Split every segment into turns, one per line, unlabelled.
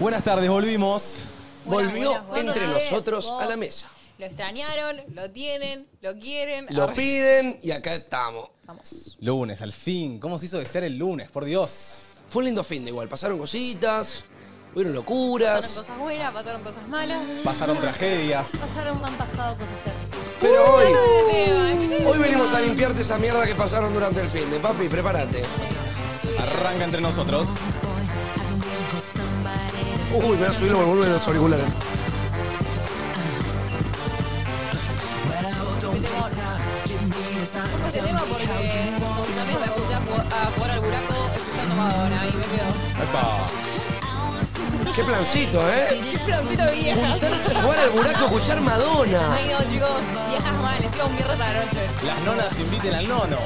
Buenas tardes, volvimos.
Buenas,
Volvió
buenas, buenas.
entre
Otra vez,
nosotros
vos.
a la mesa.
Lo extrañaron, lo tienen, lo quieren.
Lo
Arre.
piden y acá estamos.
Vamos.
Lunes, al fin. ¿Cómo se hizo de ser el lunes? Por Dios.
Fue un lindo fin de igual. Pasaron cositas, hubieron
Pasaron
locuras.
cosas buenas, pasaron cosas malas.
Pasaron tragedias.
Pasaron, han pasado cosas terribles.
Pero hoy,
Esteban,
hoy venimos a limpiarte esa mierda que pasaron durante el fin de papi. Prepárate.
subile.
Arranca entre nosotros.
Uy, me voy a subir el volumen de los auriculares.
Qué temor. Pongo este tema porque con mis amigos me junté a jugar, a jugar al buraco escuchando Madonna y me quedo.
Epa.
Qué plancito, ¿eh?
¡Qué plantito viejas!
Juntarse a jugar al buraco, escuchar Madonna.
Ay no, chicos, viejas mal, les iba un viernes a la noche.
Las nonas inviten al nono.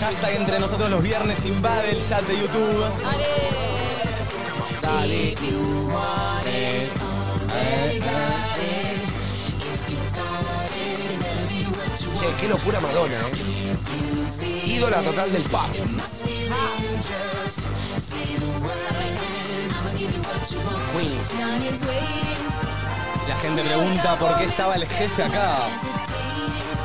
Hashtag entre nosotros los viernes invade el chat de YouTube.
¡Ale!
Dale. Che, qué locura Madonna, ¿eh? Ídola total del pop. Queen.
La gente pregunta por qué estaba el jefe acá.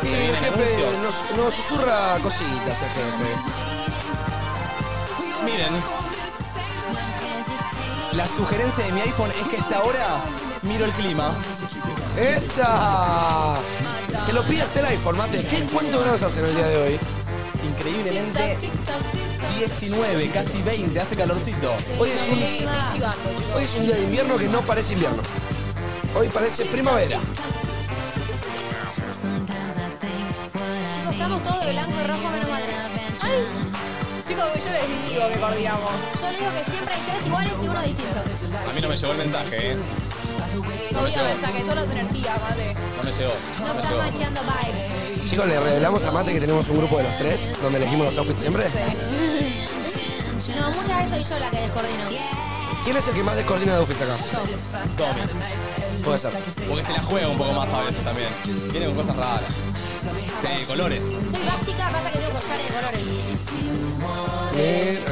Y
Se
el
vienen
Eh, jefe
anuncios.
nos, nos susurra cositas, el jefe.
Miren. La sugerencia de mi iPhone es que a esta hora miro el clima.
¡Esa! Te lo pidas el iPhone, mate. ¿Qué, ¿Cuántos grados hacen el día de hoy?
Tic
Increíblemente
tac, tic tac, tic tac.
19, casi 20, hace calorcito.
Hoy es un-
Estoy chivando, chicos.
Hoy es un día de invierno que no parece invierno. Hoy parece primavera.
Chicos, estamos todos de blanco y rojo menos madre. ¡Ay! Chicos, yo les digo que coordinamos.
Yo le digo que siempre hay tres iguales y uno distinto.
A mí no me llegó el mensaje, ¿eh?
No había mensaje, solo es energía, mate.
No me llegó.
No están macheando vibes.
Chicos, le revelamos a Mate que tenemos un grupo de los tres, donde elegimos los outfits siempre.
No, muchas veces soy yo la que descoordino.
¿Quién es el que más descoordina de outfits acá?
Tommy.
Puede ser.
Porque se la juega un poco más a veces también. Viene con cosas raras. Sí, colores.
Soy básica, pasa que tengo collares de colores.
Eh, ah.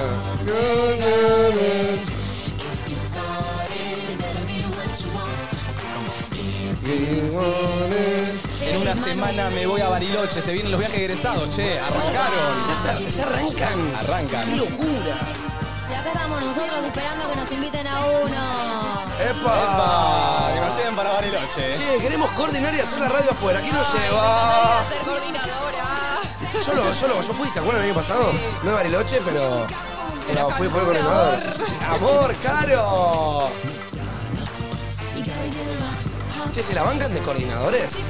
En una semana me voy a Bariloche. Se vienen los viajes egresados, che. Arrancaron.
Ya, se- ya arrancan. ¡Qué
Arrancan.
locura!
Y acá estamos nosotros esperando que nos inviten a uno.
¡Epa! Que nos lleven para Bariloche.
Che, queremos coordinar y hacer la radio afuera. ¿Quién nos
Voy
lleva?
a ser coordinadora.
Yo lo, yo lo, yo fui, ¿se acuerdan el año pasado? No en Bariloche, pero. Era, fui, fue
Cancún,
coordinador. ¡Amor, caro! Che, ¿se la bancan de coordinadores?
Sí.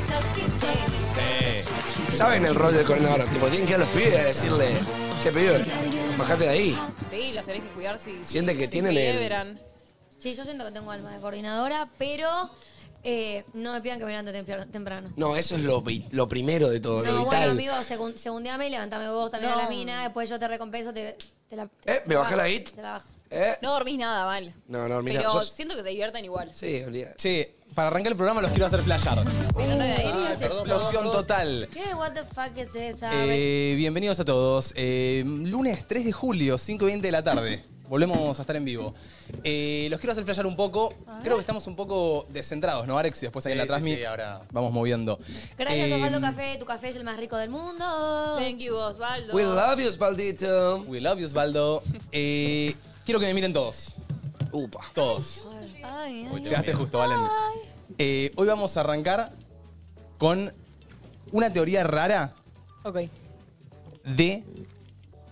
¿Saben el rol del coordinador? Tipo, tienen que ir a los pibes a decirle, che, pibe, bajate de ahí.
Sí, los tenés que cuidar si.
Siente que
si
tienen el-
quiebran.
Sí, yo siento que tengo alma de coordinadora, pero eh, no me pidan que vengan tan temprano.
No, eso es lo, vi- lo primero de todo, lo
No, bueno,
vital.
amigo, segun- segundeame y levantame vos también a la
No.
mina. Después yo te recompenso, te, te la. te
¿Eh? ¿Me bajás la guit?
Te la bajo.
¿Eh?
No dormís nada mal.
No, no, mira,
Pero
sos-
siento que se divierten igual.
Sí, olvidá.
Che, para arrancar el programa los quiero hacer flashar.
Ah,
Explosión total.
¿Qué? ¿What the fuck es esa?
Eh, bienvenidos a todos. Eh, lunes 3 de julio, 5 y 20 de la tarde. Volvemos a estar en vivo. Eh, los quiero hacer flashear un poco. Creo que estamos un poco descentrados, ¿no, Alex? Y después ahí en la
Sí, sí,
transmisión.
sí, ahora.
Vamos moviendo.
Gracias,
Eh,
mm.
Osvaldo Café. Tu café es el más rico del mundo.
Thank you, Osvaldo.
We love you, Spaldito.
We love you, Osvaldo. Eh, quiero que me miren todos.
Upa.
Todos.
Ay, ay.
Uy, Llegaste justo, Valen. Eh, hoy vamos a arrancar con una teoría rara
Ok.
de.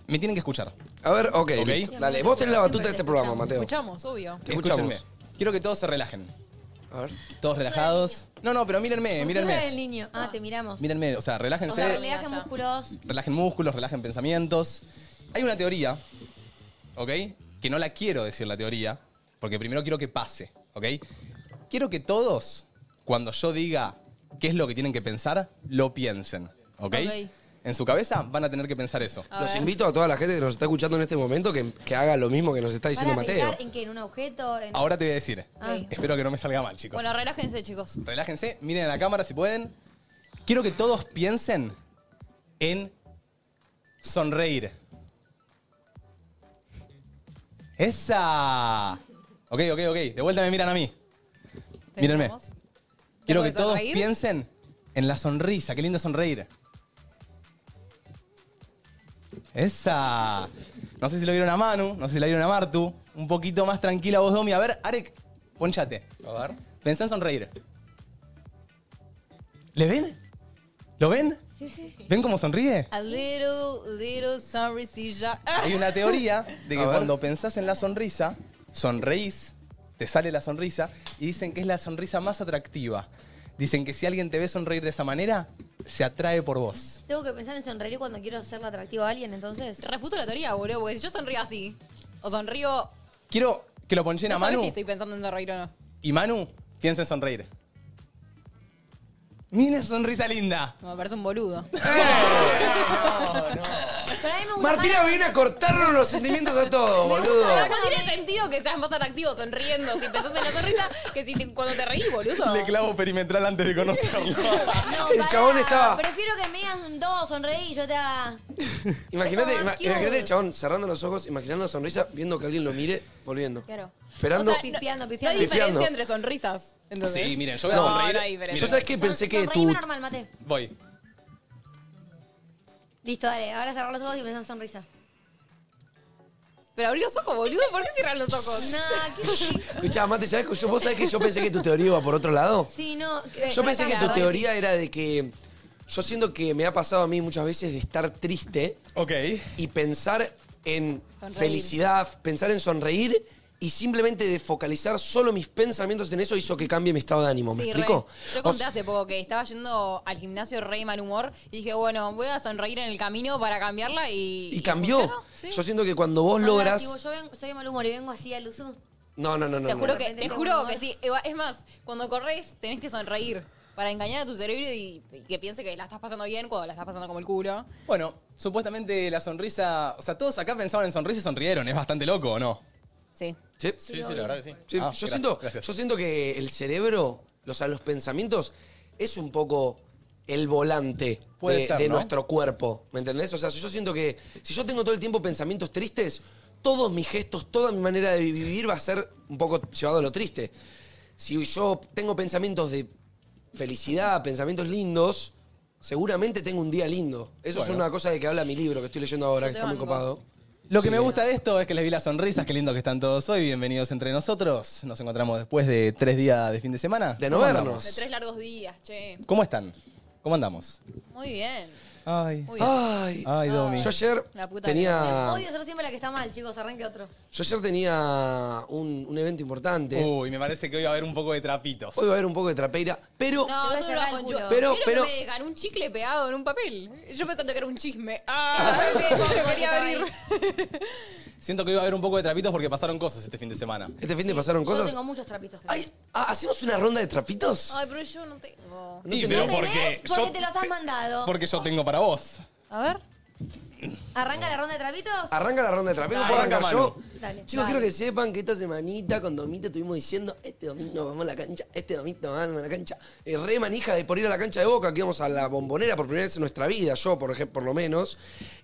Me tienen que escuchar.
A ver, ok. listo. Dale, vos tenés la batuta de
Siempre
este
te
programa, Mateo.
Escuchamos, obvio.
Te escuchamos.
Escúchenme. Quiero que todos se relajen.
A ver.
Todos relajados. No, no, pero mírenme,
Postura del
mírenme.
niño. Ah, te miramos.
Mírenme, o sea,
O sea,
relájense,
relaje musculoso.
relajen músculos, relajen pensamientos. Hay una teoría, ¿ok? Que no la quiero decir la teoría, porque primero quiero que pase, ¿ok? Quiero que todos, cuando yo diga qué es lo que tienen que pensar, lo piensen, ¿ok?
Ok.
En su cabeza van a tener que pensar eso.
A
Los
ver.
invito a toda la gente que nos está escuchando en este momento que, que haga lo mismo que nos está diciendo
¿Para
Mateo.
pensar en qué? ¿En un objeto? En...
Ahora te voy a decir.
Ah.
Espero que no me salga mal, chicos.
Bueno, relájense, chicos.
Relájense, miren a la cámara si pueden. Quiero que todos piensen en sonreír. ¡Esa! Ok, ok, ok. De vuelta me miran a mí. Mírenme.
¿Tenemos? ¿Tengo
Quiero que
que
todos
sonreír?
piensen en la sonrisa. Qué lindo sonreír. ¡Esa! No sé si lo vieron a Manu, no sé si la vieron a Martu. Un poquito más tranquila vos, Domi. A ver, Arek, ponchate.
A ver.
Pensá en sonreír. ¿Le ven? ¿Lo ven?
Sí, sí.
¿Ven cómo sonríe?
A little, little sonrisilla.
Hay una teoría de que
A ver.
cuando pensás en la sonrisa, sonreís, te sale la sonrisa y dicen que es la sonrisa más atractiva. Dicen que si alguien te ve sonreír de esa manera, se atrae por vos.
Tengo que pensar en sonreír cuando quiero hacerle atractivo a alguien, entonces.
Refuto la teoría, boludo, porque si yo sonrío así, o sonrío...
Quiero que lo ponchen a
No sabes si
Manu
estoy pensando en sonreír o no.
y Manu piensa en sonreír. Mira esa sonrisa linda.
Me parece un boludo.
Eh,
Pero a mí me gusta
Martina
más-
viene a cortarnos los sentimientos a todos, boludo.
No, no tiene sentido que seas más atractivo sonriendo si pensás en la sonrisa que si te- cuando te reís, boludo.
Le clavo perimetral antes de conocerlo.
No,
El
pará,
chabón estaba-
Ah, Prefiero que me digan dos, sonreí y yo te haga.
Imagínate,
Es como
ima-
más cute.
imagínate el chabón cerrando los ojos, imaginando la sonrisa, viendo que alguien lo mire, volviendo.
Claro.
Esperando.
O sea, Pispeando, pispeando.
No hay
Pispeando.
diferencia entre sonrisas. ¿entendés?
Sí, miren, yo voy a
No,
sonreír.
no hay diferencia.
Miren,
Yo sabes que
Son-
pensé que
sonreíme
tu,
normal, mate.
Voy.
Listo, dale. Ahora cerrar los ojos y pensar en sonrisa.
Pero abrí los ojos, boludo. ¿Por qué cierran los ojos?
Nah, qué chico.
Escuchá, Mate, ¿sabés que yo- ¿vos sabés que yo pensé que tu teoría iba por otro lado?
Sí, no. que-
Yo pensé que
la ¿eh?
tu
verdad
teoría era de que. Yo siento que me ha pasado a mí muchas veces de estar triste
Ok.
y pensar en
Sonreír.
felicidad, pensar en sonreír y simplemente de focalizar solo mis pensamientos en eso hizo que cambie mi estado de ánimo. ¿Me
Sí,
explico?
re. Yo
O
conté
sea,
hace poco que estaba yendo al gimnasio re de mal humor y dije, bueno, voy a sonreír en el camino para cambiarla y.
y cambió.
funcionó, sí.
Yo siento que cuando vos
que-
logras.
Hola, si yo vengo- estoy de mal humor y vengo así al Luzú.
No, no, no, no.
Te
no.
juro
De
que,
repente
te
tengo
juro
humor.
que sí. Eva, Es más, cuando corres tenés que sonreír para engañar a tu cerebro y, y que piense que la estás pasando bien cuando la estás pasando como el culo.
Bueno, supuestamente la sonrisa. O sea, todos acá pensaban en sonrisa y sonrieron. Es bastante loco, ¿o no?
Sí.
Sí,
Sí, sí, la verdad que sí.
Sí,
Ah,
yo,
gracias,
siento,
gracias.
yo siento que el cerebro, o sea, los pensamientos, es un poco el volante
Puede
de,
ser,
de
¿no?
nuestro cuerpo. ¿Me entendés? O sea, si yo siento que si yo tengo todo el tiempo pensamientos tristes, todos mis gestos, toda mi manera de vivir va a ser un poco llevado a lo triste. Si yo tengo pensamientos de felicidad, pensamientos lindos, seguramente tengo un día lindo. Eso es
Bueno.
una cosa de que habla mi libro que estoy leyendo ahora, que
te
está muy
banco.
copado.
Lo que me gusta de esto es que les vi las sonrisas, qué lindo que están todos hoy, bienvenidos entre nosotros. Nos encontramos después de tres días de fin de semana.
De no
¿Cómo
vernos.
andamos?
De tres largos días, che.
¿Cómo están? ¿Cómo andamos?
Muy bien.
Ay,
Muy bien.
Ay,
ay, Domi.
yo ayer
La puta
tenía...
Odio ser siempre la que está mal, chicos. Arranque otro.
Yo ayer tenía un, un evento importante.
Uy, me parece que hoy va a haber un poco de trapitos.
Hoy va a haber un poco de trapeira, pero
No,
voy a
eso
cerrar
no
el
con
culo.
yo.
Pero-
Pero,
pero-
que me ganó un chicle pegado en un papel. Yo pensando que era un chisme. Ah, cómo me quería abrir.
Siento que hoy va a haber un poco de trapitos porque pasaron cosas este fin de semana.
este fin de pasaron
Yo
cosas.
tengo muchos trapitos.
Ay, ah, ¿Hacemos una ronda de trapitos?
Ay, pero yo no tengo.
Y,
¿No
pero
tenés?
Eh,
porque
Porque
yo-
te los has mandado.
Porque yo tengo para vos.
A ver.
¿Arranca la ronda de trapitos?
Arranca la ronda de trapitos,
Dale,
¿puedo arrancar
arranca,
yo?
Manu.
Dale.
Chicos,
Dale.
quiero que sepan que esta semanita con Domita estuvimos diciendo, este domingo vamos a la cancha, este domingo vamos a la cancha. Eh, re manija de por ir a la cancha de Boca, que íbamos a la bombonera por primera vez en nuestra vida, yo por ejemplo, por lo menos.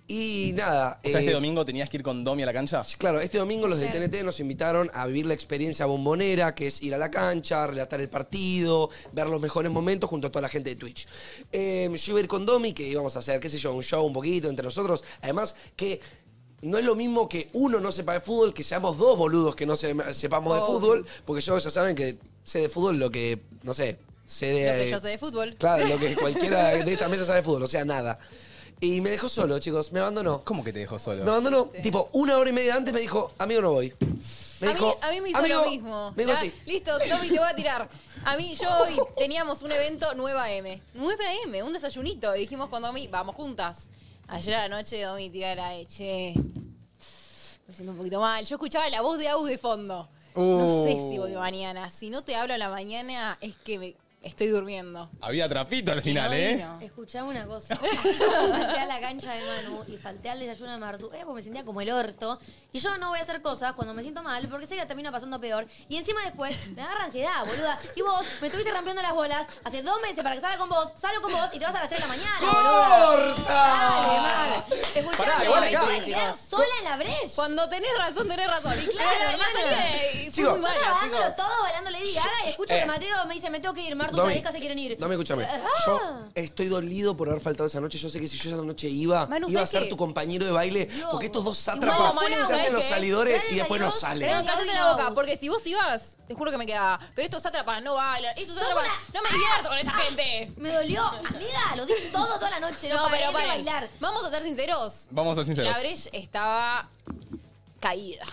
Y nada.
O sea, este
eh,
domingo tenías que ir con Domi a la cancha.
Claro, este domingo los de TNT nos invitaron a vivir la experiencia bombonera, que es ir a la cancha, relatar el partido, ver los mejores momentos junto a toda la gente de Twitch. Eh, yo iba a ir con Domi, que íbamos a hacer, qué sé yo, un show un poquito entre nosotros. Además, que no es lo mismo que uno no sepa de fútbol, que seamos dos boludos que no se- sepamos de
Oh.
fútbol, porque yo ya saben que sé de fútbol lo que, no sé, sé de...
Lo que yo sé de fútbol.
Claro, lo que cualquiera de esta mesa sabe de fútbol, o sea, nada. Y me dejó solo, chicos, me abandonó.
¿Cómo que te dejó solo?
Me abandonó. Tipo, una hora y media antes me dijo, amigo, no voy. Me
a,
dijo,
mí, a mí me hizo
"Amigo",
lo mismo.
Me dijo
Ya,
así.
Listo, Tommy, te voy a tirar. A mí, yo hoy teníamos un evento Nueva M. Nueva M, un desayunito. Y dijimos con Domi, vamos juntas. Ayer a la noche, Domi tira la de, che, me siento un poquito mal. Yo escuchaba
Uh.
la voz de Agus de fondo. No sé si voy mañana. Si no te hablo a la mañana, es que me Estoy durmiendo.
Había trapito al
Y no
final, ¿eh?
vino.
Escuchame una cosa. Así como falté a la cancha de Manu y falté al desayuno de Martu, era porque me sentía como el orto. Y yo no voy a hacer cosas cuando me siento mal, porque sé que la termino pasando peor. Y encima después me agarra ansiedad, boluda. Y vos me estuviste rompiendo las bolas hace dos meses para que salga con vos, salgo con vos y te vas a las 3 de la mañana, boluda. Dale,
¡Corta!
Mar. Escuchame,
Pará, igual
me
acá-
voy a quedar sola en la brecha.
Cuando tenés razón, tenés razón. Y
claro,
claro,
hermano.
la fue
Chicos,
muy
Yo
mala,
grabándolo
chicos.
todo, bailando Lady Gaga, y escucho
Eh.
que Mateo me dice, me tengo que ir, Martu,
Domi,
sabés que se quieren ir.
Domi, escúchame. Yo estoy dolido por haber faltado esa noche. Yo sé que si yo esa noche iba,
Manu,
iba a
¿sabes
ser
qué?
tu compañero de baile.
No,
porque estos dos
Igual,
sátrapas
Manu,
se
¿sabes
hacen los
qué?
salidores
Gracias
y después
a
nos
Dios,
salen.
Pero
Gracias,
cállate
Gaby
la
Gaby.
boca, porque si vos ibas, te juro que me quedaba. Pero estos sátrapas no bailan. Esos
Sos
sátrapas.
una- Ah,
No me divierto con esta gente.
Me dolió, amiga, lo dije todo toda la noche, no,
No,
paré
pero
de
para.
bailar.
Vamos a ser sinceros.
Vamos a ser sinceros.
La Bresh estaba caída.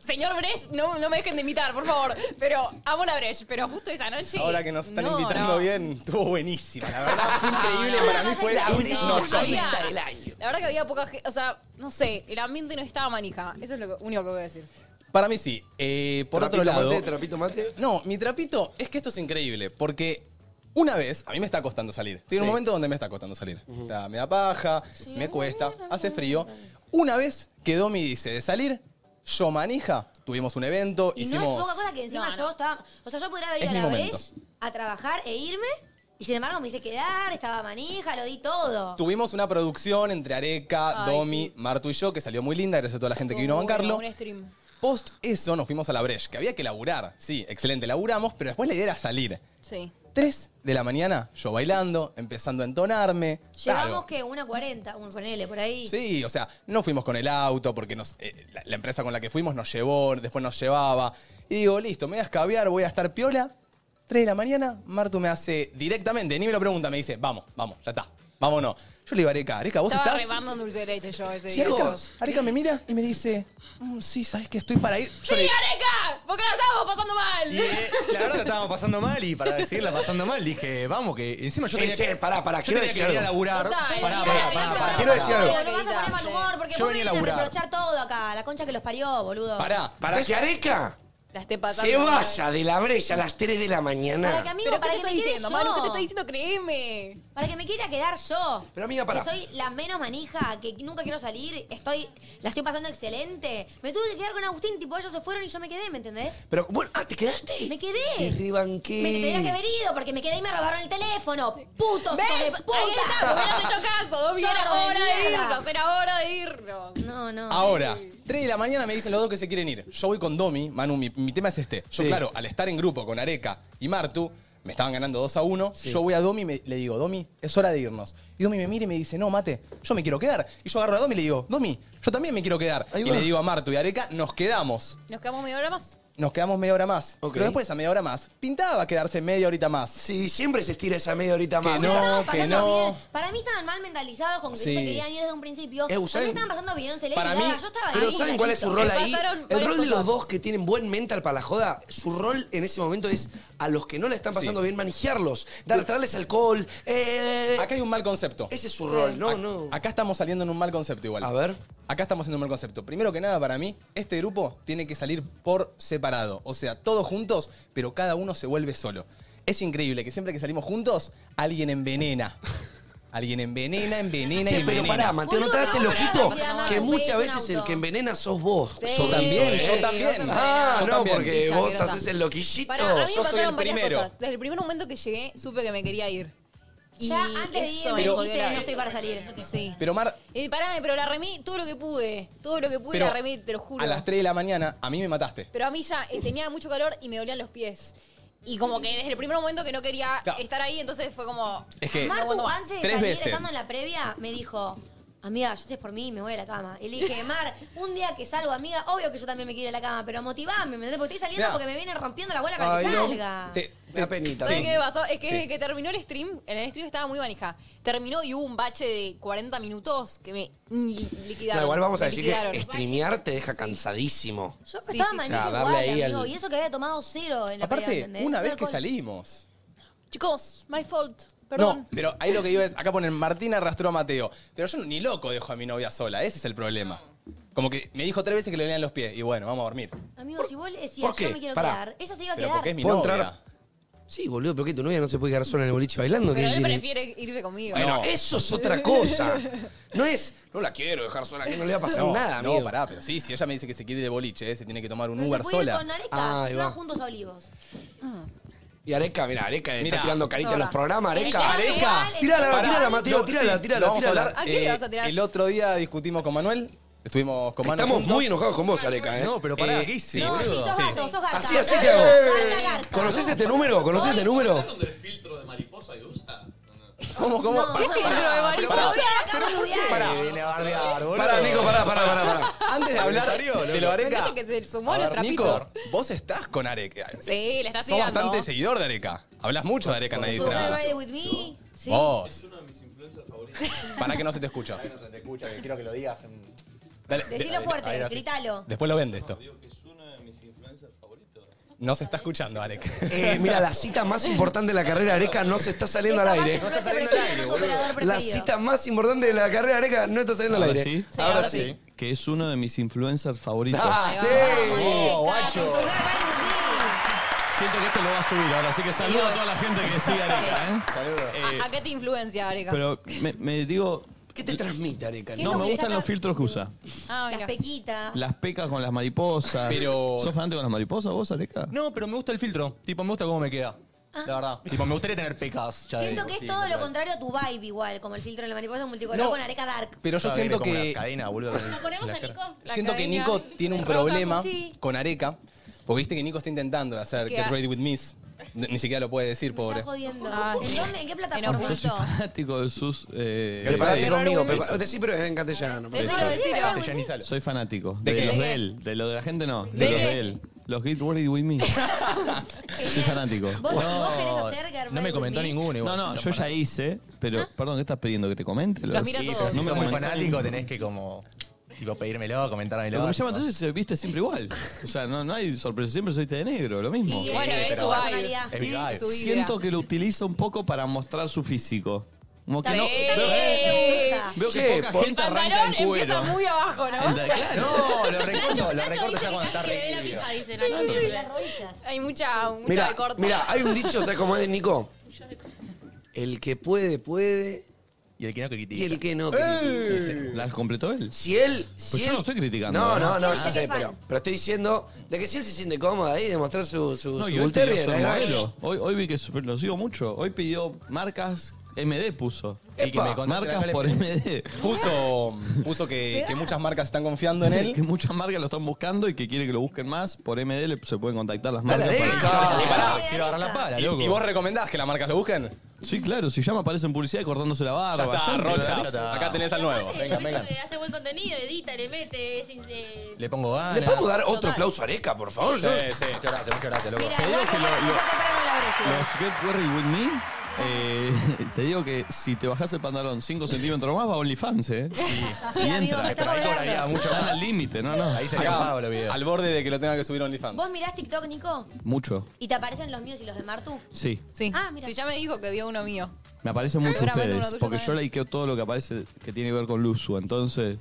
Señor Bresh, no, no me dejen de invitar, por favor. Pero amo la Bresh, pero justo esa noche.
Ahora que nos están
no,
invitando
no.
bien, estuvo buenísima. La verdad, fue increíble.
no,
Para
no,
mí
no,
fue
no,
La
no,
un
brisa
no,
noche.
había-
solista del año.
La verdad que había poca gente. O sea, no sé, el ambiente no estaba manija. Eso es lo que- único que voy a decir.
Para mí sí. Eh, por
Trapito
otro lado.
Mate, trapito mate.
No, mi trapito es que esto es increíble, porque una vez, a mí me está costando salir. Tiene un
Sí.
momento donde me está costando salir. O sea, me da paja, me cuesta, hace frío. Una vez que Domi dice de salir, yo manija, tuvimos un evento,
Y
hicimos...
no es poca cosa que encima
No, no.
yo estaba. O sea, yo podría haber ido
Es
a
mi
la
momento.
Breche a trabajar e irme. Y sin embargo me hice quedar, estaba manija, lo di todo.
Tuvimos una producción entre Areca,
Ay,
Domi,
sí.
Martu y yo, que salió muy linda, gracias a toda la gente que vino a
Bueno,
bancarlo.
Un stream.
Post eso nos fuimos a la Breche, que había que laburar. Sí, excelente, laburamos, pero después la idea era salir.
Sí.
3 de la mañana, yo bailando, empezando a entonarme.
Llegamos
Claro.
que una 40, un ponele por ahí.
Sí, o sea, no fuimos con el auto porque nos, eh, la, la empresa con la que fuimos nos llevó, después nos llevaba. Y digo, listo, me voy a escabear, voy a estar piola. 3 de la mañana, Martu me hace directamente, ni me lo pregunta, me dice, vamos, vamos, ya está, vámonos. Yo le digo, Areca, Areca, ¿vos
Estaba
estás?
remando un dulce de leche yo ese
Sí,
día.
Areca,
Chicos,
Areca me mira y me dice, "Mm, sí, ¿sabes que estoy para ir? Yo
¡Sí,
le-
Areca! Porque la estábamos pasando mal.
Y eh, la verdad la estábamos pasando mal y para decirla pasando mal dije, vamos, que encima yo
Che,
tenía,
che, pará, pará,
yo
quiero
tenía
decir
que venir a
algo.
laburar.
Total,
pará,
sí,
pará,
la
pará,
verdad.
pará.
Quiero decir algo.
Pero no vas a poner mal humor porque
Yo
vos
venía
venís
a
a
laburar.
reprochar todo acá. La concha que los parió, boludo.
Pará,
Para que Areca
La esté pasando
se
mal.
vaya de la brecha a las 3 de la
Para que
mañana.
amigo, para
¿Pero qué te
que me
estoy
quede
diciendo,
yo.
Manu? ¿Qué te estoy diciendo? Créeme.
Para que me quiera quedar yo.
Pero, amiga, pará.
Que soy la menos manija, que nunca quiero salir, estoy, la estoy pasando excelente. Me tuve que quedar con Agustín, tipo, ellos se fueron y yo me quedé, ¿me entendés?
Pero, bueno, ah, ¿te quedaste?
Me quedé.
Te rebanqué.
Me tendría que haber ido porque me quedé y me robaron el teléfono. Putos,
¿Ves?
hijos de
Ahí está,
puta.
porque no te hecho caso. Domi, era
Zorro de
hora de
mierda.
irnos, era hora de irnos.
No, no.
Ahora, 3 de la mañana me dicen los dos que se quieren ir. Yo voy con Domi, Manu, mi, mi tema es este. Yo,
Sí.
claro, al estar en grupo con Areca y Martu, me estaban ganando 2 a 1. Yo voy a Domi y me- le digo, Domi, es hora de irnos. Y Domi me mira y me dice, no, mate, yo me quiero quedar. Y yo agarro a Domi y le digo, Domi, yo también me quiero quedar.
Ahí
y
va.
le digo a Martu y Areca, nos quedamos.
Nos quedamos media hora más.
Nos quedamos media hora más.
Ok.
Pero después, a media hora más, pintaba quedarse media horita más.
Sí, siempre se estira esa media horita
Que
más.
no,
Estaban
que
pasando
no.
bien. Para mí estaban mal mentalizados con que se
Sí.
querían ir desde un principio.
Eh,
Para mí
¿saben?
estaban pasando bien, se les
Para
ligaba,
mí-
"Ah, yo estaba
Pero
ahí,
¿saben cuál es su
tranquilo.
rol
Me
ahí?
pasaron
El
varias
rol de los
cosas.
dos que tienen buen mental para la joda, su rol en ese momento es a los que no la están pasando
Sí.
bien manejarlos, dar, traerles alcohol. eh,
Acá hay un mal concepto.
ese es su rol, no, no.
Acá estamos saliendo en un mal concepto igual.
A ver.
Acá estamos haciendo un mal concepto. Primero que nada, para mí, este grupo tiene que salir por separado. O sea, todos juntos, pero cada uno se vuelve solo. Es increíble que siempre que salimos juntos, alguien envenena. Alguien envenena, envenena y
Che,
envenena.
pero pará, Mateo, ¿no te hagas el
Boludo, no,
loquito?
pará, pará, pará,
Que
pará,
muchas
pará,
veces
pará,
el
auto.
que envenena sos vos.
Sí.
Yo también, yo
Sí,
también.
vos sos
Ah,
Yo
no,
también.
porque
Pincha,
vos
grosa.
te haces el loquillo.
Pará, a mí me
yo soy el
pasaron varias
primero.
cosas. Desde el primer momento que llegué, supe que me quería ir. Y
Ya antes de ir
eso
me
me
dijiste,
jodió
no
la
estoy
vida.
para salir.
Sí.
Pero Mar,
Y pará, pero la remí todo lo que pude. Todo lo que pude
pero
la remí, te lo juro.
a las 3 de la mañana, a mí me mataste.
Pero a mí ya eh, tenía mucho calor y me dolían los pies. Y como que desde el primer momento que no quería
Claro.
estar ahí, entonces fue como... "Ah,
Es que-
no
Martu,
aguanto más.
antes de
Tres
salir,
veces.
estando en la previa, me dijo, amiga, yo sé por mí, me voy a la cama. Y le dije, Mar, un día que salgo, amiga, obvio que yo también me quiero ir a la cama, pero motivame, ¿me entendés? Porque estoy saliendo
Mirá.
porque me vienen rompiendo la bola para
Ay,
que
no.
salga.
Te-
Me da penita.
¿Sabes
Sí.
qué me pasó? Es que
Sí.
desde que terminó el stream, en el stream estaba muy manija. Terminó y hubo un bache de 40 minutos que me li- liquidaron.
No, igual vamos a
Me
decir
liquidaron.
que streamear te deja cansadísimo.
Yo
Sí,
estaba
sí, sí.
manija
Ah, darle
igual,
ahí
amigo,
al-
y eso que había tomado cero en la previa,
Aparte,
¿entendés?
una
Cero
vez que
alcohol.
salimos.
Chicos, my fault. Perdón.
No, pero ahí lo que digo es, acá ponen Martín arrastró a Mateo. Pero yo ni loco dejo a mi novia sola, ese es el problema. Como que me dijo tres veces que le venían los pies. Y bueno, vamos a dormir.
Amigo, si vos le
por
decías,
qué?
yo me quiero
Pará.
quedar, ella se iba a
Pero
quedar.
porque es mi
¿Puedo
novia.
entrar? Sí, boludo, pero que tu novia no se puede quedar sola en el boliche bailando.
Pero
¿qué
él
tiene?
prefiere irse conmigo.
Bueno, eso es otra cosa. No es, no la quiero dejar sola, que no le va a pasar nada,
no,
amigo.
pará, pero sí, si ella me dice que se quiere ir de boliche, eh, se tiene que tomar un
Pero
Uber
se puede ir
sola.
con Areca,
Ah, ahí
se
va.
van juntos a Olivos.
Y Areca, mira, Areca está
Mirá.
tirando carita en los
Hola.
programas, Areca.
Areca. Areca.
Tírala,
Pará,
tírala, Mateo,
no,
tírala,
sí,
tírala,
no vamos a
tírala.
hablar. eh,
¿A qué le vas a tirar?
El otro día discutimos con Manuel, estuvimos con Manuel.
Estamos
juntos.
muy enojados con vos, Areca, ¿eh?
No, pero pará,
Eh,
¿qué hice?
no, sí,
boludo?
sos
Sí.
gato, sos gato.
Así, así te hago.
Garca, garca.
¿Conocés este número? ¿Conocés este número?
¿Hablaron del filtro de mariposa que usa? No, no.
¿Cómo, cómo?
No,
Pará,
no,
pará,
no, no, no,
pará, pará.
no, no, no, no,
Pará.
Que viene a bardear, boludo.
Pará, Nico, pará, pará, pará. pará.
Antes de hablar de lo
Me
Areca.
encanta que se sumó
a
los
ver,
trapitos.
Nico, vos estás con Areca.
Sí, le estás
Sos
tirando.
bastante seguidor de Areca. Hablas mucho de Areca, nadie dice
Sugar
nada.
Ride With Me. Sí.
Es
Vos,
uno de mis influencers favoritos.
para que no se te escucha.
Ahí no se te escucha, que quiero que lo digas. en-
Dale,
Decilo
de- ahí,
fuerte,
ahora sí.
gritalo.
Después lo vende esto.
Digo que es uno de mis influencers favoritos.
No se está escuchando, Areca.
Eh, mira, la cita más importante de la carrera de Areca no se está saliendo al aire.
Esta más influencer preferida, tu operador
La
preferido.
cita más importante de la carrera de Areca no está saliendo al aire.
Ahora ahora sí.
Que es uno de mis influencers favoritos.
Ah,
Vamos,
¡Dale!
Erika, con Sugar Ride With Me.
Siento que esto lo va a subir ahora, así que saludo a toda la gente que sigue acá, ¿eh? Eh,
¿A, a qué te influencia, Areca?
pero me, me digo,
¿Qué te transmite Areca?
¿Qué
no
es
me
que
gustan
saca-
los filtros que usa.
ah,
Las
mira.
pequitas.
Las pecas con las mariposas.
Pero-
¿Sos fanático de las mariposas vos, Areca?
No, pero me gusta el filtro. Tipo, me gusta cómo me queda. La verdad. Tipo, me gustaría tener pecas. ya de
Ah. Siento que
por
es
sí,
todo lo
¿verdad?
contrario a tu vibe igual, como el filtro de la mariposa multicolor
No.
con Areca Dark.
Pero yo
Ya viene
siento
como
que
la cadena, boludo.
Lo ponemos a Nico.
La
siento que
cadena.
Nico tiene un
Rotamos,
problema
sí.
con Areca, porque viste que Nico está intentando hacer
Que
Get
a-
Ready With Miss. Ni ni siquiera lo puede decir,
Me
pobre.
está jodiendo.
Ah,
¿En
sí.
dónde? ¿En qué plataforma?
En
Yo soy
Punto.
fanático de sus... eh,
Preparate
Raro,
conmigo,
bueno.
prepárate. Sí, pero en castellano.
Decilo,
preparate.
decilo.
Soy fanático.
¿De
De,
qué?
los
¿De qué?
de él. De lo de la gente no. De,
¿De
los
qué?
de él. Los Get Ready With Me. Soy fanático.
¿Vos, vos querés hacer Get
No
Ready
me
With Me?
comentó
¿Ah?
ninguno
No,
igual.
no, yo ya hice, pero perdón, ¿qué estás pidiendo? ¿Que te comente?
Los mira
Sí,
todos.
Si
No me
sos muy
comentó
fanático,
ninguno.
tenés que como... Tipo, pedírmelo, comentármelo.
Lo que me llama
tipo.
entonces se viste siempre igual. O sea, no, no hay sorpresa, siempre soiste de negro, lo mismo.
Y
Bueno,
bueno,
es
es
su
su personalidad.
Es mi vibe.
su vida.
Siento que lo utiliza un poco para mostrar su físico. Como que
Está
no.
bien,
Veo,
está bien.
veo que
Che,
poca
por-
gente arranca
Pantalón
en cuero.
empieza muy abajo, ¿no?
No, lo recorto, lo
Nacho
recorto
dice
ya
que
cuando está
casi que ve la
re
pija, dice Nacho.
Sí, las rodillas.
Hay mucha, mucha
Mira,
de corta.
mira, hay un dicho, ¿sabes cómo es, Nico? El que puede, puede.
Y el que no que critica.
Y el que no. que ni-
¿Las completó él?
Si él. Si
Pues yo
él-
no estoy criticando,
No,
¿eh?
no, no,
Sí,
ya
sí,
sé,
fan.
pero, pero estoy diciendo de que si él se siente cómodo ahí, de mostrar su, su, ¿eh?
No,
su
y hoy
bull
pidió
terrier,
ser
ahí
¿eh?
va.
modelo. Hoy, hoy vi que super- lo sigo mucho. Hoy pidió marcas MD puso.
Epa.
Y que me
Marcas
marcas por MD.
Puso, puso que, que muchas marcas están confiando en
Que
él.
muchas marcas lo están buscando y que quiere que lo busquen más. Por MD le- se pueden contactar las
Dale,
marcas. para-
Areca.
Y
Pará,
Dale,
quiero agarrar la
Areca.
pala,
¿Y,
loco.
y vos recomendás que las marcas lo busquen?
Sí, claro, si ya me aparece en publicidad y cortándose la
Ya
barba.
está,
ya me-
Rochas. Acá tenés al nuevo.
Venga, venga. Hace buen contenido, edita, le mete, es... eh,
Le pongo ganas.
¿Le podemos dar otro aplauso a Areca, por favor?
Sí,
Yo-
sí.
Muchas gracias, muchas gracias, loco.
Mira,
Te digo
igual
que
que
lo-
Max se
lo-
fue temprano a la
Los
oreja.
Get Worry With Me, eh, te digo que si te bajás el pantalón 5 centímetros más, va a OnlyFans, ¿eh?
Sí, amigo, me está
Pero ahí cobraría
cobrando.
mucho
Están al
más.
límite, ¿no? no.
Ahí sería
Acá,
pago los videos.
al borde de que lo tenga que subir a OnlyFans.
¿Vos mirás TikTok, Nico?
Mucho,
¿Y te aparecen los míos y los de Martu?
sí.
Sí.
Ah, mira.
Sí, ya me dijo que vio uno mío.
Me aparecen mucho
Seguramente uno
ustedes,
tuyo
porque yo
también.
likeo todo lo que aparece que tiene que ver con Luzu, entonces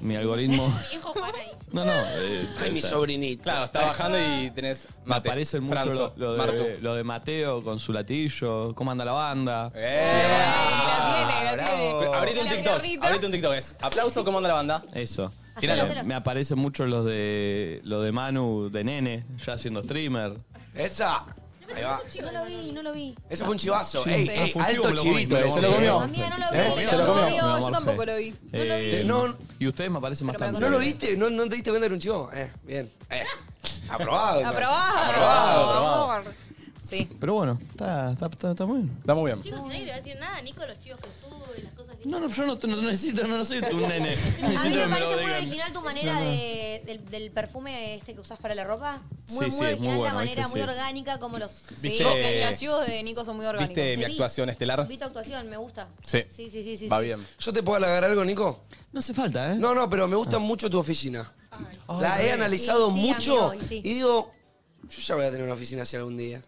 mi algoritmo...
Viejo Juan ahí.
No, no. eh,
Ah. Ay,
o
mi
sea,
sobrinito.
Claro, está bajando y tenés
Me
mate,
aparecen mucho
Franzo,
lo, lo
Martu.
de, lo de Mateo con su latillo, cómo anda la banda.
¡Eh!
Ah, la tiene, la
bravo.
tiene.
Abrite un
La
TikTok.
pierrita.
Abrite un TikTok. Es aplauso, ¿cómo anda la banda?
Eso.
Hacelo,
Claro,
hacelo.
me aparecen mucho los de lo de Manu de nene, ya siendo streamer.
Esa. Ahí va.
No lo vi, no lo vi.
Ese Ah. fue un chivazo.
Sí.
Ey,
Ah,
ey,
fue un chivo,
alto
me lo comí,
chivito.
me lo
ese.
¿Se lo comió?
Amiga, no lo vi.
¿Eh?
no
Se lo
vi.
comió.
Me
yo
amorfé.
tampoco lo vi.
Eh,
No-
y ustedes me aparecen más
me
tarde.
¿No lo viste? ¿No, no te diste cuenta que era un chivo? Eh, bien. Eh. Aprobado. entonces.
Aprobado.
Aprobado, aprobado.
amor. Sí.
Pero bueno, está, está, está, está muy bien.
Está muy bien.
Chicos, si nadie le va a decir nada, Nico, los chicos que sube, las cosas que...
No, no, yo no, no necesito, no soy tu
A
nene.
mí
Necesito
me
que me lo
parece muy
digan.
original tu manera de- del, del perfume este que usás para la ropa. Muy,
Sí,
muy
sí, es
original
muy
la
bueno,
manera,
¿viste?
muy
Sí.
orgánica, como los.
¿Viste?
Sí, porque los archivos de Nico son muy orgánicos.
¿Viste mi
vi.
actuación estelar?
Vi tu actuación, me gusta.
Sí.
Sí, sí, sí. sí
Va
sí.
bien.
¿Yo te puedo halagar algo, Nico?
No hace falta, ¿eh?
No, no, pero me gusta mucho tu oficina. La he analizado
Sí, sí,
mucho
amigo, y sí.
y digo, yo ya voy a tener una oficina así algún día.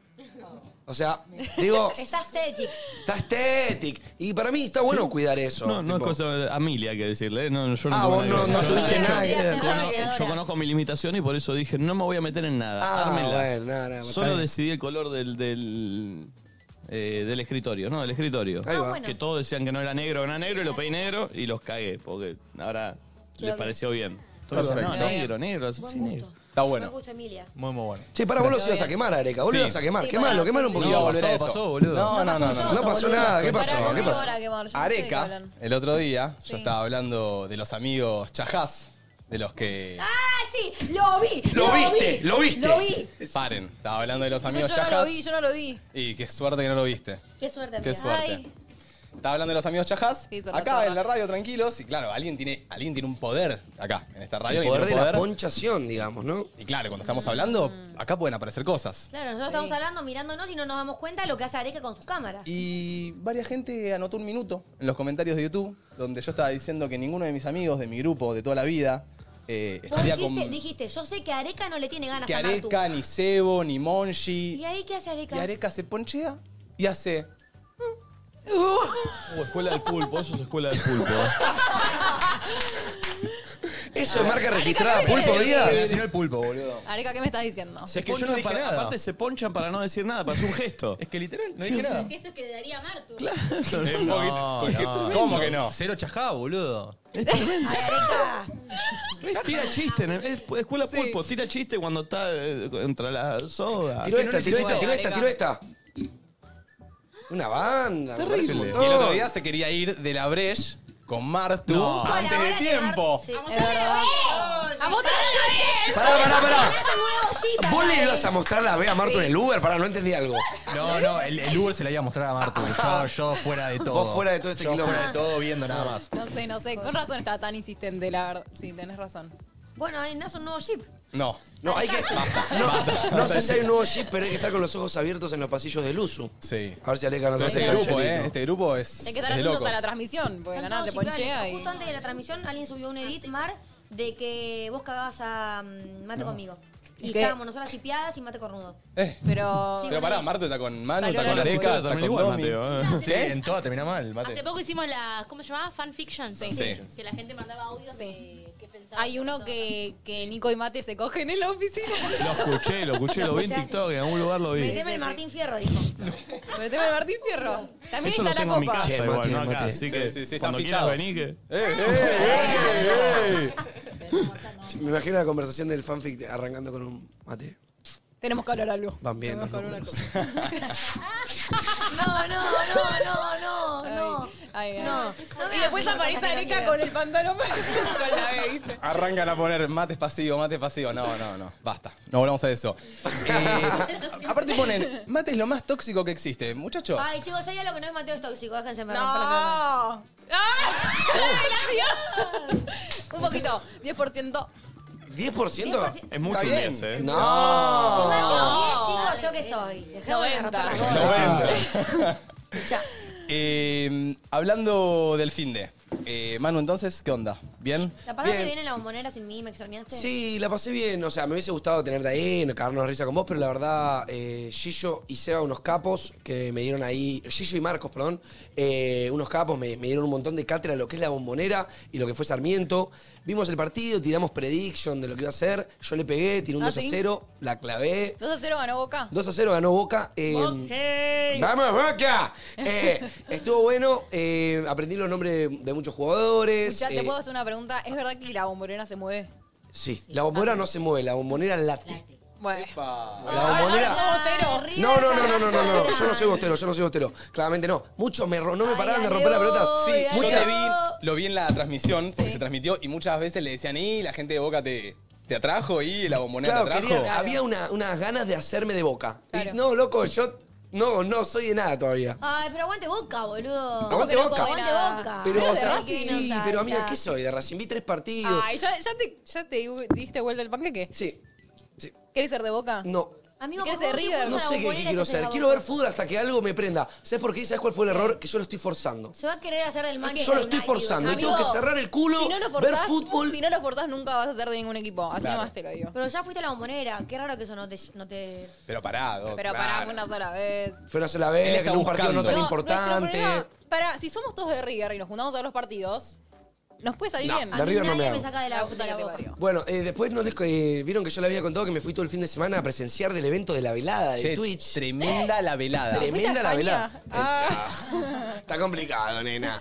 O sea, digo,
Estás techic.
está estético. Y para mí está bueno cuidar eso.
No, no es
tipo,
cosa de Amelia que decirle, ¿eh? no, yo no
Ah,
tengo
vos
nada
no,
que
no
ver. Yo-
tuviste
yo-
nada que
Gracias,
ver con-
Javi.
Yo,
Ahora.
conozco mi limitación y por eso dije, no me voy a meter en nada.
Ah,
ármenla.
bueno, no, no, está
Solo
bien.
decidí el color del, del, eh, del escritorio, ¿no? Del escritorio.
Ahí
Ah,
va.
bueno.
Que todos decían que no era negro, no era negro, y lo pedí negro y los cagué, porque ahora
Quedó
les
bien.
pareció bien. Todos dijeron,
Perfecto.
no, negro, negro, sí,
Buen
negro.
gusto.
Está
Me
bueno.
gusta, Emilia.
Muy, muy bueno.
Sí, para vos lo ibas a quemar, Areca. Vos lo
Sí.
ibas a quemar.
Sí,
quemalo,
pará,
quemalo un
sí,
poquito.
No,
volver a
pasó,
eso.
pasó, boludo.
No, no, no,
pasó
no.
un
No pasó
boludo.
nada, Ah, ¿qué
Pará,
pasó?
¿con
¿Qué
qué lo
pasó?
van a quemar? Yo no sé de qué
Areca,
hablan.
el otro día, yo
Sí.
estaba hablando de los amigos chajás, de los que.
¡Ah, sí! ¡Lo vi!
Lo viste,
vi,
lo viste.
¡Lo vi!
Paren, estaba hablando de los
Chicos,
amigos
yo no lo
chajás.
vi, yo no lo vi.
Y qué suerte que no lo viste.
Qué suerte,
Qué
amiga.
suerte.
Ay.
Estaba hablando de los amigos chajás.
Sí, son la
acá
zorra.
en la radio, tranquilos. Y claro, alguien tiene, alguien tiene un poder acá, en esta radio.
El
alguien
poder de
tiene un
la ponchación, digamos, ¿no?
Y claro, cuando estamos hablando, acá pueden aparecer cosas.
Claro, nosotros estamos hablando, mirándonos y no nos damos cuenta de lo que hace Areca con sus cámaras.
Y varias gente anotó un minuto en los comentarios de YouTube, donde yo estaba diciendo que ninguno de mis amigos de mi grupo de toda la vida eh,
Vos
estaría
dijiste,
con.
dijiste, yo sé que Areca no le tiene ganas
que
a Martu.
Areca, ni Sebo, ni Monchi.
¿Y ahí qué hace Areca?
Y Areca se ponchea y hace.
Uh, escuela del pulpo, eso es escuela del pulpo. ¿eh?
Eso es marca registrada,
¿qué
Pulpo
querés?
Díaz.
el pulpo, boludo.
Ah, Areca, ¿qué me estás diciendo?
Si es que
Poncho
yo no
dije
para,
nada.
Aparte se ponchan para no decir nada, para hacer un gesto.
Es que literal, no dije nada.
Que esto quedaría Martu.
No, no,
¿Cómo que no?
Cero chajá, boludo.
¿Ves? Tira chiste, en el- es- escuela pulpo, tira chiste cuando está eh, entre la soda.
Tiró esta,
le
tiró esta,
hizo
nada,
tiró esta,
Areca.
tiró esta. Una banda, me parece un
Terrible.
Y el otro
montón.
día se quería ir de la Breche con Martu
No.
Con
antes de
la hora de
tiempo.
Mar- sí.
Vamos
Es verdad.
¡A mostrar la
Pará, pará, pará.
Hace nuevo Jeep,
Ah, ¿Vos le
aparte.
ibas a mostrar la B a Marto en el Uber? Pará, no entendí algo. Ah.
No, no, el, el Uber se la iba a mostrar a Martu. Yo, yo fuera de todo.
Vos fuera de todo este
Yo
quilombo.
fuera de todo viendo nada más.
No sé, no sé. Con razón estaba tan insistente, la verdad. Sí, tenés razón.
Bueno, eh, no es un nuevo Jeep.
No.
No, hay que. No, no sé si hay un nuevo chip, pero hay que estar con los ojos abiertos en los pasillos del uso.
Sí.
A ver si Aleca nos
Pero
hace
este
cancherito.
grupo, ¿eh? Este grupo es.
Hay que estar
es de
atentos
locos.
a la transmisión, porque de la
Están
nada se
todos iguales.
ponchea y...
Justo antes de la transmisión alguien subió un edit, Mar, de que vos cagabas a mm, Mate conmigo. Y
¿Y qué?
estábamos nosotras chipeadas y Mate cornudo.
Eh,
Pero...
Sí,
Pero pará, Marto está con Manu, está con
Salió la
Areca, está con Domi.
¿eh?
Mateo.
Sí, en toda termina mal, mate.
Hace poco hicimos la, ¿cómo se llamaba? Fanfiction.
Sí.
Que la gente mandaba audios
Sí.
de qué pensaba.
Hay uno que, que Nico y Mate se cogen en la oficina.
Lo escuché, lo escuché, lo vi en
escuchaste?
TikTok, en algún lugar lo vi.
Meteme el Martín Fierro, dijo.
Meteme el Martín Fierro. También
Eso lo
está la
tengo en mi
copa.
casa
Che,
igual,
mate,
no acá,
mate.
así
Sí,
que
sí, sí, están
cuando quieras
fichados.
venir que...
¡Eh, eh, eh, eh!
Me imagino la conversación del fanfic de- arrancando con un mate.
Tenemos que hablar algo.
Van bien
Tenemos que
los
hablar algo.
números.
No, no, no, no, no, no.
Ay, ay,
No.
ay. Y después aparece Areca con el pantalón con la B, ¿viste?
Arrancan a poner mates pasivo, mates pasivo. No, no, no. Basta. No volvamos a eso. Eh, aparte ponen, mate es lo más tóxico que existe. Muchachos,
Ay, chicos, ya lo que no es Mateo es tóxico, déjense me
No.
romper la
¡Ah! Un poquito, 10%.
10%.
Es mucho
Está
un
bien.
10, ¿eh?
Si
No.
Mateo 10, chicos, ¿yo qué soy? Déjame de romper las
90.
bolas. Escuchá,
eh, hablando del fin de. Manu, entonces, ¿qué onda? ¿Bien?
¿La pasaste
Bien.
bien en la bombonera sin mí? ¿Me extrañaste?
Sí, la pasé bien. O sea, me hubiese gustado tenerte ahí, no cagarnos de risa con vos, pero la verdad, eh, Gillo y Seba, unos capos que me dieron ahí, Gillo y Marcos, perdón, eh, unos capos, me, me dieron un montón de cátedra de lo que es la bombonera y lo que fue Sarmiento. Vimos el partido, tiramos prediction de lo que iba a ser. Yo le pegué, tiré un
¿Ah,
2 a
sí?
0, la clavé.
2 a 0 ganó Boca.
2 a 0 ganó Boca. eh, ¡Vamos, Boca! Eh, estuvo bueno. eh, aprendí los nombres de, de muchos jugadores.
Escuchá, te
eh,
puedo hacer una pregunta. ¿Es verdad que la bombonera se mueve?
Sí, la bombonera no se mueve, la bombonera late.
Bueno.
La bombonera. No, no, no, no, no, no, no. Yo no soy bostero, yo no soy bostero. Claramente no. Muchos me ro- no me
Ay,
paraban de
Ale,
romper las pelotas.
voy,
Sí,
Ay,
yo
mucha-
te vi, lo vi en la transmisión, porque
Sí.
se transmitió, y muchas veces le decían, y la gente de Boca te, te atrajo, y la bombonera
Claro,
te atrajo.
querían- había una- unas ganas de hacerme de boca. Y
Claro.
no, loco, yo no, no soy de nada todavía.
Ay, pero aguante boca, boludo.
Aguante
pero
boca.
soy
Aguante
nada.
boca.
Pero, o
Ah, de
sea,
Racing,
sí,
no
pero
salta.
amiga, ¿qué soy? De Racing vi tres partidos.
Ay, ya, ya te, ya te diste vuelta el panqueque.
Sí, sí.
¿Querés ser de Boca?
No.
Amigo,
¿Qué
por
querés
favor,
de River?
puso
No
la
sé qué
bombonera
quiero
que se
hacer.
la
Quiero ver fútbol hasta que algo me prenda. ¿Sabes por qué? ¿Sabes cuál fue el error? Que yo lo estoy forzando.
Se va a querer hacer del Manchester
Yo lo estoy
United.
forzando. Y
Amigo,
tengo que cerrar el culo,
si no lo
ver
forzás,
fútbol.
Si no lo forzás, nunca vas a ser de ningún equipo. Así
Claro.
nomás te lo digo.
Pero ya fuiste a la bombonera. Qué raro que eso no te... No te...
Pero parado.
Pero pará, fue una sola vez.
Fue una sola
Él
vez,
está
que en un partido no
buscando.
tan
No,
importante.
para, si somos todos de River y nos juntamos a ver los partidos, nos puede salir
No,
bien.
de
A mí
River no me
nadie
hago.
me saca de la,
La
puta
puta
de la
que te
boca.
parió.
Bueno, eh, después no les eh, vieron que yo le había contado que me fui todo el fin de semana a presenciar del evento de la velada de
Che,
Twitch.
Tremenda la velada.
Tremenda.
¿Fuiste a
la
España?
velada.
Ah,
Está complicado, nena.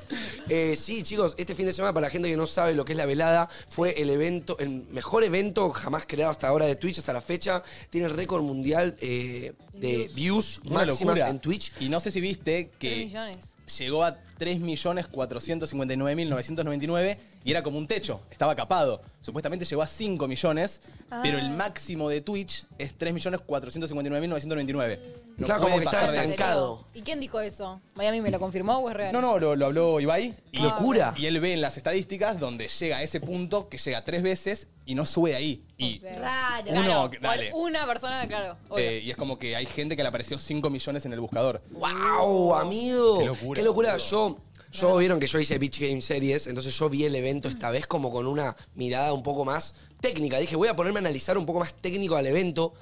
Eh, sí, chicos, este fin de semana, para la gente que no sabe lo que es la velada, fue el evento, el mejor evento jamás creado hasta ahora de Twitch, hasta la fecha. Tiene el récord mundial eh, de views
Una
máximas
locura.
en Twitch.
Y no sé si viste
tres
que
millones.
llegó a 3.459.999 y era como un techo, estaba capado. Supuestamente llegó a 5 millones,
Ah.
pero el máximo de Twitch es 3.459.999. No
Claro, como
puede
que está
pasar de eso.
estancado.
¿Y quién dijo eso? ¿Miami me lo confirmó o es real?
No, no, lo, lo habló Ibai. Y,
Locura.
Y él ve en las estadísticas donde llega a ese punto que llega tres veces y no sube ahí. Y
Ok.
Raro.
Claro,
uno, dale.
por una persona, claro. obvio.
Eh, y es como que hay gente que le apareció 5 millones en el buscador.
¡Wow, amigo!
Qué locura,
Qué locura. Yo, yo vieron que yo hice Beach Game Series, entonces yo vi el evento esta vez como con una mirada un poco más técnica. Dije, voy a ponerme a analizar un poco más técnico al evento.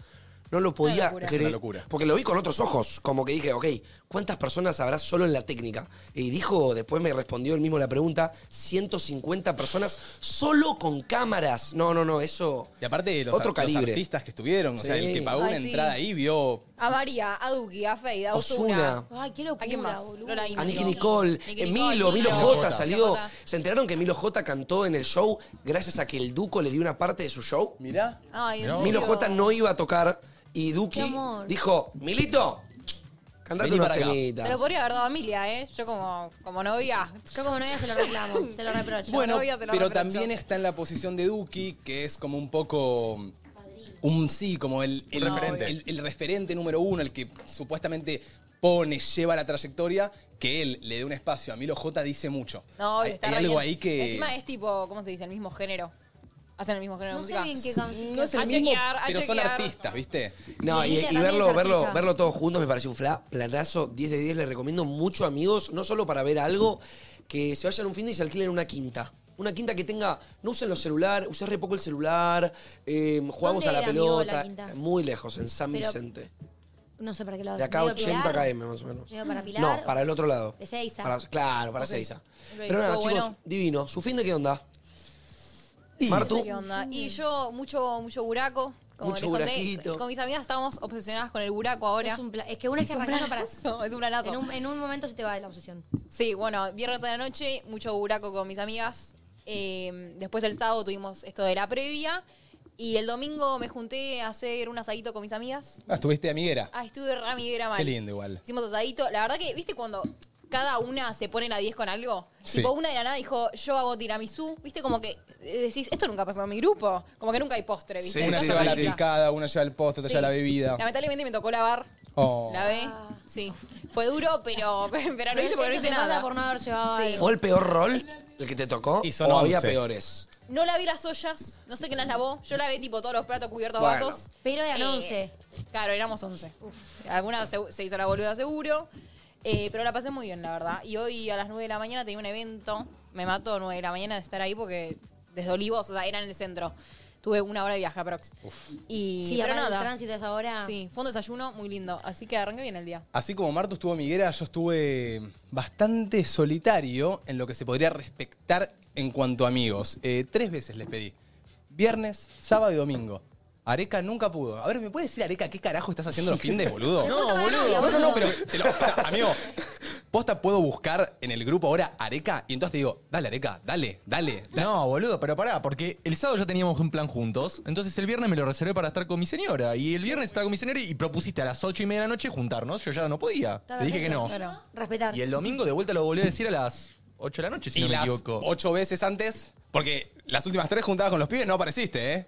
No lo podía
locura.
Es una
creer.
locura.
Porque lo vi con otros ojos. Como que dije, ok, ¿cuántas personas habrá solo en la técnica? Y dijo, después me respondió él mismo la pregunta, 150 personas solo con cámaras. No, no, no, eso.
Y aparte los,
Otro
ar- los
calibre.
artistas que estuvieron, o sea,
Sí.
el que pagó
Ay,
una
sí.
entrada ahí vio
A María, a Duki, a Feid, a
Ozuna.
Osuna.
Ay, qué
¿A quién
locura,
más?
boludo.
Lola Índigo.
Aniki Nicole,
Nicki
eh,
Nicole,
Milo, Milo
Milo
J
Jota.
salió.
Milo Jota.
¿Se enteraron que Milo J cantó en el show gracias a que el Duco le dio una parte de su show?
Mirá.
Ay, ¿en
No.
serio?
Milo J no iba a tocar y
Qué
Duki
amor.
dijo, Milito, cantate
Vení
unos
para acá.
temitas.
Se lo podría haber dado a Emilia, ¿eh? Yo como, como novia.
Yo como novia se lo reclamo, se lo reprocho.
Bueno,
novia se lo
pero
reprocho.
también está en la posición de Duki, que es como un poco. Un sí, como el, el-
referente.
el- el referente número uno, el que supuestamente pone, lleva la trayectoria, que él le dé un espacio a Milo J dice mucho.
No,
hay,
está
hay
re
algo
bien.
ahí que.
Encima es tipo, ¿cómo se dice? El mismo género. Hacen el mismo género
No
de
sé
música.
bien qué canción.
no es el
a
mismo,
chequear, a
pero son
chequear.
artistas, ¿viste?
No,
Y
y,
Emilia
y
también
verlo,
es
verlo,
artista.
verlo todos juntos me pareció un fla- planazo 10 de 10. Les recomiendo mucho, amigos, no solo para ver algo, que se vayan un fin de y se alquilen una quinta. Una quinta que tenga, no usen los celular, usé re poco el celular, eh, jugamos a la
era, amigo,
pelota.
la quinta?
Muy lejos, en San
Pero-
Vicente.
No sé para qué lado.
De acá
¿Medio
80
Pilar?
km más o menos.
¿Medio para Pilar?
No, para el otro lado.
De Ezeiza.
Para- claro, para Seiza. Pero nada,
Todo
chicos,
bueno.
divino. ¿Su fin de qué onda?
No
Martu.
sé ¿Qué onda?
Mm.
Y yo, mucho, mucho buraco. Como
Mucho
les conté,
buraquito.
Con mis amigas estábamos obsesionadas con el buraco ahora.
Es, un pla- es que una es que arrancando para...
planazo, es un planazo.
En un, en un momento se te va de la obsesión.
Sí, bueno, viernes a la noche, mucho buraco con mis amigas. Eh, después el sábado tuvimos esto de la previa. Y el domingo me junté a hacer un asadito con mis amigas.
Ah, estuviste amiguera.
Ah, estuve ramiguera mal.
Qué lindo igual.
Hicimos asadito. La verdad que, ¿viste cuando cada una se ponen a 10 con algo?
Sí.
Tipo, una de la nada dijo, yo hago tiramisú. ¿Viste? Como que eh, decís, esto nunca pasó en mi grupo. Como que nunca hay postre, ¿viste?
Sí,
una
sí,
lleva
sí,
la
sí.
picada, una lleva el postre, otra
Sí.
lleva la bebida.
Lamentablemente me tocó lavar.
Oh.
La B. Sí. Fue duro, pero, pero no hice porque no
Eso
hice
te pasa
nada.
por no haber llevado
Sí.
algo.
¿Fue el peor rol el que te tocó?
Y son
¿O había
11.
peores?
No lavé las ollas, no sé quién las lavó. Yo lavé tipo todos los platos, cubiertos,
Bueno.
vasos.
Pero eran
Eh,
11.
Claro, éramos 11. Alguna se, se hizo la boluda seguro. Eh, pero la pasé muy bien, la verdad. Y hoy a las 9 de la mañana tenía un evento. Me mató 9 de la mañana de estar ahí porque desde Olivos, o sea, era en el centro. Tuve una hora de viaje aprox. Y
Sí,
pero
ahora el
nada.
tránsito es ahora...
Sí, fue un desayuno muy lindo. Así que arranqué bien el día.
Así como Martu estuvo miguera, yo estuve bastante solitario en lo que se podría respectar en cuanto a amigos. Eh, tres veces les pedí. Viernes, sábado y domingo. Areca nunca pudo. A ver, ¿me puedes decir, Areca, qué carajo estás haciendo los findes, boludo?
No, boludo.
No, no, no, pero, te lo- o sea, amigo, posta puedo buscar en el grupo ahora Areca y entonces te digo, dale, Areca, dale, dale. da-
No, boludo, pero pará, porque el sábado ya teníamos un plan juntos, entonces el viernes me lo reservé para estar con mi señora, y el viernes estaba con mi señora y propusiste a las ocho y media de la noche juntarnos, yo ya no podía,
Está
le dije que
perfecto.
no.
Claro.
Respetar.
Y el domingo de vuelta lo volví a decir a las 8 de la noche, si
y
no me
las
equivoco.
ocho veces antes, porque las últimas tres juntadas con los pibes no apareciste, ¿eh?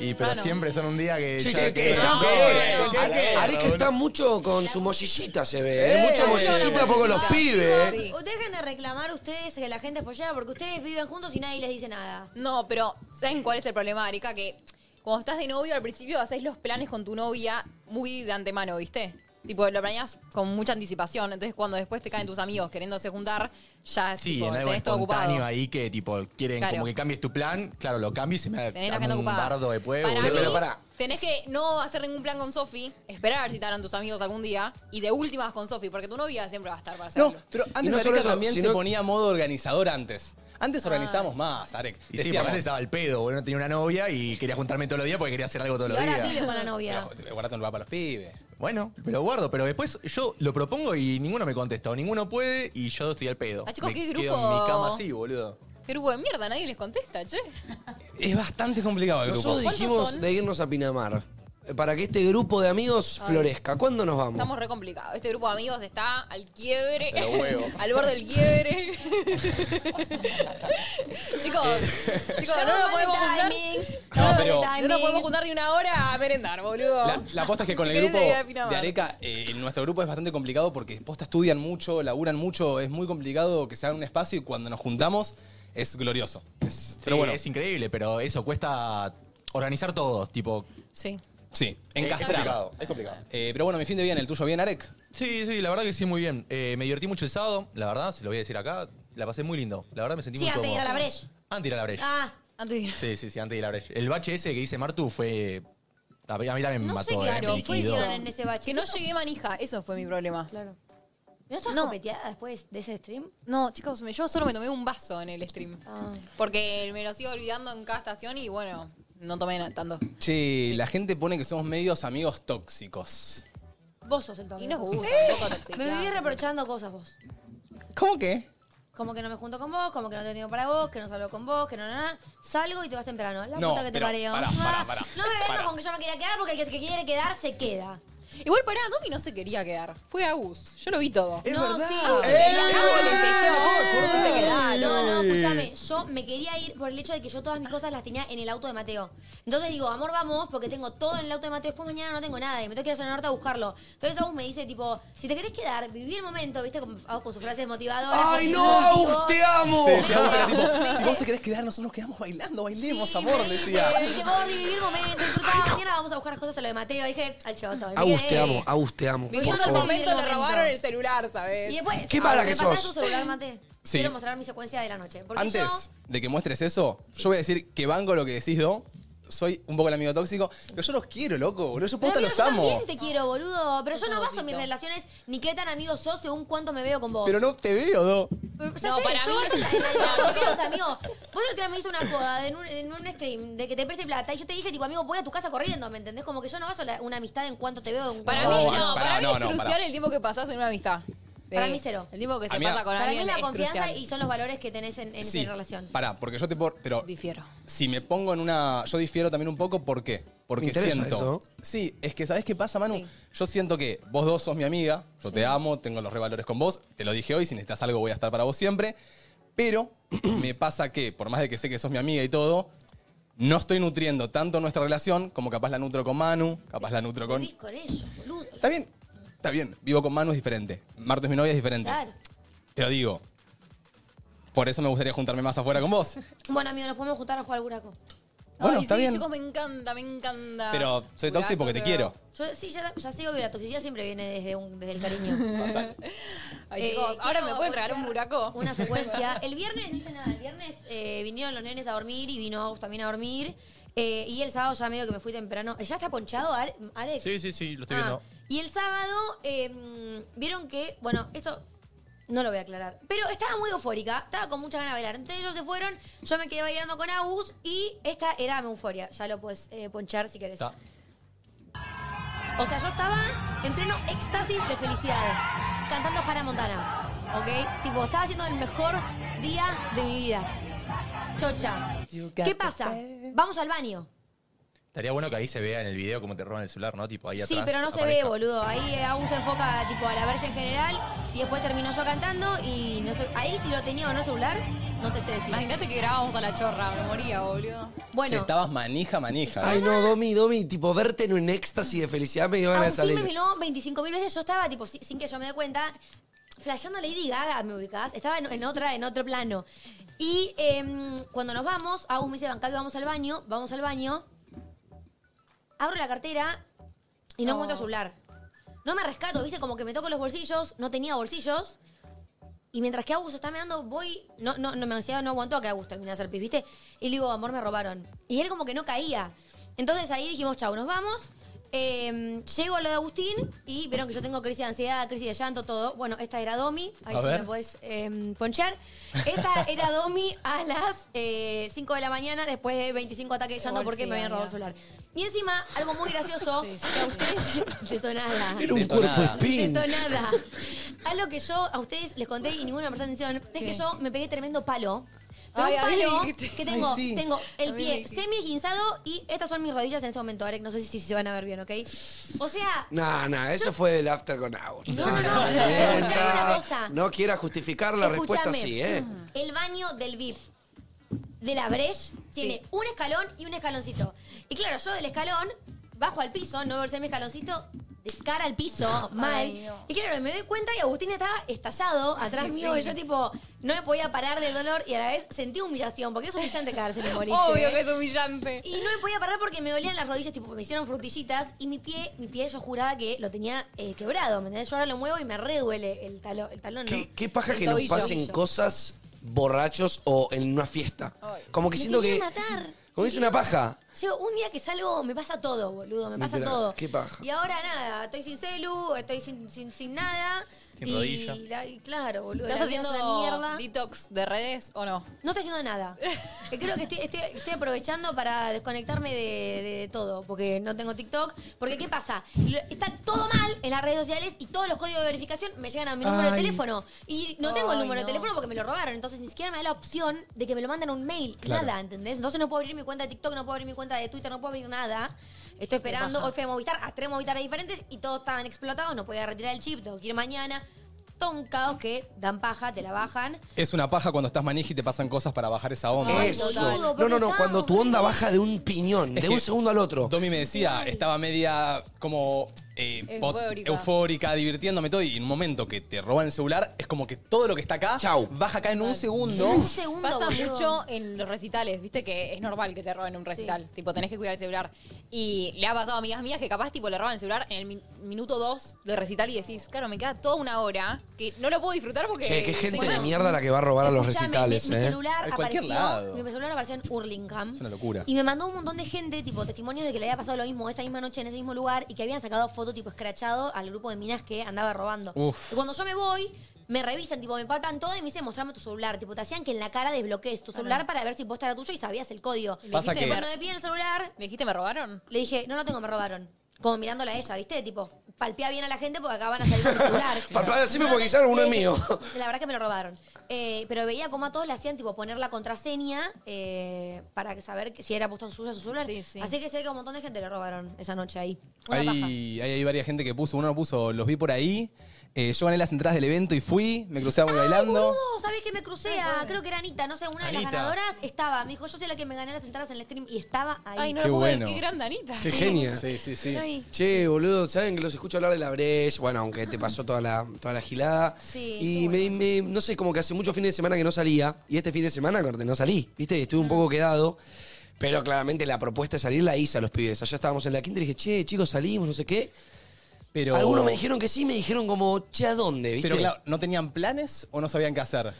Y pero
Ah, no.
siempre son un día que.
Che,
ya
che,
que-
está
no,
muy
eh,
bien.
que- que-
Areca está mucho con su mollillita, se ve. ¿eh? Mucha
Eh,
mollillita,
la
poco los
mollillita.
pibes.
Sí.
O Dejen de reclamar ustedes que la gente es pollera porque ustedes viven juntos y nadie les dice nada.
No, pero ¿saben cuál es el problema, Arica? Que cuando estás de novio, al principio haces los planes con tu novia muy de antemano, ¿viste? Tipo, lo planeas con mucha anticipación. Entonces, cuando después te caen tus amigos queriéndose juntar, ya
Sí,
tipo,
en algo
tenés todo
espontáneo
ocupado.
ahí que tipo quieren
Claro.
como que cambies tu plan, claro, lo cambio y se me
Tenés la
arma
agenda
un
ocupada.
bardo de pueblo.
Para
Sí,
mí,
pero pará.
Tenés que no hacer ningún plan con Sofi, esperar a ver si te harán tus amigos algún día, y de últimas con Sofi, porque tu novia siempre va a estar para hacerlo.
No, pero
Y
antes
no
Areca
solo eso,
también
sino-
se ponía modo organizador antes.
Ah.
Antes organizábamos más, Arek.
Y sí, porque antes estaba al pedo, boludo, no tenía una novia y quería juntarme todos los días porque quería hacer algo todos
Y
los
ahora vive
días.
con la novia.
"Pero, guardate un lugar para los pibes.
Bueno, me lo guardo, pero después yo lo propongo y ninguno me contestó, ninguno puede y yo estoy al pedo.
Ah, chicos,
Me
qué
Quedo en
grupo.
mi cama así, boludo.
Qué grupo de mierda, nadie les contesta, che.
Es bastante complicado el grupo.
Nosotros
¿Cuántos
dijimos
son?
de irnos a Pinamar eh, para que este grupo de amigos florezca. ¿Cuándo nos vamos?
Estamos re complicados. Este grupo de amigos está al quiebre.
Te lo huevo.
al borde del quiebre. chicos,
Eh,
chicos, no nos podemos juntar.
No, pero-
No nos podemos juntar ni una hora a merendar, boludo.
La, la posta es que con
Si
el
querés,
grupo
te voy a Pinamar.
de Areca, eh, en nuestro grupo es bastante complicado porque posta estudian mucho, laburan mucho, es muy complicado que se hagan un espacio y cuando nos juntamos es glorioso. Es-
Sí,
pero bueno,
es increíble, pero eso cuesta organizar todos, tipo.
Sí.
sí, encastrado.
Eh, Es complicado.
Eh, pero bueno, mi fin de bien, el tuyo bien, Arek.
Sí, sí, la verdad que sí, muy bien. Eh, me divertí mucho el sábado, la verdad, se lo voy a decir acá. La pasé muy lindo. La verdad me sentí
Sí,
muy
antes de
cómodo.
ir a la Breche.
Antes de ir a la brecha.
Ah,
Antes de ir.
Sí, sí, sí, antes de ir a la brecha. El bache ese que dice Martu fue. A mí a mí también me
no sé
mató.
qué
eh,
claro,
me
fue
liquidó.
hicieron en ese bache.
Que no llegué manija, eso fue mi problema.
Claro. ¿No estabas
No.
copeteada después de ese stream?
No, chicos, me- yo solo me tomé un vaso en el stream.
Ah.
Porque me lo sigo olvidando en cada estación y bueno, no tomé na- tanto.
Che, la gente pone que somos medios amigos tóxicos.
Vos sos el tonto.
Y nos gusta, un poco toxicidad.
Me vivís reprochando cosas vos.
¿Cómo que?
Como que no me junto con vos, como que no tengo tiempo para vos, que no salgo con vos, que no, nada. Salgo y te vas temprano. La
No,
puta que te
pero
pareo.
pará, pará, pará,
no me vengas
pará.
con que yo me quería quedar porque el que se quiere quedar se queda.
Igual pará, Domi no se quería quedar. Fue Agus. Yo lo vi todo.
Es
no,
verdad.
sí.
Agus se quería quedar, Agus le
eh,
insistió. Agus se quedaba, no.
No, no, escúchame. Yo me quería ir por el hecho de que yo todas mis cosas las tenía en el auto de Mateo. Entonces digo, amor, vamos, porque tengo todo en el auto de Mateo. Después mañana no tengo nada y me tengo que ir a zona norte a buscarlo. Entonces Agus me dice, tipo, si te querés quedar, viví el momento, ¿viste? Con, Agus con sus frases motivadoras.
¡Ay,
con
no,
sus
Agus,
motivos.
te amo!
si vos te querés quedar, nosotros nos quedamos bailando, bailemos,
Sí,
amor,
me dice,
decía.
Me dice, Gordi, viví el momento, disfrutá, mañana vamos a buscar las cosas a lo de Mateo. Dije, al choto. me
Agus, te
quedé.
amo, Agus, te amo.
Yo
Viviendo
no
el
sé
momento
vivir
le
el
robaron
momento.
el celular, ¿sabes?
Y después,
Qué
ah,
mala
¿me
que
pasás
sos.
tu celular, Mate?
Sí.
Quiero mostrar mi secuencia de la noche. Porque
Antes
yo-
de que muestres eso, yo voy a decir que banco lo que decís, Do. Soy un poco el amigo tóxico, pero yo los quiero, loco, boludo. Yo posta
Pero, amigo,
los
yo
amo.
también te quiero, boludo. Pero yo
un
no baso
amorcito.
mis relaciones ni qué tan amigos sos según cuánto me veo con vos.
Pero no te veo, Do.
Pero, ya
No,
sé,
para
yo
mí-
baso la- la- la-
No,
la-
chicos.
los amigos. Vos el otro día me hizo una joda en un, en un stream de que te preste plata y yo te dije, tipo, amigo, voy a tu casa corriendo, ¿me entendés? Como que yo no baso la- una amistad en cuánto te veo. En
Para
cuánto-
mí,
No,
no,
pará,
para mí
no,
es
no,
crucial
pará.
el tiempo que pasás en una amistad. Sí.
Para mí cero.
El tiempo que se
Amiga,
pasa con
Para mí
alguien
es la
es
confianza
crucial.
y son los valores que tenés en, en esa relación.
Pará, porque yo te por, pero
Difiero.
si me pongo en una yo difiero también un poco, ¿por qué? Porque
Me interesa
siento.
eso.
Sí, es que sabes qué pasa, Manu?
Sí.
Yo siento que vos dos sos mi amiga, yo te amo, tengo los revalores con vos, te lo dije hoy, si necesitas algo voy a estar para vos siempre, pero me pasa que por más de que sé que sos mi amiga y todo, no estoy nutriendo tanto nuestra relación como capaz la nutro con Manu, capaz la nutro con
Vivís con ellos, boludo.
Está bien, está bien. Vivo con Manu es diferente. Marto es mi novia es diferente.
Claro.
Pero digo, por eso me gustaría juntarme más afuera con vos.
Bueno, amigo, nos podemos juntar a jugar al buraco.
Bueno,
Ay,
está
sí,
bien.
chicos, me encanta, me encanta.
Pero soy tóxico porque te quiero.
Yo sí, ya, ya sé, obvio, la toxicidad siempre viene desde, un- desde el cariño.
Ay,
Eh,
chicos,
quiero
ahora me pueden regalar un
aprovechar
buraco.
Una secuencia. El viernes no hice nada. El viernes eh, vinieron los nenes a dormir y vino Agus también a dormir. Eh, y el sábado ya medio que me fui temprano. ¿Ya está ponchado, Are- Arek?
Sí, sí, sí, lo estoy
Ah,
viendo.
Y el sábado eh, vieron que, bueno, esto no lo voy a aclarar, pero estaba muy eufórica, estaba con muchas ganas de bailar. Entonces ellos se fueron, yo me quedé bailando con Agus y esta era mi euforia. Ya lo puedes eh, ponchar si querés.
Está.
O sea, yo estaba en pleno éxtasis de felicidad, cantando Hannah Montana, ¿ok? Tipo, estaba haciendo el mejor día de mi vida. Chocha. ¿Qué pasa? Vamos al baño.
Estaría bueno que ahí se vea en el video cómo te roban el celular, ¿no? Tipo ahí atrás.
Sí, pero no se ve,
aparezca.
boludo. Ahí eh, aún se enfoca tipo a la verse en general y después termino yo cantando y no sé. Ahí si lo tenía o no celular, no te sé decir.
Imagínate que grabábamos a la chorra, me moría, boludo.
Che,
bueno,
estabas manija, manija.
Ay, no, Domi, Domi, tipo, verte en un éxtasis de felicidad me dio ganas de
Agustín me
salir.
miró 25 mil veces. Yo estaba tipo, si- sin que yo me dé cuenta, flasheando a Lady Gaga, ¿me ubicás? Estaba en, en otra, en otro plano. Y em, cuando nos vamos, Agus me dice, bancá que vamos al baño, vamos al baño. abro la cartera y no
Oh.
encuentro el celular. No me rescato, viste, como que me toco los bolsillos, no tenía bolsillos. Y mientras que Agus está meando, voy. No, no, no, mi ansiedad no aguantó a que Agus terminara de hacer pis, ¿viste? Y le digo, amor, me robaron. Y él como que no caía. Entonces ahí dijimos, chau, nos vamos. Eh, llego a lo de Agustín y vieron que yo tengo crisis de ansiedad, crisis de llanto, todo. Bueno, esta era Domi. Ahí
A
sí
ver.
me podés eh, ponchar. Esta era Domi a las eh, 5 de la mañana después de 25 ataques de llanto
Igual
porque
sí,
me habían robado el
amiga.
celular. Y encima, algo muy gracioso
Sí, sí,
que a ustedes detonada.
Era un
Detonada.
cuerpo espín.
Detonada. Algo que yo a ustedes les conté y ninguna prestó atención es
¿Qué?
que yo me pegué tremendo palo. Pero
Ay,
un
a mí me
palo
dijiste.
que tengo,
Ay, sí.
tengo el
A mí me
pie
dijiste.
semi esguinzado y estas son mis rodillas en este momento, Arek. No sé si, si se van a ver bien, ¿ok? O sea,
Nah, nah, eso fue el after con Agus.
No, no, no,
Nah,
escuchame
neta.
una cosa.
No quiera justificar la respuesta
Escuchame. Mm.
así, ¿eh?
El baño del VIP de la Breche tiene un escalón y un escaloncito. Y claro, yo del escalón bajo al piso, no versé mi escaloncito, de cara al piso, mal.
Ay, no.
Y claro, me doy cuenta y Agustín estaba estallado atrás mío y yo tipo no me podía parar del dolor y a la vez sentí humillación, porque es humillante caerse en el boliche.
Obvio
¿eh?
que es humillante.
Y no me podía parar porque me dolían las rodillas, tipo, me hicieron frutillitas y mi pie, mi pie yo juraba que lo tenía eh, quebrado, ¿me entendés? Yo ahora lo muevo y me re duele el talón, el talón
¿Qué,
no.
qué paja
El
que nos
tobillo.
pasen
Tobillo.
cosas borrachos o en una fiesta.
Ay.
Como que
Me
siento
quería
que.
matar.
Como que es una paja.
Yo, un día que salgo me pasa todo, boludo, me pasa
Literal,
todo.
qué paja.
Y ahora nada, estoy sin celu, estoy sin, sin, sin nada.
Sin
y,
rodilla.
la- y claro, boludo.
¿Estás
la vida es
haciendo
una mierda.
detox de redes o no?
No estoy haciendo nada. Eh, Creo que estoy, estoy- estoy aprovechando para desconectarme de, de- de todo, porque no tengo TikTok. Porque, ¿qué pasa? Lo- Está todo mal en las redes sociales y todos los códigos de verificación me llegan a mi número de
Ay.
teléfono. Y no tengo el
Ay,
número de
no.
teléfono porque me lo robaron. Entonces, ni siquiera me da la opción de que me lo manden a un mail. Nada, ¿entendés? Entonces, no puedo abrir mi cuenta de TikTok, no puedo abrir mi cuenta de Twitter, no puedo abrir nada. Estoy esperando.
paja.
Hoy fui a Movistar, a tres Movistares diferentes y todos estaban explotados. No podía retirar el chip, tengo que ir mañana. Todo un caos que dan paja, te la bajan.
Es una paja cuando estás manija y te pasan cosas para bajar esa onda.
Ay,
Eso.
boludo,
no,
porque
no, no.
está
Cuando tu onda
horrible.
baja de un piñón, de
que-
un segundo al otro.
Domi me decía, estaba media como eh, bot-
Eufórica.
eufórica, divirtiéndome todo. Y en un momento que te roban el celular, es como que todo lo que está acá
Chau.
baja acá en un segundo.
Un segundo,
Pasa
boludo.
mucho en los recitales, viste que es normal que te roben un recital, tipo tenés que cuidar el celular. Y le ha pasado a amigas mías que capaz tipo le roban el celular en el min- minuto 2 del recital y decís, claro, me queda toda una hora que no lo puedo disfrutar porque...
Che, qué gente
bueno,
de mierda la que va a robar a los
Escuchame,
recitales,
mi, mi
¿eh?
celular
En cualquier
apareció,
lado.
Mi celular apareció en Hurlingham.
Es una locura.
Y me mandó un montón de gente, tipo, testimonios de que le había pasado lo mismo esa misma noche en ese mismo lugar y que habían sacado foto, tipo, escrachado al grupo de minas que andaba robando.
Uf.
Y cuando yo me voy, me revisan, tipo, me palpan todo y me dicen, mostrame tu celular. Tipo, te hacían que en la cara desbloquees tu celular para ver si posta era tuyo Ah, y sabías el código.
¿Le
Pasa
dijiste,
que-
Cuando
"Bueno,
me piden el celular,
¿Le dijiste me robaron?
le dije, no, no tengo, me robaron. Como mirándola a ella, ¿viste? Tipo, palpea bien a la gente porque acá van a salir con el celular.
Palpea, decime porque quizá alguno es mío.
La verdad que me lo robaron. Eh, pero veía cómo a todos le hacían, tipo, poner la contraseña eh, para que saber que si era puesto en suyo o su celular.
Sí, sí.
Así que se ve que a un montón de gente le robaron esa noche ahí. Una paja.
Hay, hay, hay varias gente que puso, uno lo puso, los vi por ahí. Eh, yo gané las entradas del evento y fui, me crucé a Mami
Ay,
bailando.
boludo, ¿sabés que me crucé a, creo que era Anita, no sé, una de
Anita.
las ganadoras estaba. Me dijo, yo soy la que me gané las entradas en el stream y estaba ahí.
Ay, no
Qué
lo puedo creer,
bueno.
qué gran Danita.
Qué genia.
Sí, sí, sí.
Ay.
Che, boludo, ¿saben que los escucho hablar de la Breche? Bueno, aunque te pasó toda la, toda la gilada.
Sí,
Y me, me- no sé, como que hace muchos fines de semana que no salía. Y este fin de semana, corte, no salí. ¿Viste? Y
Ah.
Estuve un poco quedado. Pero claramente la propuesta de salir la hice a los pibes. Allá estábamos en la quinta y dije, che, chicos, salimos, no sé qué.
Pero,
Algunos me dijeron que sí, me dijeron como, che, ¿a dónde? ¿Viste?
Pero claro, ¿no tenían planes o no sabían qué hacer?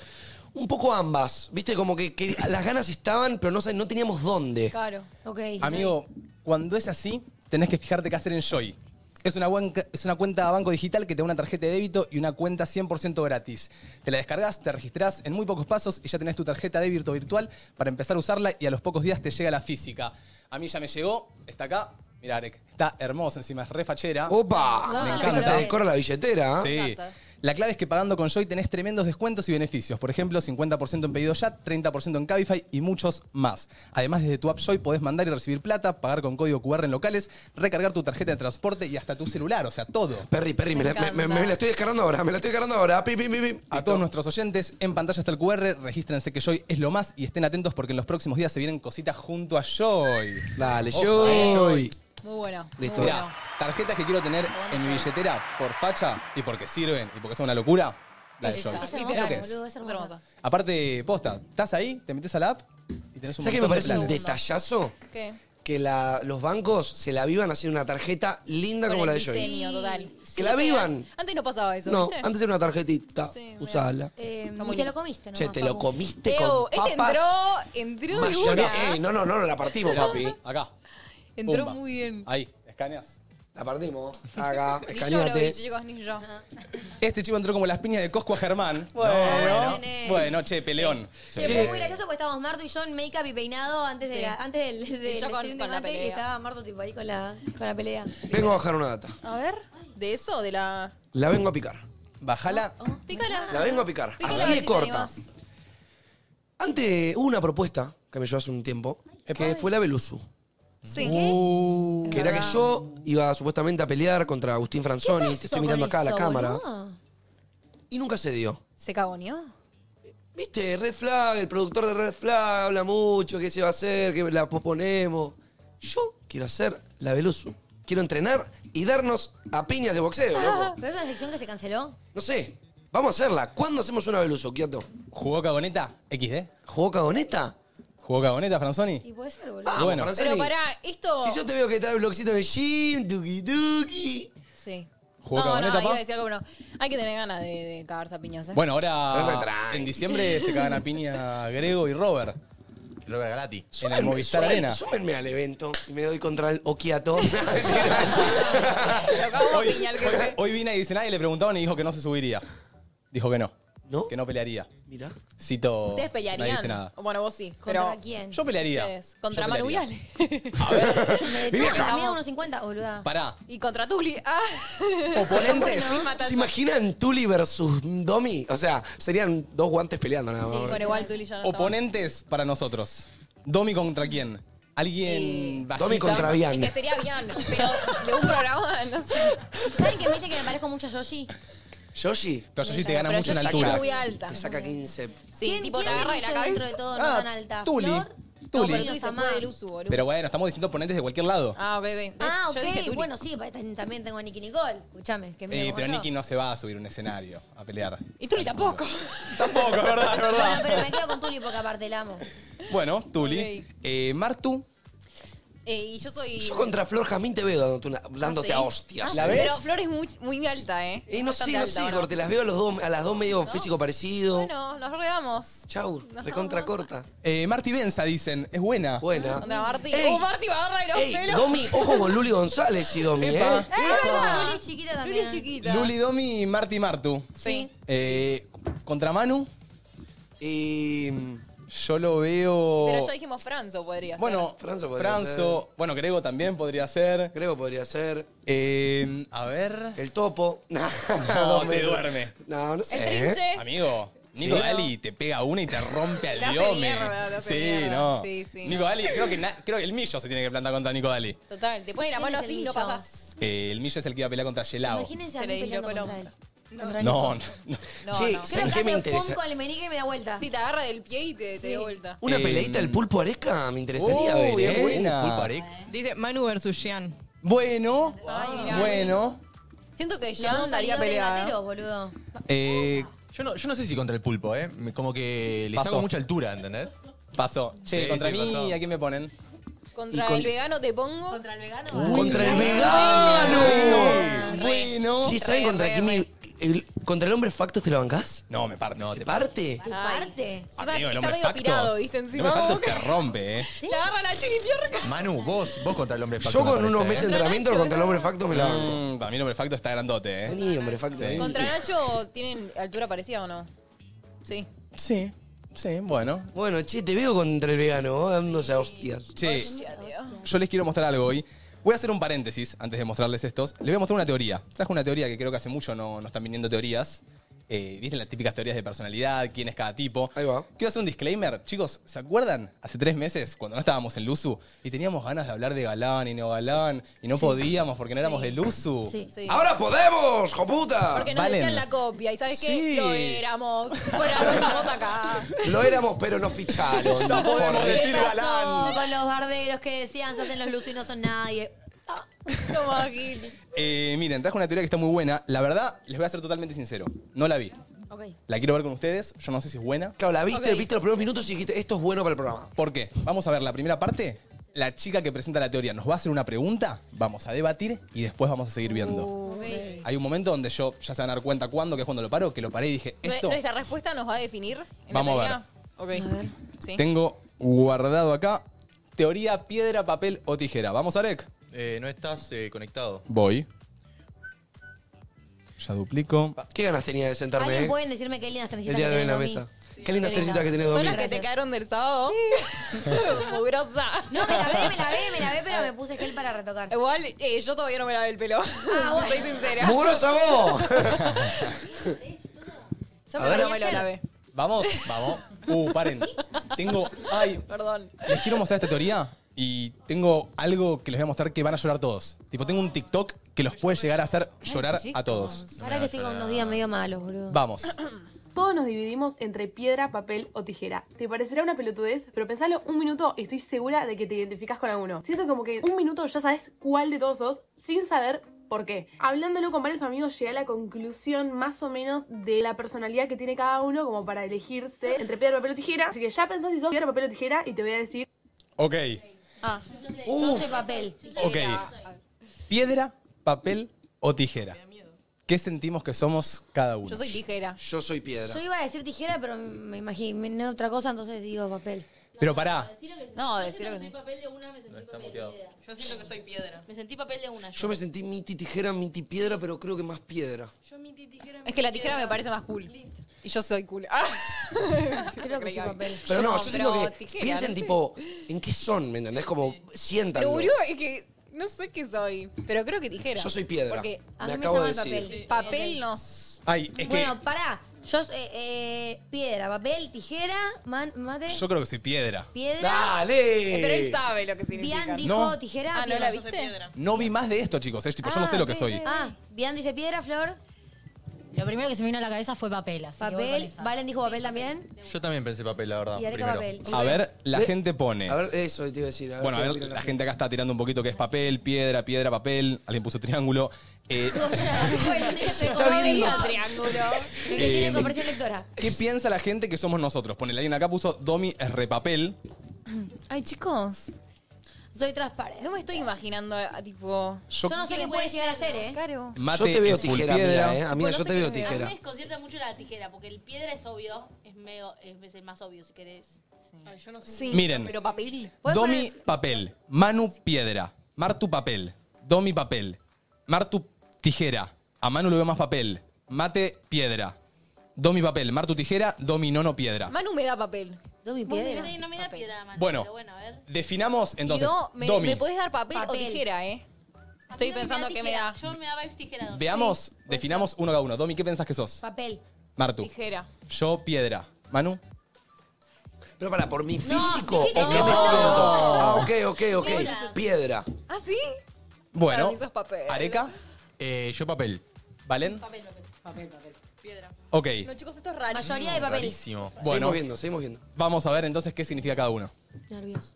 Un poco ambas. ¿Viste? Como que, que las ganas estaban, pero no, sa- no teníamos dónde.
Claro.
Ok.
Amigo, cuando es así, tenés que fijarte qué hacer en Joy. Es una, buenca- es una cuenta a banco digital que te da una tarjeta de débito y una cuenta 100% gratis. Te la descargas, te registrás en muy pocos pasos y ya tenés tu tarjeta de débito virtual para empezar a usarla y a los pocos días te llega la física. A mí ya me llegó, está acá. Mirá, Arek, está hermosa, encima es refachera.
¡Opa!
Me
Me
encanta.
te decora la billetera. ¿eh?
Sí.
encanta.
La clave es que pagando con Joy tenés tremendos descuentos y beneficios. Por ejemplo, 50% en pedido ya, 30% en Cabify y muchos más. Además, desde tu app Joy podés mandar y recibir plata, pagar con código QR en locales, recargar tu tarjeta de transporte y hasta tu celular, o sea, todo.
Perry, Perry, me, la- me- me- me la estoy descargando ahora, me la estoy descargando ahora. Pi, pi, pi, pi.
A todos nuestros oyentes, en pantalla está el QR, regístrense que Joy es lo más y estén atentos porque en los próximos días se vienen cositas junto a Joy.
Dale,
Ojo,
yo.
Muy bueno. muy
Listo.
bueno.
Mirá, tarjetas que quiero tener en mi billetera por facha y porque sirven y porque son una locura, la de
Es
Joy.
esa,
Es
¿Eso
hermosa,
qué es?
boludo, es
Es
hermosa.
hermosa.
Aparte, posta, estás ahí, te metes a la app y tenés un
¿Sabes qué me
montón de
parece un
planes.
detallazo?
¿Qué?
Que que la- los bancos se la vivan haciendo una tarjeta linda
Con
como
el
la de Joy.
diseño, total.
Que la vivan.
Antes no pasaba eso,
No,
¿viste? Eh,
antes era una tarjetita.
Sí,
Usala.
Eh,
Como
y te
ni-
lo comiste, ¿no?
Che, te lo comiste
Ew,
con
este
papas.
entró, entró de
mayonesa.
una.
Ey, no, no, no, no la partimos, papi.
Acá.
entró
Pumba.
muy bien.
Ahí, escaneas.
La partimos. Acá,
Ni yo lo vi,
escaneate.
chicos, ni yo.
Este chico entró como las piñas de Cosco a Germán.
bueno.
bueno. Bueno, che, peleón.
Sí, fue muy gracioso porque estábamos Marto y yo en make-up y peinado antes, de
Sí.
la- antes del, del
yo con-
stream de
con la
Mate,
pelea.
Y estaba Marto tipo ahí con la, con la pelea.
Vengo a bajar una data.
A ver, Ah, ¿de eso? ¿De la...?
La vengo a picar.
Bajala.
Ah. Pícala.
La vengo a picar.
Pícala, a ver
Así
si
es
te
corta.
animás.
Antes hubo una propuesta que me llevó hace un tiempo, que fue la Belusu.
Sí.
Uh.
Que era que yo iba supuestamente a pelear contra Agustín Franzoni. Te estoy mirando acá a la cámara. Y nunca se dio.
¿Se cagoneó?
Viste, Red Flag, el productor de Red Flag habla mucho, qué se va a hacer, que la posponemos. Yo quiero hacer la Belusu. Quiero entrenar y darnos a piñas de boxeo, loco.
¿Pero es una sección que se canceló?
No sé, vamos a hacerla. ¿Cuándo hacemos una Belusu, Kioto?
¿Jugó cagoneta? XD.
¿Jugó cagoneta?
¿Jugó cagoneta, Franzoni?
Y puede ser, boludo.
Vamos,
Bueno.
Franzoni.
Pero pará, esto...
Si yo te veo que estás bloxito en el gym, tuki tuki.
Sí.
¿Jugó
no,
cagoneta,
no,
pa?
iba a decir algo, pero no. Hay que tener ganas de, de cagarse a piñas, ¿eh?
Bueno,
Pero re
ahora
tranqui.
en diciembre se cagan a piña Grego y Robert
Robert Galati.
en el Movistar
súmenme-
Arena.
súmenme al evento y me doy contra el Okiato.
Lo cago a
Hoy,
piña al que
hoy-
se-
hoy vine y dice nadie le preguntaban y dijo que no se subiría. Dijo que no.
¿No?
Que no pelearía.
Mirá.
Cito.
¿Ustedes pelearían?
Nadie dice nada.
Bueno, vos sí.
¿Contra
pero
quién?
Yo pelearía. Eh,
ustedes, Contra
Yo
Manu
pelearía.
Viale.
Me
Mirá.
detuvo que tenía unos 50, boluda.
Pará.
Y contra Tuli. Ah.
Oponentes.
Bueno, mata-
¿Se imaginan Tuli versus Domi? O sea, serían dos guantes peleando nada más.
Sí, bueno, igual Tuli ya no está mal.
Oponentes para nosotros. Domi contra quién? Alguien
Y-
bajita?
Domi contra Bian.
Es que sería bien, pero de un programa, no sé.
¿Saben que me dice que me parezco mucho a Yoshi?
Yoshi.
Pero Yoshi te
Pero
gana mucho en
Yoshi
altura.
es muy alta.
Te saca 15.
Sí,
¿Quién,
tipo te
quién
agarra de
es
la
ese dentro de
cabeza.
todo no
Ah,
tan alta?
Tuli.
¿Flor?
No,
Tuli.
pero Tuli se
Jamás.
fue del uso, boludo.
Pero bueno, estamos diciendo oponentes de cualquier lado.
ah, ok, ok.
Ah,
Es- Yo dije
ok.
Tuli.
Bueno, sí, pa- tan- también tengo a Nicky Nicole. Escuchame, que me
Eh, pero Nicky no se va a subir a un escenario a pelear.
y Tuli tampoco.
Tampoco, es verdad, es
Bueno,
verdad.
pero me quedo con Tuli porque aparte la amo.
Bueno, Tuli.
Ok.
Eh, Martu.
Eh, y yo soy...
Yo contra Flor Jamín te veo dándote, una- dándote
¿Sí?
a hostias.
Ah,
¿La
sí.
ves?
Pero Flor es muy, muy alta, ¿eh?
y no sé,
Bastante
no
alta,
sé,
¿o no?
corte. Las veo a, los dos, a las dos medio físico parecido.
Bueno, nos redamos.
Chau,
No.
recontra corta.
Eh, Marti Benza, dicen. Es buena.
Buena.
Contra Marti.
Ey.
¡Oh, Marti va a agarrar los
Ey,
pelos!
Domi, ojo con Luli González y Domi,
Epa.
¿eh?
¡Es verdad!
Luli es chiquita
Luli
también.
es chiquita.
Luli Domi y Marti Martu.
Sí.
Eh, contra Manu, mm,
Y.
yo lo veo.
Pero ya dijimos Franzo podría ser.
bueno,
Franzo
Franzo,
podría
bueno, Grego también podría ser.
Creo que podría ser.
Eh, a ver.
El topo. No,
No, te duerme.
No, no
El
sé. ¿eh?
trinche.
Amigo, Nico
Sí.
Dali te pega una y te rompe
Te
al
hace
diome.
mierda, te hace
Sí,
mierda.
no.
Sí, sí,
Nico
no.
Dali, creo que, na- creo que el Millo se tiene que plantar contra Nico Dali.
Total, te pone la
¿Quién
mano
es el
así y no
millón?
pasás.
Eh, el Millo es el que iba a pelear contra Yelao.
Imagínense
Se
a
le
mí
dislocó
peleando
el
contra él.
hombro.
Contra
No,
Nico.
no, no.
No, no.
Che, ¿saben
Creo que
qué me
hace pum
interesa?
con el meñique y me da vuelta.
Sí, te agarra del pie y te, te
Sí.
da vuelta.
Una
Eh,
peleita del pulpo areca me interesaría
uh,
ver,
bien
¿eh?
buena.
Pulpo areca.
Dice Manu versus Jean.
Bueno,
Ay,
ah,
mirá.
bueno.
Siento que ya
Los dos
andaría
salidores
peleada.
gateros, boludo.
Eh,
Yo no, yo no sé si contra el pulpo, ¿eh? Me- Como que les
Pasó.
hago mucha altura, ¿entendés?
pasó. Che,
Sí,
contra
sí,
mí,
pasó.
¿a quién me ponen?
Contra
Y con-
el vegano te pongo.
¿Contra el vegano?
Contra el vegano.
Bueno.
Sí, ¿saben
Re,
contra
re,
quién
re.
me- el- ¿Contra el hombre factos te lo bancás?
No, me parte. No,
¿Te parte?
¿Tu
Ay.
parte?
Encima está medio pirado, ¿viste? Encima.
No me faltas, te rompe, eh.
La agarra la chiquipiorca.
Manu, vos, vos contra el hombre
Yo con unos meses de entrenamiento
Nacho,
contra el
¿no?
hombre factos me la banco.
eh. Mm, para mí el hombre facto está grandote, eh.
Vení, hombre facto. vení.
Contra Nacho tienen altura parecida o no? Sí.
Sí, sí, bueno.
Bueno, che, te veo contra el vegano, vos dándose a hostias.
Che, yo les quiero mostrar algo hoy. Voy a hacer un paréntesis antes de mostrarles estos. Les voy a mostrar una teoría. Traje una teoría que creo que hace mucho no, no están viniendo teorías. Eh, ¿Viste las típicas teorías de personalidad? ¿Quién es cada tipo?
Ahí va.
Quiero hacer un disclaimer. Chicos, ¿se acuerdan? Hace tres meses, cuando no estábamos en Luzu, y teníamos ganas de hablar de galán y no galán, y no podíamos porque no éramos de Luzu.
Sí.
Sí.
¡Ahora podemos, joputa!
Porque nos
Valen.
decían la copia y ¿sabes qué?
Sí.
Lo éramos. Por algo estamos acá.
Lo éramos, pero nos ficharon.
Ya podemos
Por-
decir
¿Qué
galán.
pasó con los barderos que decían se hacen los luces y no son nadie? Ah,
Toma, Gil.
Eh, miren, traje una teoría que está muy buena. La verdad, les voy a ser totalmente sincero. No la vi.
Ok.
La quiero ver con ustedes. Yo no sé si es buena.
Claro, la viste,
Ok.
viste los primeros minutos y dijiste, esto es bueno para el programa.
¿Por qué? Vamos a ver la primera parte la chica que presenta la teoría nos va a hacer una pregunta, vamos a debatir y después vamos a seguir viendo. Hay un momento donde yo, ya se van a dar cuenta cuándo, que es cuando lo paro, que lo paré y dije, esto
¿Nuestra respuesta nos va a definir en
Vamos
la
a
teoría? Ok. Sí.
tengo guardado acá. Teoría, piedra, papel o tijera. Vamos, Arek.
Eh, no estás eh, conectado.
Voy. Ya duplico.
¿Qué ganas tenía de sentarme
¿Alguien
eh?
pueden decirme qué lindas
el
trencitas
día
que
de hoy en la
tenés,
mesa?
Domi?
Qué lindas
Qué
trencitas que
lindas.
tenés,
¿Son
Domi.
las que te
Gracias.
quedaron del sábado? Mugrosa.
No, me la ve, me la ve, me la ve, pero me puse gel para retocar.
Igual eh, yo todavía no me lavé el pelo. Soy sincera.
¡Mugrosa vos!
Yo
A
me
ver,
la
no me lo lavé.
Vamos, vamos. Uh, paren. Tengo. Ay,
Perdón.
les quiero mostrar esta teoría y tengo algo que les voy a mostrar que van a llorar todos. Tipo, tengo un TikTok que los puede llegar a hacer llorar a todos.
Ahora que estoy con unos días medio malos, boludo.
Vamos.
Todos nos dividimos entre piedra, papel o tijera. Te parecerá una pelotudez, pero pensalo un minuto y estoy segura de que te identificas con alguno. Siento como que un minuto ya sabes cuál de todos sos sin saber por qué. Hablándolo con varios amigos llegué a la conclusión más o menos de la personalidad que tiene cada uno como para elegirse entre piedra, papel o tijera. Así que ya pensás si sos piedra, papel o tijera y te voy a decir
Ok.
Ah,
Yo soy papel.
Ok. Piedra, papel o tijera. ¿Qué sentimos que somos cada uno?
yo soy tijera.
Yo soy piedra.
Yo iba a decir tijera, pero me imaginé otra cosa, entonces digo papel.
Pero pará.
No,
Yo
decir
siento que
lo que
soy
sí.
papel de una, me sentí papel de piedra.
Yo siento que soy piedra.
Me sentí papel de una.
Yo me sentí miti tijera, miti piedra, pero creo que más piedra.
Es que la tijera me parece más cool. Y yo soy cool. Ah.
Creo que soy papel.
Pero no, yo siento
pero
que
tijera,
piensen
no sé.
tipo, ¿en qué son? ¿Me entendés? Como sientan.
Pero boludo, es que no sé qué soy. Pero creo que tijera.
Yo soy piedra.
Porque
A
Me
mí me
acabo
llama
de
el
decir.
papel.
papel nos.
Ay, es que
Bueno, pará. Yo, eh, eh, piedra, papel, tijera, man- mate,
yo creo que soy piedra.
piedra.
¡Dale!
Eh, Pero él sabe lo que
Bian
significa.
dijo
No.
tijera.
Ah, ¿no la
piedra.
viste?
No vi más de esto, chicos. Es tipo, yo no sé lo que soy.
Ah, Bian dice piedra, Flor,
Lo primero que se me vino a la cabeza fue papel, así que voy con
papel.
esa.
Valen dijo papel también.
Yo también pensé papel, la verdad.
Y Areca
primero.
papel.
A ver, la
Ve-
gente pone.
A ver, eso te iba a decir.
Bueno, a
qué
ver,
opinan
la gente acá está tirando un poquito que es papel, piedra, piedra, papel. Alguien puso triángulo. Eh,
bueno,
está bien mal.
triángulo. Eh,
Que tiene comprensión lectora.
¿Qué piensa la gente que somos nosotros? Ponele, alguien acá puso Domi es repapel.
Ay, chicos.
Soy transparente.
No me estoy imaginando a, a tipo.
Yo,
Yo no sé qué puede llegar a ser, ¿eh?
Caro.
mate
Yo te veo
es full
tijera,
piedra.
amiga, eh. Amiga,
Bueno,
yo
no
te
sé
veo
qué me
A mí me
tijera.
desconcierta mucho la tijera, porque el piedra es obvio, es, medio, es el más obvio si querés. Ay, yo no sé.
Sí.
Miren.
Pero papel.
¿Puedes
Domi
poner-
papel, Manu piedra, Martu papel, Domi papel, Martu tijera. A Manu lo veo más papel. Mate piedra. Domi papel, Martu tijera, Domi nono piedra.
Manu me da papel.
Domi,
No
piedra.
me- No me da piedra la mano.
Bueno,
pero bueno, a ver.
definamos entonces.
y no, me,
Domi.
me podés dar papel,
Papel.
o tijera, ¿eh? Estoy
A mí no
pensando qué me da.
tijera, Yo me da vibes tijera. dos.
Veamos, definamos uno cada uno. Domi, ¿qué pensás que sos?
Papel.
Martu.
Tijera.
Yo piedra. Manu.
Pero para, ¿por mi físico o
dijiste
qué me siento?
no.
Ah, ok, ok, ok. Piedra.
¿Ah, sí? Para
Bueno.
mí sos papel.
Areca.
Eh, yo papel.
¿Valen?
Papel, papel. Papel, papel. Piedra.
Ok.
No, chicos, esto es raro.
Mayoría de papel.
Rarísimo.
Bueno,
Seguimos viendo, seguimos viendo.
vamos a ver entonces qué significa cada uno.
Nervioso.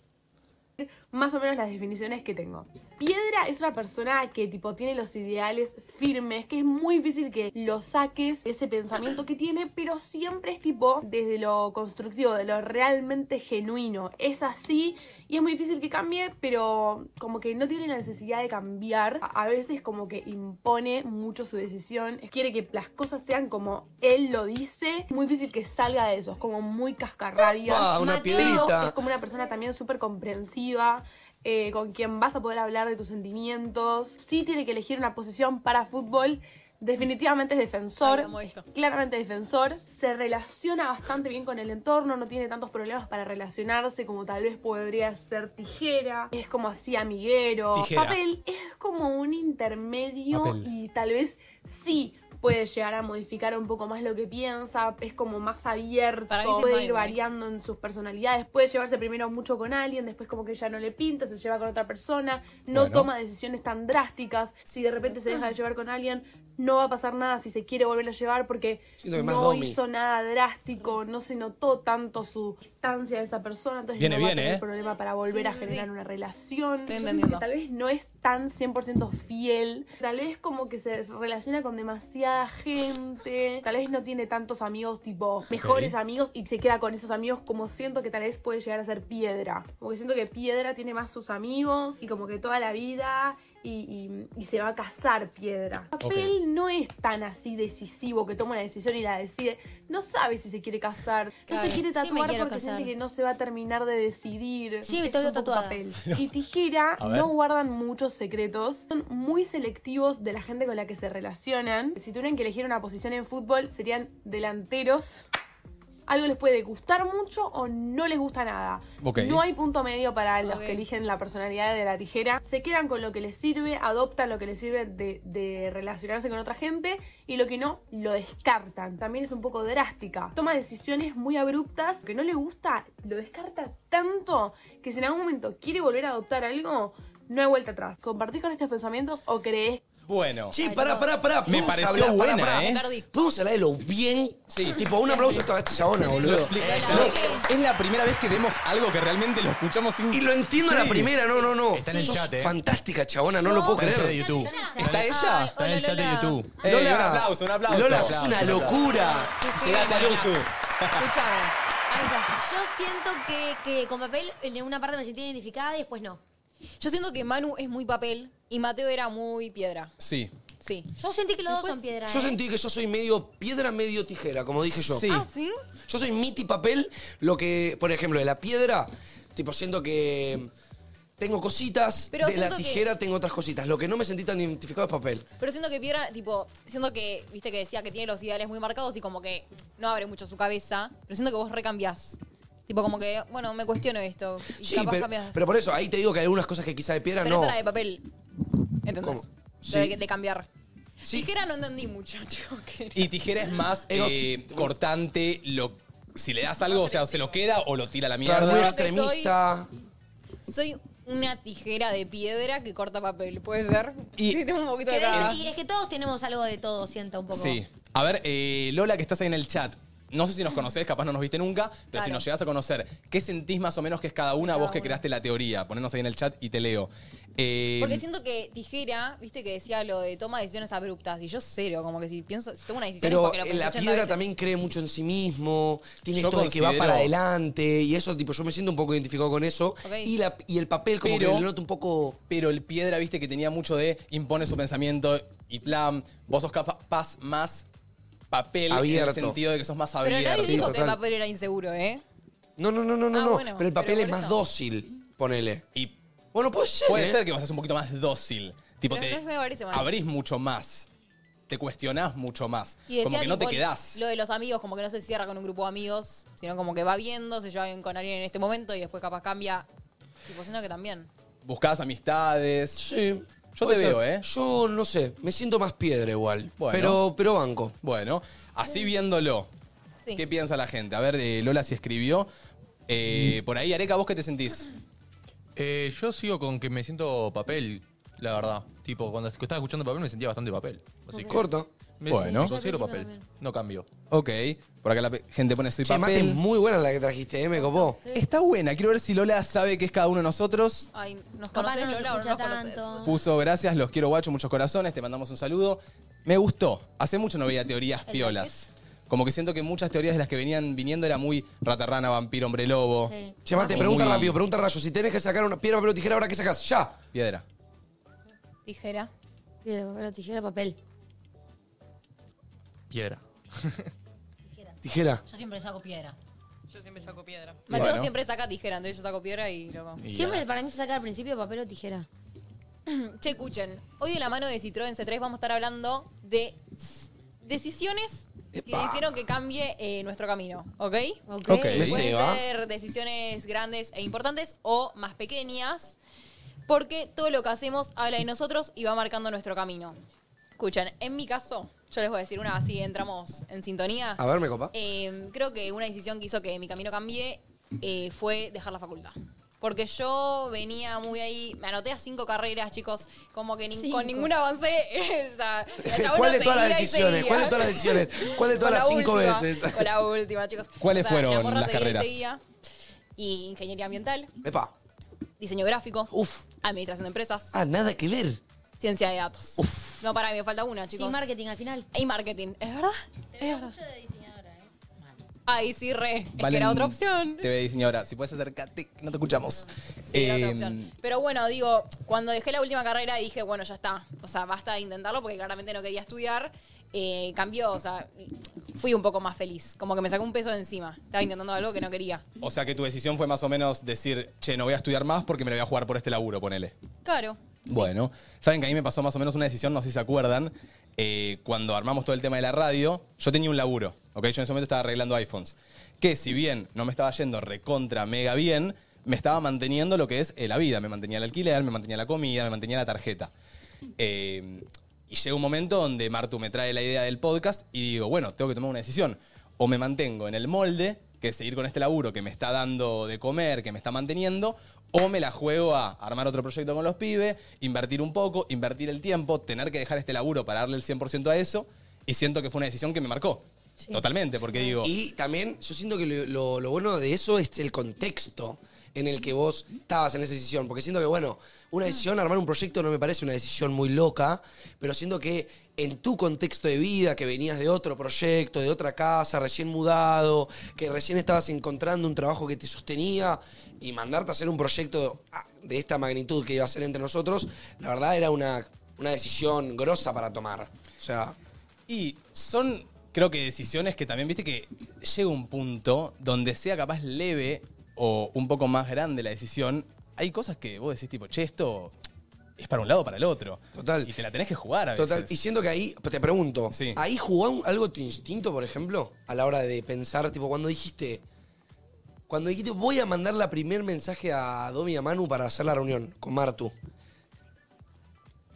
más o menos las definiciones que tengo. Piedra es una persona que tipo tiene los ideales firmes, que es muy difícil que lo saques de ese pensamiento que tiene, pero siempre es tipo desde lo constructivo, de lo realmente genuino. Es así y es muy difícil que cambie, pero como que no tiene la necesidad de cambiar. A a veces como que impone mucho su decisión, quiere que las cosas sean como él lo dice. Muy difícil que salga de eso, es como muy cascarrabias.
Pa, una
Mateo.
Es
piedrita.
como una persona también súper comprensiva, eh, con quien vas a poder hablar de tus sentimientos. Sí tiene que elegir una posición para fútbol. Definitivamente es defensor,
Ay, amo esto.
es claramente defensor, se relaciona bastante bien con el entorno, no tiene tantos problemas para relacionarse como tal vez podría ser tijera, es como así amiguero.
Tijera.
Papel es como un intermedio
Papel.
y tal vez sí puede llegar a modificar un poco más lo que piensa, es como más abierto,
Para mí sí es
puede
Mine,
ir
güey.
variando en sus personalidades, puede llevarse primero mucho con alguien, después como que ya no le pinta, se lleva con otra persona, no
Bueno.
toma decisiones tan drásticas, si de repente se deja de llevar con alguien, no va a pasar nada si se quiere volver a llevar porque
Siento que más
no
Domi.
hizo nada drástico, no se notó tanto su distancia de esa persona, entonces
Viene
no va
bien,
a tener
¿eh?
problema para volver
Sí,
a
sí,
generar
sí.
una relación.
Estoy
Yo siento
entendiendo.
que tal vez no es tan 100% fiel, tal vez como que se relaciona con demasiada gente, tal vez no tiene tantos amigos tipo mejores
Ok.
amigos y se queda con esos amigos como siento que tal vez puede llegar a ser piedra. Como que siento que piedra tiene más sus amigos y como que toda la vida y, y- y se va a casar piedra.
Ok.
Papel no es tan así decisivo que toma una decisión y la decide. No sabe si se quiere casar, no
Claro.
se quiere
Sí me
tatuar
quiero
porque
casar.
siente que no se va a terminar de decidir.
Sí,
Es
estoy
un poco
tatuada.
papel. Y tijera
A ver.
no guardan muchos secretos. Son muy selectivos de la gente con la que se relacionan. Si tuvieran que elegir una posición en fútbol, serían delanteros. Algo les puede gustar mucho o no les gusta nada.
Ok.
No hay punto medio para los
Ok.
que eligen la personalidad de la tijera. Se quedan con lo que les sirve, adoptan lo que les sirve de, de relacionarse con otra gente y lo que no, lo descartan. También es un poco drástica. Toma decisiones muy abruptas. Lo que no le gusta, lo descarta tanto que si en algún momento quiere volver a adoptar algo, no hay vuelta atrás. ¿Compartís con estos pensamientos o crees
Bueno.
Sí, pará, pará, pará.
Me
¿Podemos
pareció
hablar- pará,
buena,
pará.
¿eh?
¿Podemos hablar de lo bien?
Sí.
Tipo, un aplauso a esta chabona,
Lo
boludo.
explica- No, es la primera vez que vemos algo que realmente lo escuchamos sin.
Y lo entiendo a la primera, no, no, no.
Está en el
Sos
chat, eh.
Fantástica, chabona, no
Yo-
lo puedo
Está en el
creer.
chat de YouTube. ¿Está ella? Ay, Está en el hola, chat de Lola. YouTube. Eh,
Lola,
un aplauso, un aplauso.
Lola, sos una
Aplauso, aplauso.
locura.
Sí, Llegaste a Luzu.
Escuchame.
Ahí está. Yo siento que, que con papel en una parte me sentí identificada y después no.
Pues Yo siento que Manu es muy papel y Mateo era muy piedra.
Sí.
Sí.
Yo sentí que los dos son piedra.
Yo sentí que yo soy medio piedra, medio tijera, como dije yo.
Sí. Ah,
¿sí?
Yo soy miti papel, lo que, por ejemplo, de la piedra, tipo, siento que tengo cositas,
Pero
de la
siento que-
tijera tengo otras cositas. Lo que no me sentí tan identificado es papel.
Pero siento que Piedra, tipo, siento que, viste que decía que tiene los ideales muy marcados y como que no abre mucho su cabeza, pero siento que vos recambiás. Tipo, como que, bueno, me cuestiono esto. Y
Sí,
capaz
pero,
cambiás.
pero por eso, ahí te digo que hay algunas cosas que quizá de piedra
Pero
no.
esa era de papel. ¿Entendés?
¿Cómo?
Lo
Sí.
de, de cambiar. Tijera no entendí mucho, chico. que-
Y tijera es más
Ego-
eh, cortante. Lo, si le das algo, o sea, se lo queda o lo tira a la mierda.
Claro, muy
Yo creo que extremista. Soy una tijera de piedra que corta papel, ¿puede ser?
Y-
Sí, tengo un poquito de
Que
cada.
de- y es que todos tenemos algo de todo, siento un poco.
Sí. A ver, eh, Lola, que estás ahí en el chat. No sé si nos conocés, capaz no nos viste nunca, pero si
Claro.
nos llegás a conocer, ¿qué sentís más o menos que es cada una vos que creaste la teoría? Ponernos ahí en el chat y te leo. Eh,
Porque siento que tijera, viste que decía lo de toma decisiones abruptas, y yo cero, como que si pienso, si tomo una decisión es
Pero
porque
en
pensé
la
80
piedra
veces.
también cree mucho en sí mismo, tiene
Yo
esto de que va
considero-
para adelante y eso, tipo, yo me siento un poco identificado con eso.
Ok.
Y, la, y el papel como
Pero-
que lo noto un poco...
Pero el piedra, viste, que tenía mucho de impone su pensamiento y plan. Vos sos capaz más papel en
Abierto.
el sentido de que sos más
Pero
abierto.
nadie dijo que el
total.
papel era inseguro, ¿eh?
No, no, no, no, no,
Ah,
no.
bueno,
pero el papel
pero
es
por
más
eso.
dócil, ponele.
Y
bueno, puede ser.
Puede
¿eh?
ser que vos seas un poquito más dócil. Tipo,
Pero
te
no me parece mal.
abrís mucho más. Te cuestionás mucho más.
Y decía,
Como que no te
tipo,
quedás.
Lo de los amigos, como que no se cierra con un grupo de amigos, sino como que va viendo, se lleva bien con alguien en este momento y después capaz cambia. Tipo, siento que también.
Buscás amistades.
Sí.
Yo
Puede
te
ser.
veo, ¿eh?
Yo no sé, me siento más piedra igual.
Bueno.
Pero, pero banco.
Bueno, así viéndolo,
Sí.
¿qué piensa la gente? A ver, eh, Lola, si escribió. Eh,
Mm.
por ahí, Areca, ¿vos qué te sentís?
Eh, yo sigo con que me siento papel, la verdad. Tipo, cuando estaba escuchando papel me sentía bastante papel. Así que
Corta.
me-
Bueno.
yo sigo papel.
también.
No cambio.
Ok, por acá la pe- gente pone soy
Che, Mati, es
papel.
muy buena la que trajiste, ¿eh? Me copó.
Está buena, quiero ver si Lola sabe qué es cada uno de nosotros.
Ay, nos
Capaz
conocés,
no nos
Lola, o no
escucha
nos conocés.
tanto.
Puso gracias, los quiero guacho, muchos corazones, te mandamos un saludo. Me gustó, hace mucho no veía teorías piolas. Como que siento que muchas teorías de las que venían viniendo era muy ratarrana, vampiro, hombre lobo,
Sí.
Che, Mati,
Ah, Muy-
pregunta rápido, pregunta rayo. Si tenés que sacar una piedra, papel o tijera, ¿ahora qué sacás? ¡Ya!
piedra.
Tijera.
Piedra, papel, tijera, papel.
Piedra.
Tijera.
Yo siempre saco piedra.
Yo siempre saco piedra.
Mateo
Bueno.
siempre saca tijera, entonces yo saco piedra y lo
Siempre para mí se saca al principio papel o tijera.
Che, escuchen. Hoy de la mano de Citroën C3 vamos a estar hablando de s- decisiones que
Epa.
hicieron que cambie eh, nuestro camino, ¿ok?
Ok.
Ok.
Me ceba.
Pueden ser decisiones grandes e importantes o más pequeñas, porque todo lo que hacemos habla de nosotros y va marcando nuestro camino. Escuchen, en mi caso, yo les voy a decir una, así entramos en sintonía. Em,
A ver, me copa.
Eh, creo que una decisión que hizo que mi camino cambie eh, fue dejar la facultad. porque yo venía muy ahí, me anoté a cinco carreras, chicos, como que ni-
Cinco.
con ninguna avancé. o sea, la chabona
¿Cuál de todas las
seguía y
decisiones?
seguía.
¿Cuál de todas las decisiones? ¿Cuál de todas
Con
las
la
cinco
última,
veces?
Con la última, chicos.
¿Cuáles fueron
la morra
las
seguía y
carreras?
seguía. Y ingeniería ambiental,
Epa.
diseño gráfico, administración de empresas,
Ah, nada que ver.
ciencia de datos. No, pará, me falta una, chicos.
Sí,
marketing al final. Y marketing, ¿es verdad? es verdad. Ay, sí, re. Es que era otra opción.
Te ve diseñadora. Si puedes acercarte, no te escuchamos.
Sí, era otra
Eh,
opción. Pero bueno, digo, cuando dejé la última carrera dije, bueno, ya está. O sea, basta de intentarlo porque claramente no quería estudiar. Eh, cambió, o sea, fui un poco más feliz. Como que me sacó un peso de encima. Estaba intentando algo que no quería.
O sea que tu decisión fue más o menos decir, che, no voy a estudiar más porque me lo voy a jugar por este laburo, ponele.
Claro.
Bueno, saben que a mí me pasó más o menos una decisión, no sé si se acuerdan, eh, cuando armamos todo el tema de la radio, yo tenía un laburo, ¿ok? Yo en ese momento estaba arreglando iPhones, que si bien no me estaba yendo recontra mega bien, me estaba manteniendo lo que es eh, la vida, me mantenía el alquiler, me mantenía la comida, me mantenía la tarjeta. Eh, y llega un momento donde Martu me trae la idea del podcast y digo, bueno, tengo que tomar una decisión. O me mantengo en el molde, que es seguir con este laburo que me está dando de comer, que me está manteniendo, o me la juego a armar otro proyecto con los pibes, invertir un poco, invertir el tiempo, tener que dejar este laburo para darle el 100% a eso. Y siento que fue una decisión que me marcó. Totalmente, porque digo...
Y también yo siento que lo, lo- lo bueno de eso es el contexto en el que vos estabas en esa decisión. Porque siento que, bueno, una decisión, armar un proyecto no me parece una decisión muy loca, pero siento que en tu contexto de vida, que venías de otro proyecto, de otra casa, recién mudado, que recién estabas encontrando un trabajo que te sostenía y mandarte a hacer un proyecto ah, de esta magnitud que iba a ser entre nosotros, la verdad era una, una decisión grosa para tomar. O sea...
Y son, creo que, decisiones que también, viste, que llega un punto donde sea capaz leve o un poco más grande la decisión, hay cosas que vos decís, tipo, che, esto es para un lado o para el otro. Total. Y te la tenés que jugar a
Total, y
veces.
siendo que ahí, te pregunto, ¿ahí jugó un- algo tu instinto, por ejemplo? A la hora de pensar, tipo, cuando dijiste, cuando dijiste, voy a mandar la primer mensaje a Domi y a Manu para hacer la reunión con Martu.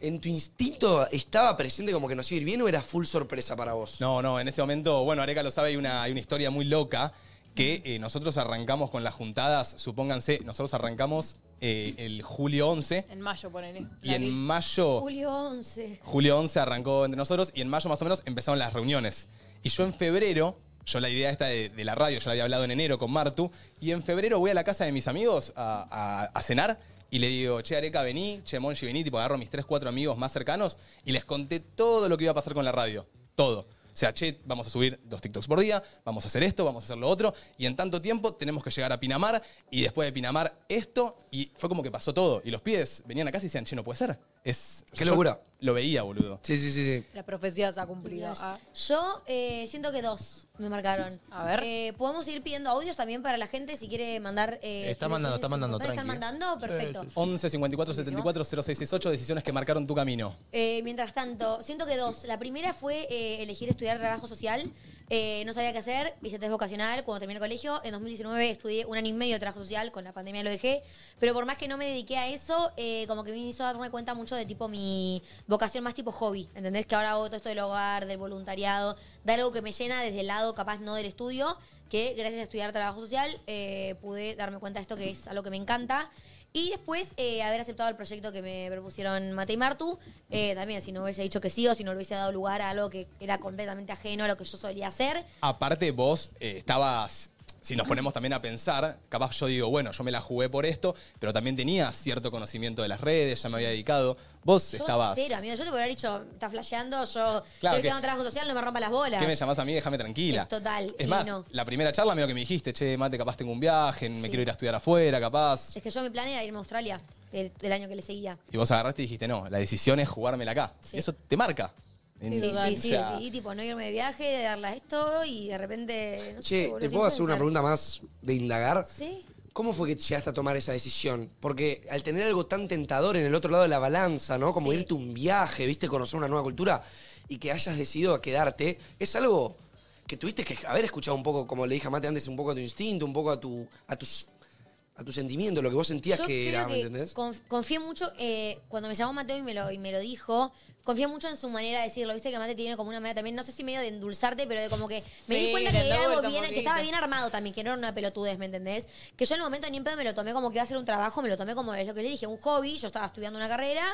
¿En tu instinto estaba presente como que nos iba a ir bien o era full sorpresa para vos?
No, no, en ese momento, bueno, Areca lo sabe, hay una, hay una historia muy loca que eh, nosotros arrancamos con las juntadas, supónganse, nosotros arrancamos eh, el julio 11
En mayo, ponele.
y en mayo...
Julio 11.
Julio 11 arrancó entre nosotros y en mayo más o menos empezaron las reuniones. Y yo en febrero, yo la idea esta de, de la radio, yo la había hablado en enero con Martu, y en febrero voy a la casa de mis amigos a, a- a cenar y le digo, che Areca, vení, che Monchi, vení, tipo agarro a mis tres, cuatro amigos más cercanos y les conté todo lo que iba a pasar con la radio, todo. O sea, che, vamos a subir dos TikToks por día, vamos a hacer esto, vamos a hacer lo otro, y en tanto tiempo tenemos que llegar a Pinamar, y después de Pinamar esto, y fue como que pasó todo. Y los pies venían a casa y decían, che, no puede ser. Es,
Qué
yo
locura.
Lo veía, boludo.
Sí, sí, sí, sí.
La profecía se ha cumplido.
Dios.
Ah.
Yo eh, siento que dos me marcaron.
A ver.
Eh, Podemos ir pidiendo audios también para la gente si quiere mandar. eh,
Está mandando, está mandando,
¿Están mandando? Perfecto.
11 54 74 0668, decisiones que marcaron tu camino.
Eh, mientras tanto, siento que dos. La primera fue eh, elegir estudiar trabajo social. Eh, no sabía qué hacer, hice test vocacional cuando terminé el colegio. En 2019 estudié un año y medio de trabajo social, con la pandemia lo dejé. Pero por más que no me dediqué a eso, eh, como que me hizo darme cuenta mucho de tipo mi vocación más tipo hobby. ¿Entendés? Que ahora hago todo esto del hogar, del voluntariado, de algo que me llena desde el lado capaz no del estudio, que gracias a estudiar trabajo social eh, pude darme cuenta de esto que es algo que me encanta. Y después eh, haber aceptado el proyecto que me propusieron Mate y Martu. Eh, también, si no hubiese dicho que sí o si no le hubiese dado lugar a algo que era completamente ajeno a lo que yo solía hacer.
Aparte, vos eh, estabas. Si nos ponemos también a pensar, capaz yo digo, bueno, yo me la jugué por esto, pero también tenía cierto conocimiento de las redes, ya me había dedicado. Vos
Yo,
estabas.
cero, amigo. Yo te podría haber dicho, estás flasheando, yo
Claro,
estoy
que-
un trabajo social, no me rompa las bolas.
¿Qué me llamás a mí? Déjame tranquila.
Total.
Es
y
más,
no.
la primera charla medio que me dijiste, che, mate, capaz tengo un viaje, me
Sí.
quiero ir a estudiar afuera, capaz.
Es que yo mi plan era irme a Australia del, del año que le seguía.
Y vos agarraste y dijiste, no, la decisión es jugármela acá. Y eso te marca.
Sí, sí,
O
sí,
sea,
sí, tipo, no irme de viaje, de darla esto y de repente. No sé,
Che,
boludo,
¿te
sin
puedo hacer una
pensar.
pregunta más de indagar?
Sí.
¿Cómo fue que llegaste a tomar esa decisión? Porque al tener algo tan tentador en el otro lado de la balanza, ¿no? Como irte a un viaje, ¿viste? Conocer una nueva cultura y que hayas decidido a quedarte, es algo que tuviste que haber escuchado un poco, como le dije a Mate antes, un poco a tu instinto, un poco a tu, a tus, a tu sentimiento, lo que vos sentías
Yo
que
creo
era, ¿me
que
entendés?
conf- confié mucho. eh, cuando me llamó Mateo y me lo, y me lo dijo, confía mucho en su manera de decirlo. Viste que Mate tiene como una manera también, no sé si medio de endulzarte, pero de como que me
Sí,
di cuenta
le
que era
damos
algo
esa
bien, que
boquita.
estaba bien armado también, que no era una pelotudez, ¿me entendés? Que yo en el momento ni en pedo me lo tomé como que iba a ser un trabajo, me lo tomé como es lo que le dije, un hobby, yo estaba estudiando una carrera,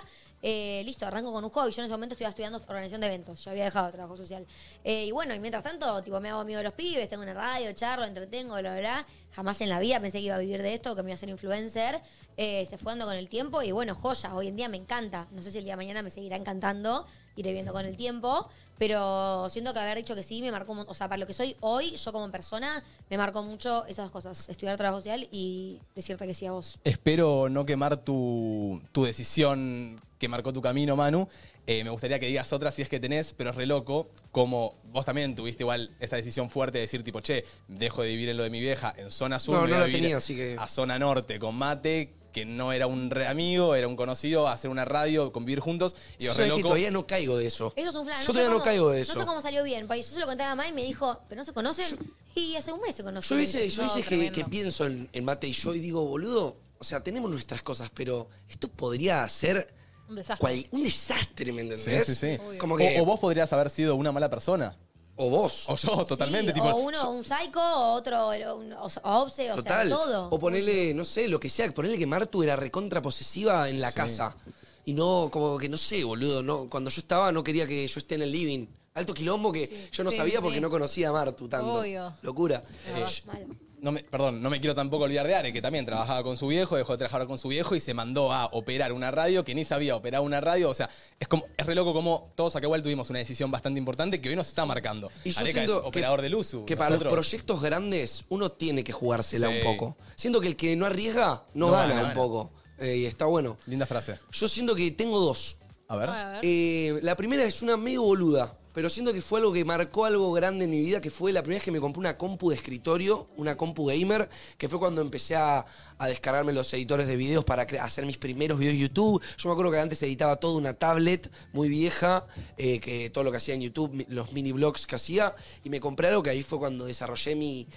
eh, listo, arranco con un hobby. Yo en ese momento estaba estudiando organización de eventos, ya había dejado trabajo social. Eh, y bueno, y mientras tanto, tipo, me hago amigo de los pibes, tengo una radio, charlo, entretengo, bla, bla, bla. Jamás en la vida pensé que iba a vivir de esto, que me iba a ser influencer. Eh, se fue dando con el tiempo y bueno, joya, hoy en día me encanta. No sé si el día de mañana me seguirá encantando, iré viendo con el tiempo, pero siento que haber dicho que sí me marcó, un mon- o sea, para lo que soy hoy, yo como persona, me marcó mucho esas dos cosas, estudiar trabajo social y decirte que sí a vos.
Espero no quemar tu, tu decisión que marcó tu camino, Manu. Eh, me gustaría que digas otra si es que tenés, pero es re loco. Como vos también tuviste igual esa decisión fuerte de decir, tipo, che, dejo de vivir en lo de mi vieja en zona sur.
No,
me
no
voy a
la
vivir
tenía, así que-
A zona norte con mate, que no era un re amigo, era un conocido, hacer una radio, convivir juntos. Y
Yo
es re
es que
loco.
todavía no caigo de eso.
Eso es un flan.
Yo
sé
todavía no
cómo-
caigo de
No sé
eso.
cómo salió bien, porque yo se lo contaba a mamá y me dijo, pero no se conocen. y hace un mes se conocen.
Yo a veces, yo a
No,
veces que,
tremendo.
que pienso en, en Mate y yo y digo, boludo, o sea, tenemos nuestras cosas, pero esto podría ser
Un desastre.
cual- un desastre, ¿me
Sí,
entendés?
sí, sí.
Como que,
o, o vos podrías haber sido una mala persona.
O vos.
O yo, totalmente. tipo,
o uno un psycho, o otro era un o, o obse, o
total.
sea, todo.
O ponerle, no sé, lo que sea, ponerle que Martu era recontra posesiva en la casa. Y no, como que no sé, boludo, no, cuando yo estaba no quería que yo esté en el living. Alto quilombo que yo no
Sí,
sabía
sí.
porque no conocía a Martu tanto.
Obvio.
Locura.
Eh, No me, perdón, no me quiero tampoco olvidar de Are, que también trabajaba con su viejo, dejó de trabajar con su viejo y se mandó a operar una radio que ni sabía operar una radio. O sea, es como es re loco como todos acá igual tuvimos una decisión bastante importante que hoy nos está marcando.
Y yo
Areca es
siento que-
operador del USU.
Que para los
nosotros-
proyectos grandes uno tiene que jugársela
Sí.
un poco. Siento que el que no arriesga no,
No
gana,
gana,
un
gana.
poco. Eh, y está bueno.
Linda frase.
Yo siento que tengo dos.
A ver.
Eh, la primera es una medio boluda, pero siento que fue algo que marcó algo grande en mi vida, que fue la primera vez que me compré una compu de escritorio, una compu gamer, que fue cuando empecé a, a descargarme los editores de videos para cre- hacer mis primeros videos de YouTube. Yo me acuerdo que antes editaba toda una tablet muy vieja, eh, que todo lo que hacía en YouTube, mi- los mini blogs que hacía, y me compré algo que ahí fue cuando desarrollé mi,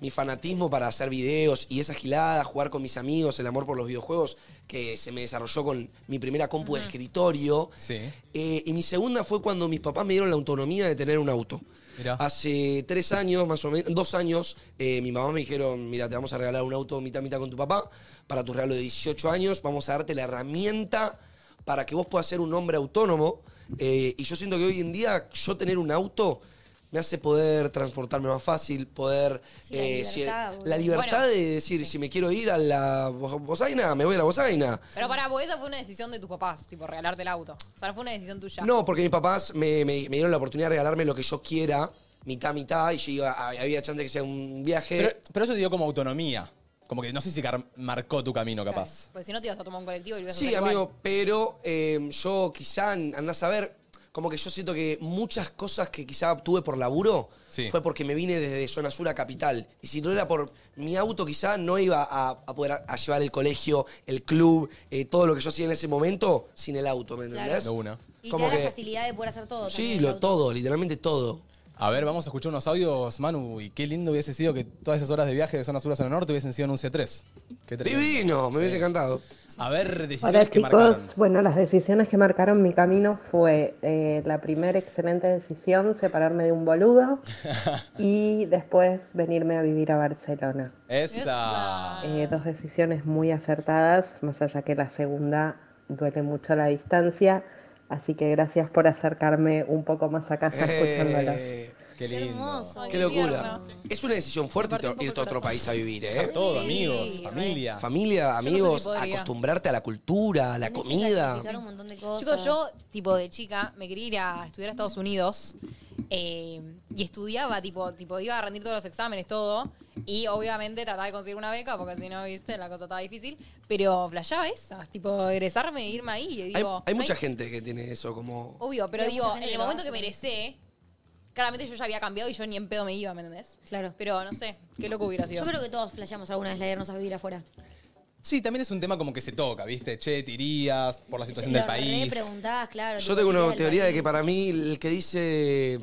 mi fanatismo para hacer videos y esas giladas, jugar con mis amigos, el amor por los videojuegos, que se me desarrolló con mi primera compu de escritorio.
Sí.
Eh, y mi segunda fue cuando mis papás me dieron la autonomía de tener un auto.
Mirá.
Hace tres años, más o menos, dos años, eh, mi mamá me dijeron, mira, te vamos a regalar un auto mitad mitad con tu papá, para tu regalo de 18 años, vamos a darte la herramienta para que vos puedas ser un hombre autónomo. Eh, y yo siento que hoy en día yo tener un auto me hace poder transportarme más fácil, poder... eh,
Sí, la libertad, boludo.
la libertad de decir, si me quiero ir a la bo- bozaina, me voy a la bozaina.
Pero para vos, esa fue una decisión de tus papás, tipo, regalarte el auto. O sea, no fue una decisión tuya.
No, porque mis papás me, me- me dieron la oportunidad de regalarme lo que yo quiera, mitad, mitad, y yo iba, a- había chance de que sea un viaje.
Pero, pero eso te dio como autonomía. Como que no sé si car- marcó tu camino, capaz.
Porque si no te ibas a tomar un colectivo y lo ibas a
sí,
hacer
amigo,
igual.
pero eh, yo quizá, andás a ver, como que yo siento que muchas cosas que quizá obtuve por laburo
Sí.
fue porque me vine desde zona sur a capital. Y si no era por mi auto, quizá no iba a, a poder a, a llevar el colegio, el club, eh, todo lo que yo hacía en ese momento sin el auto, ¿me
Claro.
entendés?
De una.
Y
Como
te da
que-
la facilidad de poder hacer todo.
Sí,
también,
lo,
auto.
todo, literalmente todo.
A ver, vamos a escuchar unos audios, Manu, y qué lindo hubiese sido que todas esas horas de viaje de zona sur a zona norte hubiesen sido en un C3. Qué tremendo.
Divino, me hubiese encantado.
A ver, decisiones
Hola
que
chicos,
marcaron.
bueno, las decisiones que marcaron mi camino fue eh, la primera excelente decisión, separarme de un boludo y después venirme a vivir a Barcelona.
Esa.
Eh, dos decisiones muy acertadas, más allá que la segunda duele mucho la distancia, así que gracias por acercarme un poco más a casa escuchándolos.
Eh,
Qué lindo.
Qué locura. Es una decisión fuerte irte- irte a otro país a vivir, ¿eh?
Dejar todo, amigos, familia.
Familia,
no sé
amigos,
si podría.
acostumbrarte a la cultura, a la comida.
Sacrificar un montón de cosas.
Chicos, yo, tipo de chica, me quería ir a estudiar a Estados Unidos eh, y estudiaba, tipo, tipo, iba a rendir todos los exámenes, todo. Y obviamente trataba de conseguir una beca, porque si no, viste, la cosa estaba difícil. Pero flasheaba esas, tipo, egresarme e irme ahí. Y
Hay,
digo,
hay
no
mucha gente que tiene eso como...
Obvio, pero
Hay mucha
digo, en
gente
el
que lo
momento
hace.
que merecé, claramente yo ya había cambiado y yo ni en pedo me iba, ¿me entendés?
Claro.
Pero no sé, qué loco hubiera sido.
Yo creo que todos flasheamos alguna vez la de irnos a vivir afuera.
Sí, también es un tema como que se toca, ¿viste? Che, tirías por la situación del
Lo
país.
repreguntás, claro.
Yo
tipo,
tengo
¿qué
una
tal el
teoría de
país?
que para mí el que dice...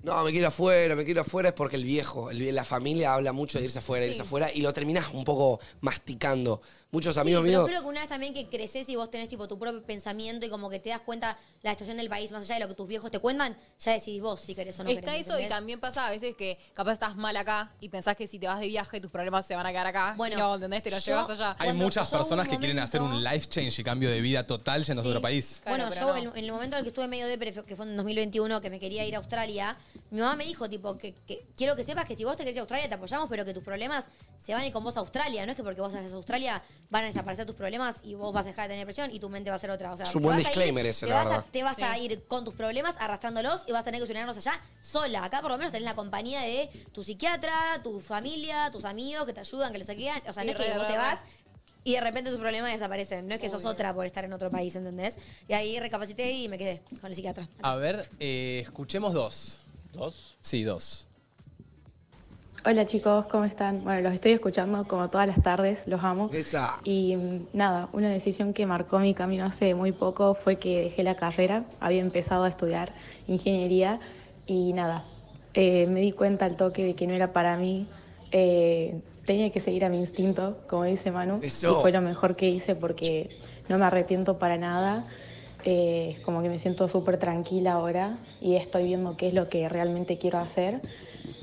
No, me quiero ir afuera, me quiero ir afuera, es porque el viejo, el vie- la familia habla mucho de irse afuera, irse afuera, y lo terminás un poco masticando. Muchos amigos
pero
míos.
creo que una vez también que creces y vos tenés tipo tu propio pensamiento y como que te das cuenta la situación del país más allá de lo que tus viejos te cuentan, ya decidís vos si querés o no
Está
querés,
eso y
¿entendés?
también pasa a veces que capaz estás mal acá y pensás que si te vas de viaje tus problemas se van a quedar acá. Bueno, no, ¿entendés? Te los
yo-
llevas allá.
Hay muchas personas que quieren hacer un life change y cambio de vida total yendo a otro país.
bueno, yo en- en el momento en el que estuve medio depre, que fue en 2021, que me quería ir a Australia, mi mamá me dijo, tipo, que, que quiero que sepas que si vos te querés ir a Australia te apoyamos, pero que tus problemas se van a ir con vos a Australia. No es que porque vos vayas a Australia van a desaparecer tus problemas y vos vas a dejar de tener depresión y tu mente va a ser otra. O sea,
Es un
te
buen
vas a ir-
disclaimer ese,
te
la
vas a-
verdad.
te vas a
Sí.
ir con tus problemas arrastrándolos y vas a tener que solucionarlos allá sola. Acá por lo menos tenés la compañía de tu psiquiatra, tu familia, tus amigos que te ayudan, que los saquean. O sea, no
Sí,
es que
re,
vos
re,
te
re.
vas y de repente tus problemas desaparecen. No es que sos otra por estar en otro país, ¿entendés? Y ahí recapacité y me quedé con el psiquiatra.
A ver, eh, escuchemos dos. ¿Dos? Sí, dos.
Hola chicos, ¿cómo están? Bueno, los estoy escuchando como todas las tardes, los amo. Y mm, nada, una decisión que marcó mi camino hace muy poco fue que dejé la carrera, había empezado a estudiar ingeniería y nada, eh, me di cuenta al toque de que no era para mí, eh, tenía que seguir a mi instinto, como dice Manu,
Eso.
y fue lo mejor que hice porque no me arrepiento para nada. Eh, es como que me siento súper tranquila ahora y estoy viendo qué es lo que realmente quiero hacer.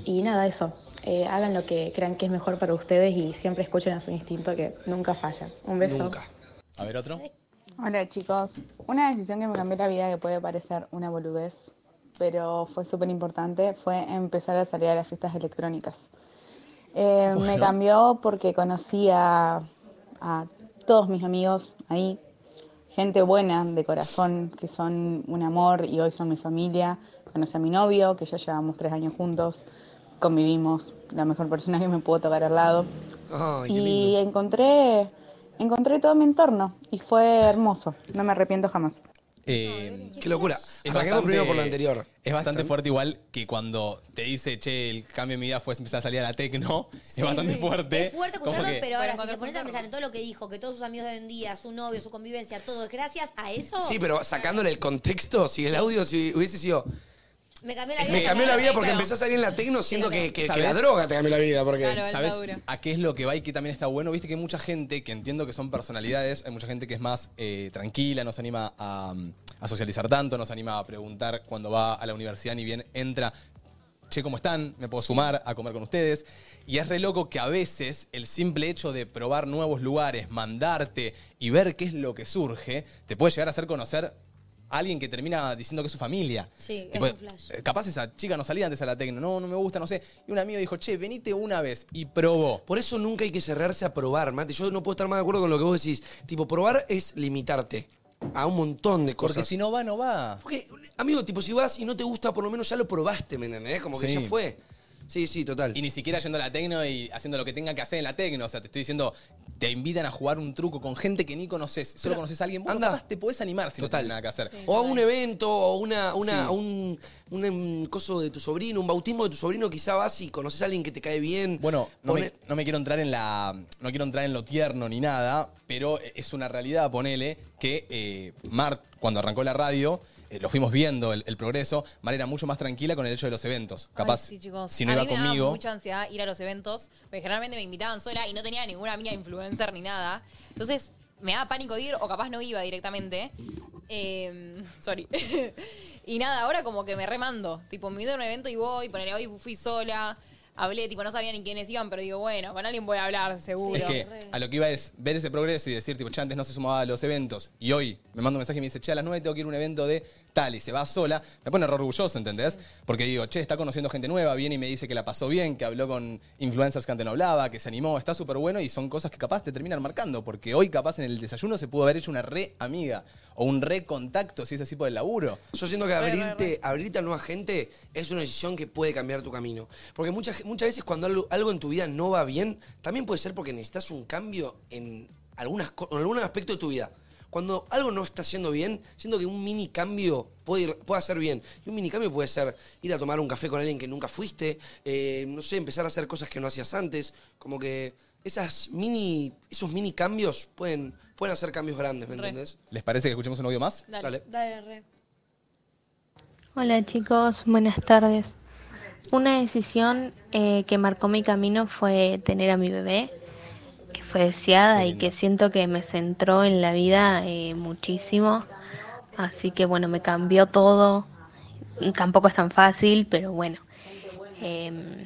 Y nada, eso. Eh, hagan lo que crean que es mejor para ustedes y siempre escuchen a su instinto que nunca falla. Un beso.
A ver, otro.
Hola chicos, una decisión que me cambió la vida que puede parecer una boludez, pero fue súper importante, fue empezar a salir a las fiestas electrónicas. Eh, Me
Bueno.
cambió porque conocí a, a todos mis amigos ahí, gente buena de corazón, que son un amor y hoy son mi familia. Conocí a mi novio, que ya llevamos tres años juntos, convivimos, la mejor persona que me pudo tocar al lado.
Ay, qué lindo.
Y encontré, encontré todo mi entorno y fue hermoso. No me arrepiento jamás.
Eh,
Qué locura. Arranquemos primero por lo anterior.
Es bastante fuerte igual que cuando te dice, che, el cambio de mi vida fue empezar a salir a la tecno. es bastante fuerte.
Es fuerte
Como
escucharlo,
que-
pero ahora si
encontrás
te pones a pensar en todo lo que dijo, que todos sus amigos de hoy en día, su novio, su convivencia, todo es gracias a eso.
Sí, pero sacándole el contexto, si el audio si hubiese sido.
Me cambió la vida.
Me cambió la vida porque
Claro.
empecé a salir en la tecno siento que, que- que la
¿Sabés?
droga te cambió la vida. Porque
¿Sabes a qué es lo que va y que también está bueno? Viste que hay mucha gente, que entiendo que son personalidades, hay mucha gente que es más eh, tranquila, no se anima a, mm, a socializar tanto, no se anima a preguntar cuando va a la universidad ni bien entra. Che, ¿cómo están? ¿Me puedo sumar a comer con ustedes? Y es re loco que a veces el simple hecho de probar nuevos lugares, mandarte y ver qué es lo que surge, te puede llegar a hacer conocer a alguien que termina diciendo que es su familia.
Sí,
Tipo,
es un flash.
eh, Capaz esa chica no salía antes a la tecno, no, no me gusta, no sé. Y un amigo dijo, che, venite una vez y probó.
Por eso nunca hay que cerrarse a probar, Mate. Yo no puedo estar más de acuerdo con lo que vos decís. Tipo, probar es limitarte a un montón de cosas.
Porque si no va, no va.
Porque, amigo, tipo, si vas y no te gusta, por lo menos ya lo probaste, ¿me entendés? Como que
Sí.
ya fue. Sí, sí, total.
Y ni siquiera yendo a la tecno y haciendo lo que tenga que hacer en la tecno. O sea, te estoy diciendo, te invitan a jugar un truco con gente que ni conoces. Solo
Pero,
conoces a alguien. Bueno, capaz te podés animar si no tenés nada que hacer.
O a un evento, o una, una,
Sí.
a un, un, em, coso de tu sobrino, un bautismo de tu sobrino, quizá vas y conoces a alguien que te cae bien.
Bueno, no,
Pone-
me, no me quiero entrar en la. No quiero entrar en lo tierno ni nada, pero es una realidad, ponele, que eh, Mar, cuando arrancó la radio, eh, lo fuimos viendo el, el progreso. Mar era mucho más tranquila con el hecho de los eventos. Capaz,
Ay, sí, chicos.
si no
a
iba
mí me daba
conmigo.
mucha ansiedad ir a los eventos, porque generalmente me invitaban sola y no tenía ninguna amiga influencer ni nada. Entonces, me daba pánico ir o capaz no iba directamente. Eh, sorry. y nada, ahora como que me remando. Tipo, me invito a un evento y voy, ponele, hoy fui sola. Hablé, tipo, no sabía ni quiénes iban, pero digo, bueno, con alguien voy a hablar, seguro.
Es que a lo que iba es ver ese progreso y decir, tipo, che, antes no se sumaba a los eventos y hoy me manda un mensaje y me dice, che, a las 9 tengo que ir a un evento de tal y se va sola, me pone re orgulloso, ¿entendés? Porque digo, che, está conociendo gente nueva, viene y me dice que la pasó bien, que habló con influencers que antes no hablaba, que se animó, está súper bueno y son cosas que capaz te terminan marcando, porque hoy capaz en el desayuno se pudo haber hecho una re amiga o un re contacto, si es así por el laburo.
Yo siento que abrirte, abrirte a nueva gente es una decisión que puede cambiar tu camino. Porque muchas, muchas veces cuando algo, algo en tu vida no va bien, también puede ser porque necesitas un cambio en, algunas, co- en algún aspecto de tu vida. Cuando algo no está yendo bien, siento que un mini cambio puede, ir- puede hacer bien. Y un mini cambio puede ser ir a tomar un café con alguien que nunca fuiste, eh, no sé, empezar a hacer cosas que no hacías antes. Como que esas mini, esos mini cambios pueden, pueden hacer cambios grandes, ¿me
Re.
entendés?
¿Les parece que escuchemos un audio más?
Dale.
Dale, re.
Hola chicos, buenas tardes. Una decisión eh, que marcó mi camino fue tener a mi bebé.
que fue deseada y que siento que me centró en la vida eh, muchísimo. Así que bueno, me cambió todo. Tampoco es tan fácil, pero bueno. Em,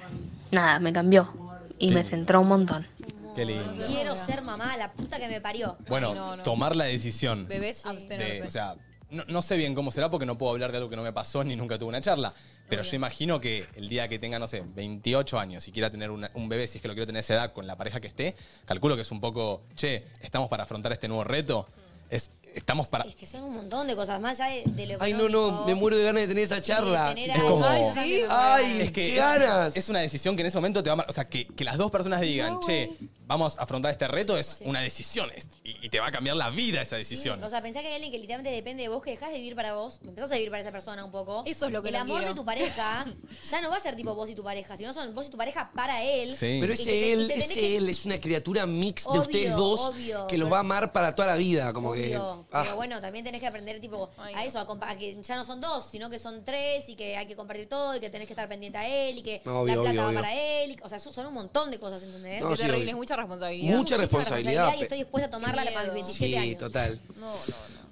nada, me cambió y
Te-
me centró un montón.
Qué lindo.
Quiero ser mamá, la puta que me parió.
Bueno, tomar la decisión.
Bebés abstenerse.
de- o sea, no, no sé bien cómo será porque no puedo hablar de algo que no me pasó ni nunca tuve una charla. Pero yo imagino que el día que tenga, no sé, 28 años y quiera tener una- un bebé, si es que lo quiero tener a esa edad con la pareja que esté, calculo que es un poco, che, estamos para afrontar este nuevo reto. Es, estamos para.
Que son un montón de cosas más allá de, de lo
Ay, no, no, me muero de ganas de tener esa charla.
tener
Es como-
Ay,
es que
qué
es-
ganas.
Es una decisión que en ese momento te va a mar- O sea, que, que las dos personas digan, che, vamos a afrontar este reto, es una decisión. es- y, y te va a cambiar la vida esa decisión.
O sea, pensá que hay alguien que literalmente depende de vos, que dejás de vivir para vos, empezás a vivir para esa persona un poco. Eso es lo
que
El
no
amor
quiero.
de tu pareja ya no va a ser tipo vos y tu pareja, sino son vos y tu pareja para él.
Pero
Y que
ese
te- y
él,
te tenés
ese
que-
él es una criatura mix de
Obvio,
ustedes dos
obvio.
que los va a amar para toda la vida. Como que.
Obvio,
ah.
Pero bueno, también tenés que aprender tipo a eso, a, compa- a que ya no son dos, sino que son tres y que hay que compartir todo y que tenés que estar pendiente a él y que
Obvio,
la plata
obvio,
va
obvio.
para él. y- o sea, eso son un montón de cosas, ¿entendés?
No, Es sí, terrible, obvio. es
mucha responsabilidad.
Mucha responsabilidad,
y
pe-
estoy dispuesta a tomarla para mis 27
Sí,
años.
total.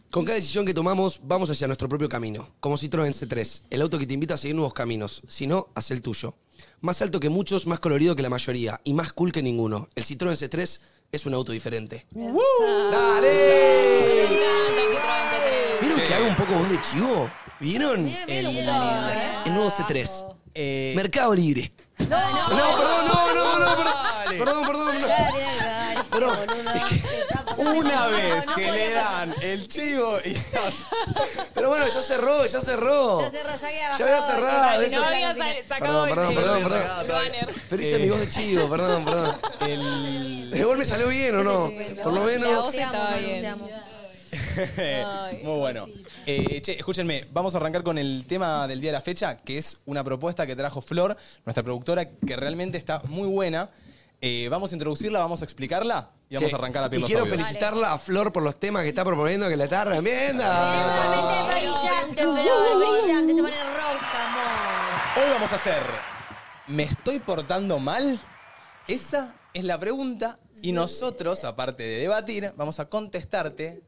Con cada decisión que tomamos, vamos hacia nuestro propio camino. Como Citroën C3, el auto que te invita a seguir nuevos caminos. Si no, haz el tuyo. Más alto que muchos, más colorido que la mayoría y más cool que ninguno. El Citroën C3 es un auto diferente. ¡Dale! ¿Vieron que hago un poco voz de chivo? ¿Vieron?
El, ¿eh?
el nuevo C3. Mercado Libre.
No,
perdón, no, no, no, perdón. Perdón, perdón. Perdón.
Una vez que le dan el chivo y.
Pero bueno, ya cerró, ya cerró.
Ya cerró, ya había
Oh. Ya había
bajado,
cerrado.
total,
eso
no
es-
había sal-
Perdón, perdón, perdón, perdón. Pero hice
Eh.
mi voz de chivo, perdón, perdón. Igual me salió bien, ¿o no? Por lo
La voz
menos.
te amo,
estaba
Manu,
bien.
te amo.
Muy bueno. Eh, che, escúchenme, vamos a arrancar con el tema del día de la fecha, que es una propuesta que trajo Flor, nuestra productora, que realmente está muy buena. Eh, vamos a introducirla, vamos a explicarla y vamos
Che,
a arrancar a pedir
Y
los
quiero
audios.
felicitarla a Flor por los temas que está proponiendo, que la está reviendo.
Brillante, Flor, brillante, se pone roja, amor.
Hoy vamos a hacer ¿Me estoy portando mal? Esa es la pregunta y nosotros, aparte de debatir, vamos a contestarte.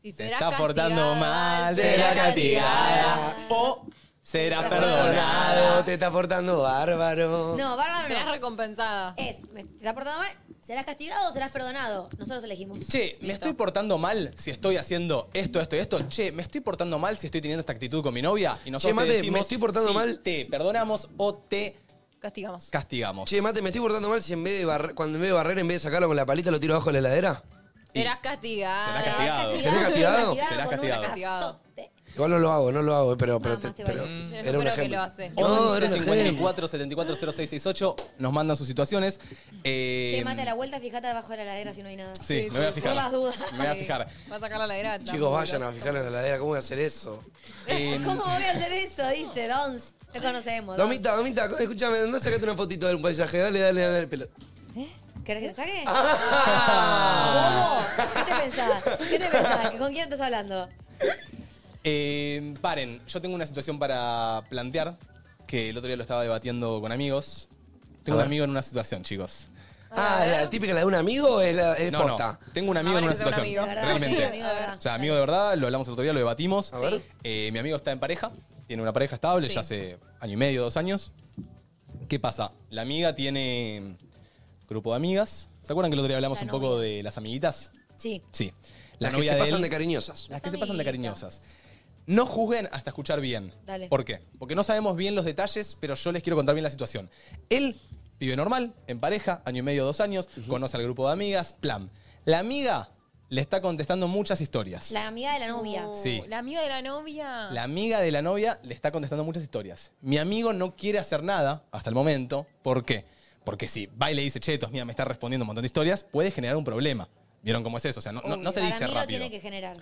Si
¿Te
será
está portando mal?
será
¿Será castigada? ¿O será perdonado?
Te está portando bárbaro.
No, bárbaro.
Serás
recompensada. Es, ¿me estás portando mal? ¿Serás castigado o serás perdonado? Nosotros elegimos.
Che, ¿me estoy portando mal si estoy haciendo esto, esto y esto? Che, ¿me estoy portando mal si estoy teniendo esta actitud con mi novia? Y nosotros
Che, mate,
te decimos
¿me estoy portando
si
mal?
te perdonamos o te
Castigamos.
castigamos.
Che, mate, me estoy portando mal si en vez de barrer, cuando en vez de barrer, en vez de sacarlo con la palita, lo tiro abajo de la heladera.
Serás castigada.
Serás castigado.
¿Serás castigado?
Serás castigado.
castigado.
Igual no lo hago, no lo hago, pero, pero, te- pero
Yo
era
creo
un
que
ejemplo.
lo haces.
No, era
11
un
54 74 0668 nos mandan sus situaciones. Eh,
Che, mate a la vuelta, fijate debajo de la ladera si no hay nada.
Sí, me voy a fijar.
Por las dudas.
Me voy a fijar.
Va a sacar la ladera.
Chicos, vayan a fijar en la heladera, ¿cómo voy a hacer eso?
¿Cómo voy a hacer eso? Dice Dons. Lo conocemos. Dons.
Domita, Domita, escúchame, no sacaste una fotito del paisaje, dale, dale, dale, pelo.
¿Querés que te saque? Ah, bobo. ¿Qué te pensás? ¿Qué te pensás? ¿Con quién estás hablando?
eh, paren, yo tengo una situación para plantear que el otro día lo estaba debatiendo con amigos. Tengo un amigo en una situación, chicos.
Ah, ¿la típica la de un amigo o es la Eh, es
No, no.
posta?
Tengo un amigo en una situación. Realmente. O sea, amigo de verdad, lo hablamos el otro día, lo debatimos.
ver.
Eh, mi amigo está en pareja, tiene una pareja estable
Sí.
ya hace año y medio, dos años. ¿Qué pasa? La amiga tiene grupo de amigas. ¿Se acuerdan que el otro día hablamos
La
un poco de las amiguitas?
Sí.
Sí.
Las que
novia
se
él-
pasan de cariñosas.
Las que se pasan de cariñosas. No juzguen hasta escuchar bien.
Dale.
¿Por qué? Porque no sabemos bien los detalles, pero yo les quiero contar bien la situación. Él vive normal, en pareja, año y medio, dos años, conoce al grupo de amigas, plan. La amiga le está contestando muchas historias.
La amiga de la novia.
Sí.
Uh, La amiga de la novia.
La amiga de la novia le está contestando muchas historias. Mi amigo no quiere hacer nada hasta el momento. ¿Por qué? Porque si va y le dice, che, tu amiga me está respondiendo un montón de historias, puede generar un problema. ¿Vieron cómo es eso? O sea, no, no- no se
Para
dice
mí lo
rápido.
tiene que generar.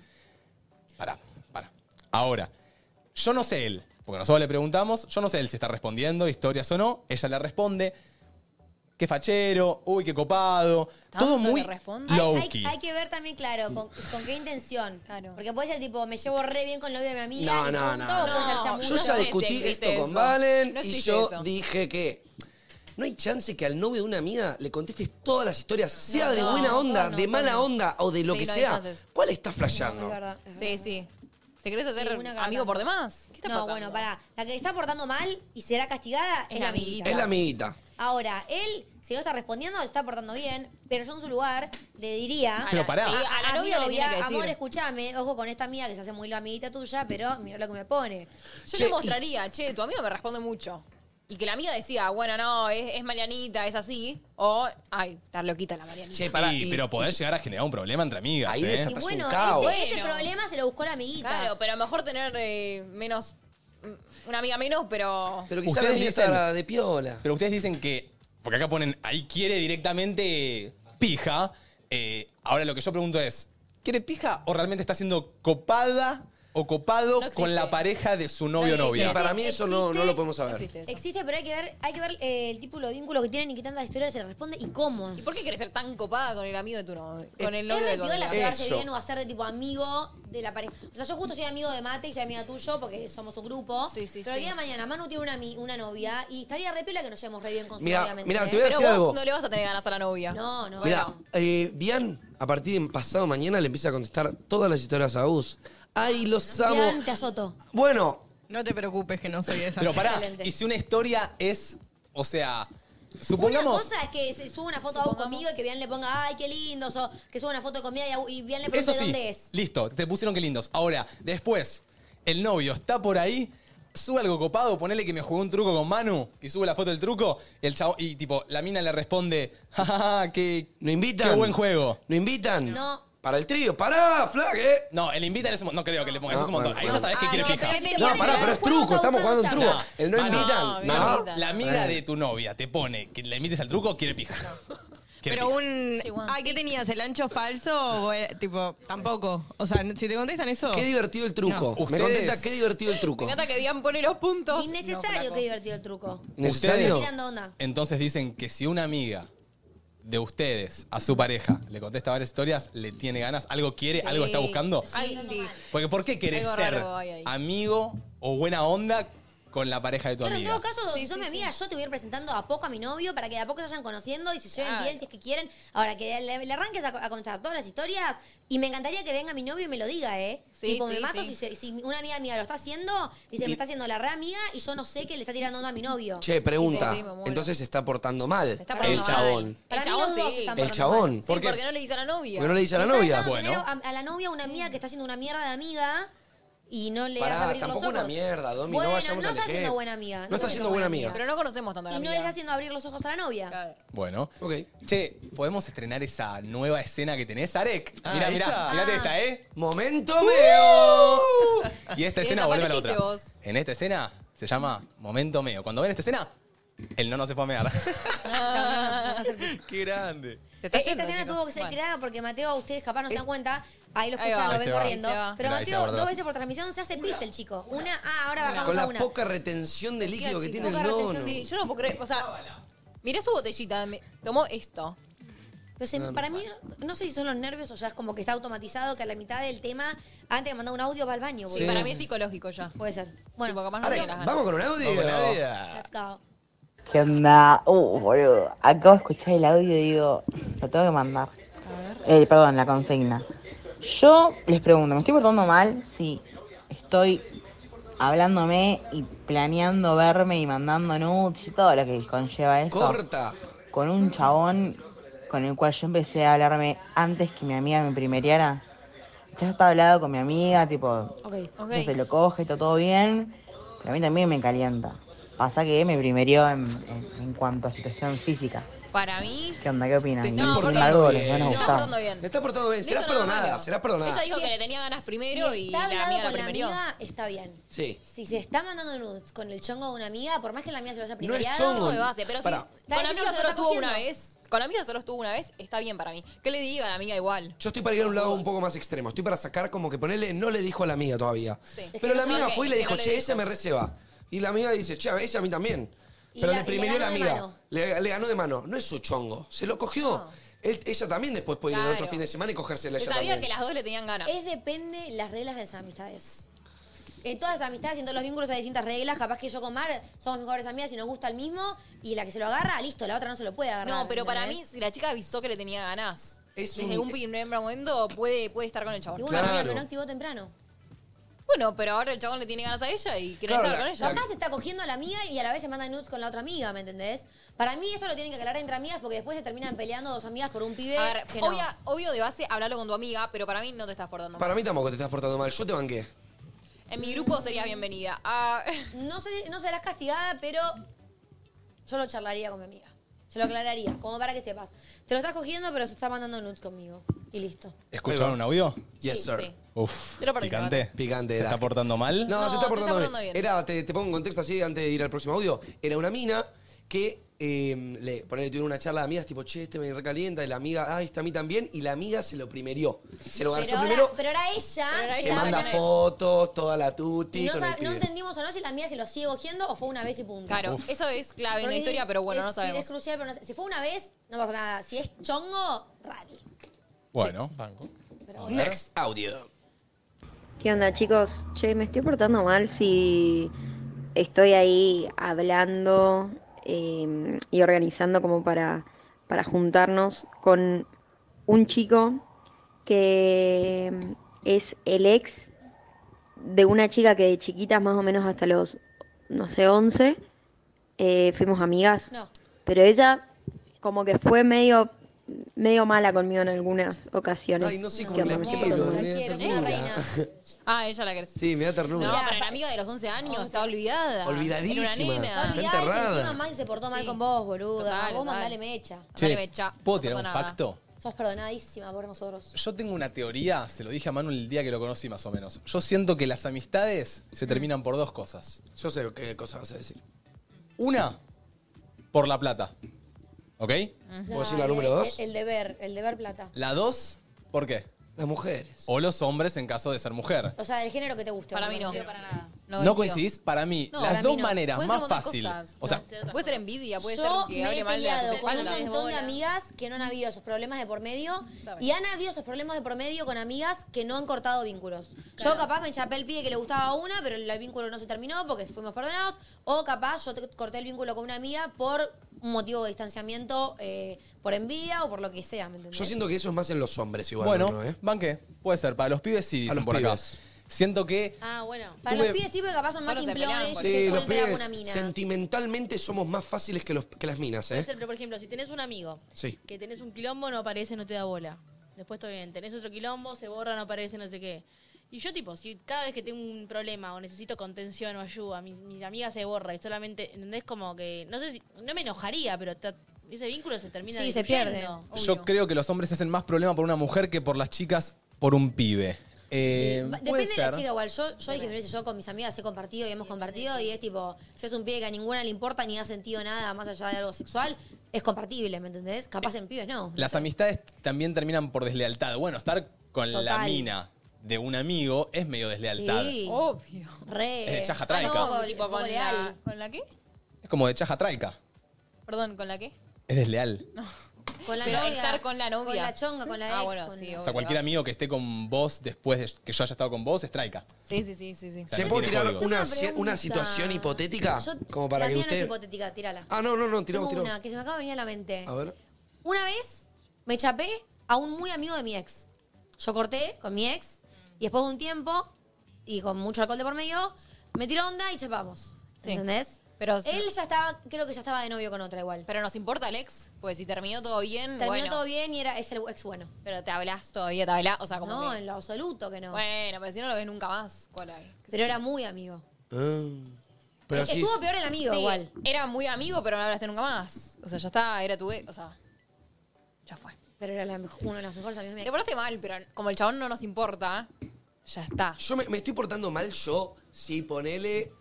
Pará, pará. Ahora, yo no sé él, porque nosotros le preguntamos, yo no sé él si está respondiendo historias o no. Ella le responde, qué fachero, uy, qué copado. Todo muy
Hay,
low-key.
hay- hay que ver también, claro, con, con qué intención. Porque puede ser tipo, me llevo re bien con el novio de mi amiga.
No,
y
no,
punto,
no.
o puede ser chamuyo.
Yo ya discutí esto con Valen y yo dije que ¿No hay chance que al novio de una amiga le contestes todas las historias, sea
No,
de
no,
buena onda,
no, no,
de mala
no.
onda o de lo
Sí,
que
no hay
sea?
chances.
¿Cuál estás flasheando?
Sí, sí. ¿Te querés hacer
Sí, una cada
amigo
tanto.
por demás? ¿Qué está
no,
pasando?
bueno, pará. La que está portando mal y será castigada es, la amiguita.
es la amiguita.
Ahora, él, si no está respondiendo, se está portando bien, pero yo en su lugar le diría.
Pero pará.
Sí,
A
la
a mi
novia le tiene que decir.
amor, escúchame, ojo con esta amiga que se hace muy la amiguita tuya, pero mira lo que me pone.
Yo le mostraría, che, tu amigo me responde mucho. Y que la amiga decía, bueno, no, es, es Marianita, es así. O, ay, está loquita la Marianita.
Sí,
y-
pero podés llegar a generar un problema entre amigas.
Ahí
¿eh?
desatás
Bueno, ese- ese, problema se lo buscó la amiguita.
Claro, pero a lo mejor tener eh, menos. mm, Una amiga menos, pero.
Pero
quizá
quizás
Ustedes
venía
dicen-
esta de piola.
Pero ustedes dicen que, porque acá ponen, ahí quiere directamente pija. Eh, ahora lo que yo pregunto es, ¿quiere pija o realmente está siendo copada o copado
existe.
con la pareja de su novio o novia?
Y para mí eso no, no lo podemos saber.
existe eso.
Existe, pero hay que ver, hay que ver eh, el tipo de vínculo que tienen y qué tantas historias se les responde y cómo.
¿Y por qué querés ser tan copada con el amigo de tu novio? Con el
Es
novio de tu
repiola
amiga?
llevarse
Eso.
bien o hacer de tipo amigo de la pareja. O sea, yo justo soy amigo de Mate y soy amiga tuyo porque somos un grupo. pero el
sí.
día de mañana Manu tiene una, ami- una novia y estaría re piola que nos llevemos re bien con su
Mirá,
novia, ¿me
mirá, te
entendés?
voy a decir
Pero vos
algo.
no le vas a tener ganas a la novia.
No, no.
Mira, eh, Bian, a partir de pasado mañana le empieza a contestar todas las historias a Gus. ¡Ay, los amo!
Bian, te azoto.
Bueno,
No te preocupes que no soy esa.
Pero pará, y si una historia es, o sea,
Una
supongamos,
cosa es que se suba una foto a vos conmigo y que Bian le ponga, ay, qué lindos, o que suba una foto conmigo y, a- y Bian le pregunte
eso sí,
dónde es.
listo, te pusieron que lindos. Ahora, después, el novio está por ahí, sube algo copado, ponele que me jugó un truco con Manu y sube la foto del truco y el chavo, y tipo, la mina le responde, jajaja, qué,
¿no invitan?
qué buen juego.
¿No invitan?
No.
Para el trío, pará, flag, eh.
No, el invitan es un montón. No creo que le ponga.
No,
eso es un montón.
bueno,
Ahí ya
bueno.
sabes
Ah,
que quiere fija.
No, pará, pero es truco, estamos jugando un truco. El no
Manu,
invitan.
Manu,
No,
La amiga de tu novia te pone que le invites al truco, quiere pija. Quiere
Pero
pija.
un. Ay, ¿qué tenías? ¿El ancho falso? O era- tipo, tampoco. O sea, si te contestan eso.
Qué divertido el truco.
No.
Me
Ustedes-
contenta qué divertido el
Me
truco.
encanta que Bian pone los puntos.
Innecesario, qué divertido el truco.
¿Necesario?
Estoy tirando onda.
Entonces dicen que si una amiga de ustedes a su pareja le contesta varias historias, le tiene ganas, algo quiere, algo está buscando. Pues,
Ay, sí.
Porque ¿por qué querés
Algo
ser
raro hay ahí.
amigo o buena onda con la pareja de tu
Claro, en
amiga?
todo caso, si sos mi amiga, yo te voy a ir presentando a poco a mi novio para que de a poco se vayan conociendo y se lleven
Claro.
bien si es que quieren. Ahora, que le, le arranques a, co- a contar todas las historias y me encantaría que venga mi novio y me lo diga, ¿eh?
Sí,
tipo,
sí,
me mato
sí.
si, se- si una amiga mía lo está haciendo, dice,
Y-
me está haciendo la re amiga y yo no sé que le está tirando onda a mi novio.
Che, pregunta.
Sí, sí, me muero.
Entonces se está portando mal
está
el
portando mal.
chabón.
Para
El
mí
chabón
los dos
sí.
están
El
portando
chabón.
mal.
Sí, porque no le dice a la novia.
Porque no le dice a la
Está
novia.
tratando de tener A, a la novia una amiga que está haciendo una mierda de amiga y no le deja
Pará,
abrir
tampoco
los ojos.
una mierda, Domi.
Bueno,
no vayamos
no
a
está siendo buena amiga,
No, está siendo buena amiga.
Pero no conocemos tanto a
Y no
la amiga.
le está haciendo abrir los ojos a la novia.
Bueno. Che, ¿podemos estrenar esa nueva escena que tenés, Arek?
Ah,
Mira, mira,
esa.
mirate esta, ¿eh?
¡Momento meo!
Y esta
Y
escena vuelve a la otra.
desapareciste vos.
En esta escena se llama momento meo. Cuando ven esta escena, el no no se fue a mear. Qué grande.
Se está
Eh,
yendo,
Esta escena
chicos.
tuvo que ser
Bueno.
creada porque Mateo, ustedes capaz
Eh.
no se dan cuenta, ahí lo
Ahí
escuchan,
va.
lo
Ahí
ven
se va.
corriendo.
Ahí se va.
Pero
Mirá, ahí se va,
Mateo,
¿verdad?
dos veces por transmisión se hace pis el chico. Una, ah, ahora bajamos
Con
a
la
una.
poca retención de líquido que tiene el
Poca
nono.
retención, sí. Yo no puedo creer. O sea, mirá su botellita. me- tomó esto.
Pero se-
Claro.
para mí, no, no sé si son los nervios o ya es como que está automatizado que a la mitad del tema, antes de mandar un audio, va al baño.
Sí,
boludo.
para mí es psicológico ya.
Puede ser. Bueno,
capaz no tiene las ganas.
Vamos con un audio.
Vamos con un
Let's go.
¿Qué onda? Uh, boludo. Acabo de escuchar el audio y digo, lo tengo que mandar. Eh, perdón, la consigna. Yo les pregunto, ¿me estoy portando mal? Sí. Estoy hablándome y planeando verme y mandando nudes y todo lo que conlleva eso.
Corta.
Con un chabón con el cual yo empecé a hablarme antes que mi amiga me primereara. Ya estaba hablado con mi amiga, tipo,
Ok, ok.
se lo coge, está todo bien. Pero a mí también me calienta. Pasa que me primerió en, en- en cuanto a situación física.
Para mí.
¿Qué onda? ¿Qué opinan?
Te
Sin
estás
embargo, les van
portando
a
bien.
Está
gustar.
portando bien.
Te está portando bien.
De
Serás
eso no me
perdonada,
acuerdo.
serás perdonada.
Ella dijo que le tenía ganas primero
si
y
está
la
hablado
amiga la
con la
primerió.
amiga, está bien.
Sí.
Si se está mandando nudes con el chongo de una amiga, por más que la amiga se lo haya
No es
primereado...
chongo.
Eso de base, pero
Pará.
si con la
diciendo que
amiga
se
solo
está
estuvo una
cogiendo.
vez, con la amiga solo estuvo una vez, está bien para mí. ¿Qué le digo a la amiga igual?
Yo estoy para ir a un lado un poco más extremo. Estoy para sacar como que ponerle, no le dijo a la amiga todavía.
Sí. Es que
Pero
no
la
sé
amiga
qué,
fue y le
que
dijo,
no le
che,
dijo".
ese me receba. Y la amiga dice, che, ese a mí también.
Y
Pero
la-
le
y le
primero
ganó
la
de
amiga.
mano.
Le, le ganó de mano. No es su chongo. Se lo cogió. Él- ella también después puede ir el
Claro.
otro fin de semana y cogérsela
Yo
ella
sabía
también.
que las dos le tenían ganas.
Es depende las reglas de esas amistades. en todas las amistades y en todos los vínculos hay distintas reglas. Capaz que yo con Mar somos mejores amigas y nos gusta el mismo. Y la que se lo agarra, listo, la otra no se lo puede agarrar.
No, pero para mí,
¿entendés?
si la chica avisó que le tenía ganas,
Es
desde
un-
un, primer momento puede, puede estar con el chabón.
Y bueno, amiga, pero no activó temprano.
Bueno, pero ahora el chabón le tiene ganas a ella y quiere estar con ella.
Capaz está cogiendo a la amiga y a la vez se manda nudes con la otra amiga, ¿me entendés? Para mí esto lo tienen que aclarar entre amigas porque después se terminan peleando dos amigas por un pibe.
A ver,
que no.
Eh, obvia- obvio de base hablarlo con tu amiga, pero para mí no te estás portando
Para
mal.
mí tampoco te estás portando mal. Yo te banqué.
En mi grupo serías bienvenida. Ah,
No, sé, no serás castigada, pero yo lo charlaría con mi amiga. Se lo aclararía, como para que sepas. Te lo estás cogiendo, pero se está mandando nudes conmigo. Y listo.
¿Escucharon un audio?
Yes, sir.
Uf,
Te lo perdí,
picante.
Picante.
¿Se
era.
está portando mal?
No, se está portando,
portando
bien.
bien.
Era, te, te pongo en contexto así antes de ir al próximo audio. Era una mina que eh, le ponele, tuvieron una charla de amigas tipo, che, este me recalienta, y la amiga, ay, está a mí también, y la amiga se lo primerió. Se
Pero
lo garchó
ahora,
primero,
pero ahora ella se
se
la
manda
ganó.
fotos, toda la tuti.
Y no,
con el
sab- no
pibe.
entendimos o no si la mía se lo sigue cogiendo o fue una vez y punto.
Claro, Uf. eso es clave en la historia, pero bueno, no
es-
sabemos.
Es crucial, pero no sé. Si fue una vez, no pasa nada. Si es chongo, rally.
Bueno, banco.
Next audio.
¿Qué onda, chicos? Che, me estoy portando mal si estoy ahí hablando eh, y organizando como para, para juntarnos con un chico que es el ex de una chica que de chiquitas, más o menos hasta los, no sé, 11, eh, fuimos amigas. Pero ella como que fue medio medio mala conmigo en algunas ocasiones.
Ay, no sé
¿Qué
cómo
onda?
la
Me estoy
quiero.
portando mal.
me
quiero,
da
una
ternura.
ah, ella la querés.
Sí, me da ternura.
No, pero la amiga de los 11 años está olvidada.
Olvidadísima.
Era una nena.
Está Olvidada,
Ay, si
enterrada.
encima más se portó mal con vos, boluda.
Total,
vos
total.
mandale mecha.
Che, ¿puedo tirar un facto?
Sos perdonadísima por nosotros.
Yo tengo una teoría, se lo dije a Manu el día que lo conocí más o menos. Yo siento que las amistades se terminan por dos cosas.
Yo sé qué cosa vas a decir.
Una, por la plata. ¿Ok?
No, el- El, el deber, el deber plata.
La dos, ¿por qué?
Las mujeres.
O los hombres en caso de ser mujer.
O sea, del género que te guste.
Para mí no.
No, coincidís, para mí,
No,
las
para
dos
mí no.
maneras
Pueden ser
más
un montón de cosas.
fáciles. O sea,
Puede ser envidia, puede
Yo
ser que
me he
hable mal de
peleado
tus
con un
espaldas.
montón de amigas que no han habido esos problemas de por medio y han habido esos problemas de por medio con amigas que no han cortado vínculos. Yo capaz me chapé el pie que le gustaba a una, pero el vínculo no se terminó porque fuimos perdonados. O capaz yo te- corté el vínculo con una amiga por un motivo de distanciamiento, eh, por envidia o por lo que sea, ¿me entendés?
Yo siento que eso es más en los hombres igual.
bueno,
¿no, eh?
banqué. Puede ser, para los pibes sí, dicen
los
por
pibes.
acá. Siento que
Ah, bueno.
Para
Tuve-
los pibes sí, porque capaz son más
Solo se
simplones
peleaban
y
por
se
Sí, los
pueden pegar con
pibes
una mina.
sentimentalmente somos más fáciles que, los, que las minas,
Puede
¿eh?
ser, pero por ejemplo, si tenés un amigo
Sí.
que tenés un quilombo, no aparece, no te da bola. Después todo bien. Tenés otro quilombo, se borra, no aparece, no sé qué. Y yo, tipo, si cada vez que tengo un problema o necesito contención o ayuda, mis, mis amigas se borra y solamente, ¿entendés? Como que, no sé si, no me enojaría, pero ta- ese vínculo se termina
Sí, se
diluyendo.
pierde.
yo creo que los hombres hacen más problema por una mujer que por las chicas por un pibe. Eh,
Va-
puede
Depende de
ser.
la chica igual. Yo, yo dije, pero yo con mis amigas he compartido y hemos compartido y es tipo, si es un pibe que a ninguna le importa ni ha sentido nada más allá de algo sexual, es compartible, ¿me entendés? Capaz en pibes no.
Las amistades también terminan por deslealtad. Bueno, estar con la
Total.
mina de un amigo es medio deslealtad.
Sí.
Obvio.
Re.
Es chaja traica.
No, tipo,
Poco
con, la,
leal.
¿Con la qué?
Es como de chaja traica.
Perdón, ¿con la qué?
Es desleal.
Con la
Pero
novia.
estar con la novia.
Con la chonga, con la
Ah,
ex,
bueno,
con
sí,
la-
O sea, cualquier amigo que esté con vos después de que yo haya estado con vos es traica.
Sí, sí, sí, sí. sí.
O sea,
¿Se
no
puedo
tiene
tirar
códigos.
una,
Una
si-
pregunta.
una situación hipotética?
Yo-
como para
la
que
mía no es
usted...
hipotética, tírala.
ah, no, no, no,
Tengo
tiramos, tiramos.
una que se me acaba de venir a la mente.
A ver.
Una vez me chapé a un muy amigo de mi ex. Yo corté con mi ex y después de un tiempo y con mucho alcohol de por medio, me tiró onda y chapamos.
Sí.
¿Entendés?
Pero
Él ya estaba, creo que ya estaba de novio con otra igual.
Pero nos importa el ex, pues si terminó todo bien,
Terminó
bueno.
todo bien y era, es el ex bueno.
Pero te hablas todavía, te hablas, o sea, como
No,
que-
en lo absoluto que no.
Bueno, pero si no lo ves nunca más, ¿cuál hay?
Pero era muy amigo.
Pero
Eh,
sí-
estuvo peor el amigo
Sí,
igual.
Era muy amigo, pero no hablaste nunca más. O sea, ya está, era tu ex, o sea, ya fue.
Pero era la mejo- uno de los mejores amigos de mi ex.
Te portaste mal, pero como el chabón no nos importa, ya está.
Yo me, me estoy portando mal yo si ponele...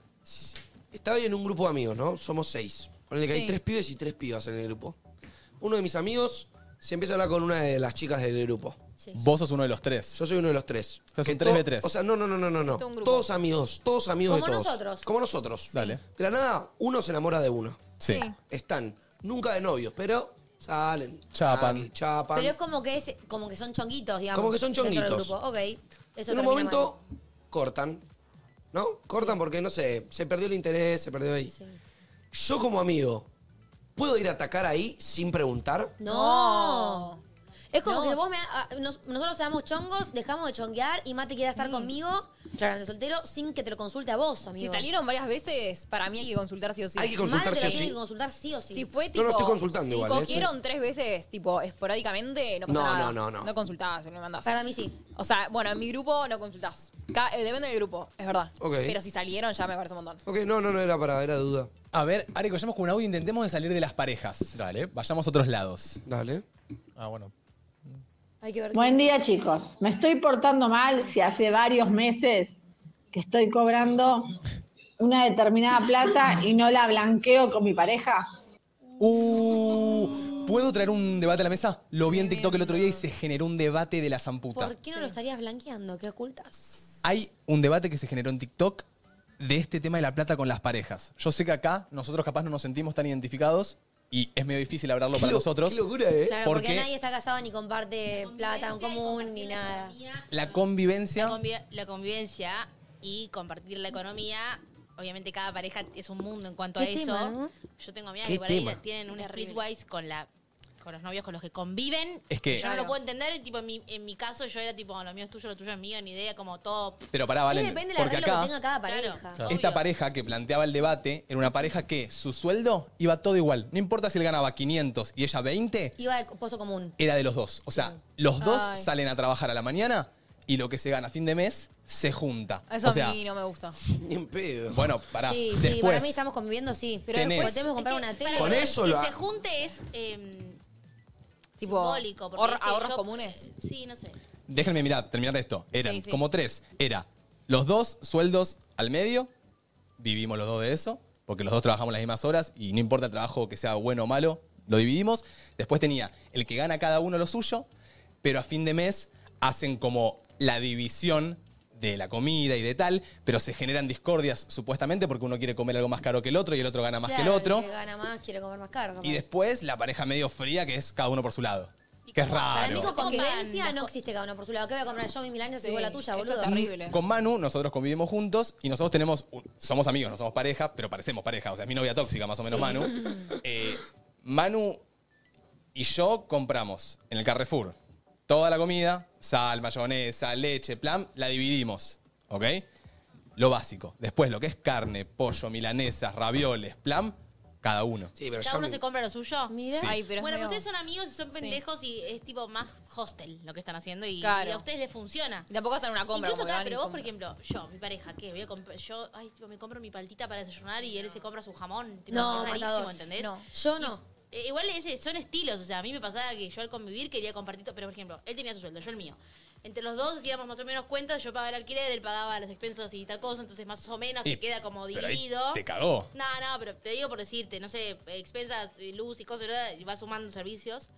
Estaba en un grupo de amigos, ¿no? Somos seis. Ponele que hay
Sí.
tres pibes y tres pibas en el grupo. Uno de mis amigos se empieza a hablar con una de las chicas del grupo.
Vos sos uno de los tres.
Yo soy uno de los tres.
O sea,
Que
son tres
to-
de tres.
O sea, no, no, no, no, no. no.
Sí, todo un grupo.
Todos amigos, todos amigos
Como
de todos.
nosotros.
Como nosotros.
Dale.
De la nada, uno se enamora de uno.
Sí.
Están nunca de novios, pero salen.
Chapan.
aquí, chapan.
Pero es como que es como que son chonguitos, digamos.
Como que son
dentro del
chonguitos.
grupo. Ok. Eso
en un
termina mal.
momento cortan. ¿No? Cortan porque, no sé, se perdió el interés, se perdió ahí. Yo como amigo, ¿puedo ir a atacar ahí sin preguntar?
No. Es como
No.
que vos me, ah, nos- nosotros seamos chongos, dejamos de chonguear y Mate quiera estar conmigo, claramente soltero, sin que te lo consulte a vos, amigo.
Si salieron varias veces, para mí hay que consultar sí o sí.
Hay que consultar
Mal te
sí
la
o sí.
tiene que consultar sí o sí.
Si fue
No
tipo.
lo estoy consultando
si
igual, ¿eh?
cogieron tres veces, tipo, esporádicamente, no pasa
No,
nada.
no, no, no.
No consultás, no le mandás.
Para mí sí.
O sea, bueno, en mi grupo no consultás. Ca- eh, depende del grupo, es verdad.
Ok.
Pero si salieron ya me parece un montón.
Ok, no, no, no era para, era duda.
A ver, Ari, vayamos con un audio intentemos de salir de las parejas. Dale. Vayamos a otros lados.
Dale.
Ah, bueno.
Hay que ver.
Buen día, chicos. Me estoy portando mal si hace varios meses que estoy cobrando una determinada plata y no la blanqueo con mi pareja.
Uh, ¿Puedo traer un debate a la mesa? Lo vi en TikTok el otro día y se generó un debate de la zamputa.
¿Por qué no lo estarías blanqueando? ¿Qué ocultas?
Hay un debate que se generó en TikTok de este tema de la plata con las parejas. Yo sé que acá nosotros capaz no nos sentimos tan identificados y es medio difícil hablarlo para nosotros.
qué locura, ¿eh?
Claro, porque, nadie está casado ni comparte plata en común ni nada.
la convivencia...
La, convi- la convivencia y compartir la economía. Obviamente cada pareja es un mundo en cuanto a
Qué
eso.
tema, ¿no?
Yo tengo amigas
Qué
que por ahí
tema.
tienen un splitwise con la con los novios con los que conviven.
Es que-
yo no
Claro.
lo puedo entender. y Tipo, en, mi, en mi caso yo era tipo, lo mío es tuyo, lo tuyo es mío, ni idea, como todo.
Pero pará, Valen,
Valen,
Depende del porque arreglo que acá- tenga
cada pareja.
Esta pareja que planteaba el debate era una pareja que su sueldo iba todo igual. No importa si él ganaba 500 y ella 20,
Iba al pozo común.
era de los dos. O sea, los dos
Ay.
salen a trabajar a la mañana y lo que se gana a fin de mes se junta.
Eso
o sea,
a mí no me gusta.
Ni en pedo.
Bueno, pará.
sí,
después,
sí, para mí estamos conviviendo, sí. Pero
Tenés-
después tenemos que comprar una tele.
Con eso
que
lo
se
ha-
junte es eh,
Tipo,
simbólico. porque
ahor-
viste,
ahorros
yo-
comunes.
Sí, no sé.
déjenme mirar, terminar esto. Eran
Sí, sí.
como tres. Era los dos sueldos al medio, vivimos los dos de eso, porque los dos trabajamos las mismas horas y no importa el trabajo que sea bueno o malo, lo dividimos. Después tenía el que gana cada uno lo suyo, pero a fin de mes hacen como la división de la comida y de tal, pero se generan discordias supuestamente porque uno quiere comer algo más caro que el otro y el otro gana más
Claro,
que el otro.
que gana más quiere comer más caro.
Y después la pareja medio fría que es cada uno por su lado. Que es raro.
Para mí con convivencia no existe cada uno por su lado. ¿Qué voy a comprar yo mi milanesa si
Sí,
igual a la tuya,
eso
boludo?
es terrible.
Con Manu, nosotros convivimos juntos y nosotros tenemos. un- Somos amigos, no somos pareja, pero parecemos pareja. O sea, es mi novia tóxica, más o menos
Sí.
Manu. Eh, Manu y yo compramos en el Carrefour toda la comida: sal, mayonesa, leche, plan, la dividimos. ¿Ok? Lo básico. Después, lo que es carne, pollo, milanesas, ravioles, plan, cada uno.
Sí, pero
Cada uno se compra lo suyo.
Sí. Ay,
pero es
bueno,
medio-
pero ustedes son amigos y son
Sí.
pendejos y es tipo más hostel lo que están haciendo y,
Claro.
y a ustedes les funciona.
Tampoco hacen una compra
Incluso
como que
acá,
van y
pero vos, por
compran.
ejemplo, yo, mi pareja, ¿qué? Voy a comp- yo, ay, tipo, me compro mi paltita para desayunar y él se compra su jamón. Tipo,
No,
es rarísimo,
matador.
¿entendés?
No, yo no.
Eh, igual ese- son estilos, o sea, a mí me pasaba que yo al convivir quería compartir, to- pero por ejemplo, él tenía su sueldo, yo el mío. Entre los dos hacíamos más o menos cuentas, yo pagaba el alquiler, él pagaba las expensas y tal cosa, entonces más o menos
Y-
te queda como
pero ahí
dividido.
te cagó.
No, no, pero te digo por decirte, no sé, expensas, eh, luz y cosas, ¿verdad? y vas sumando servicios.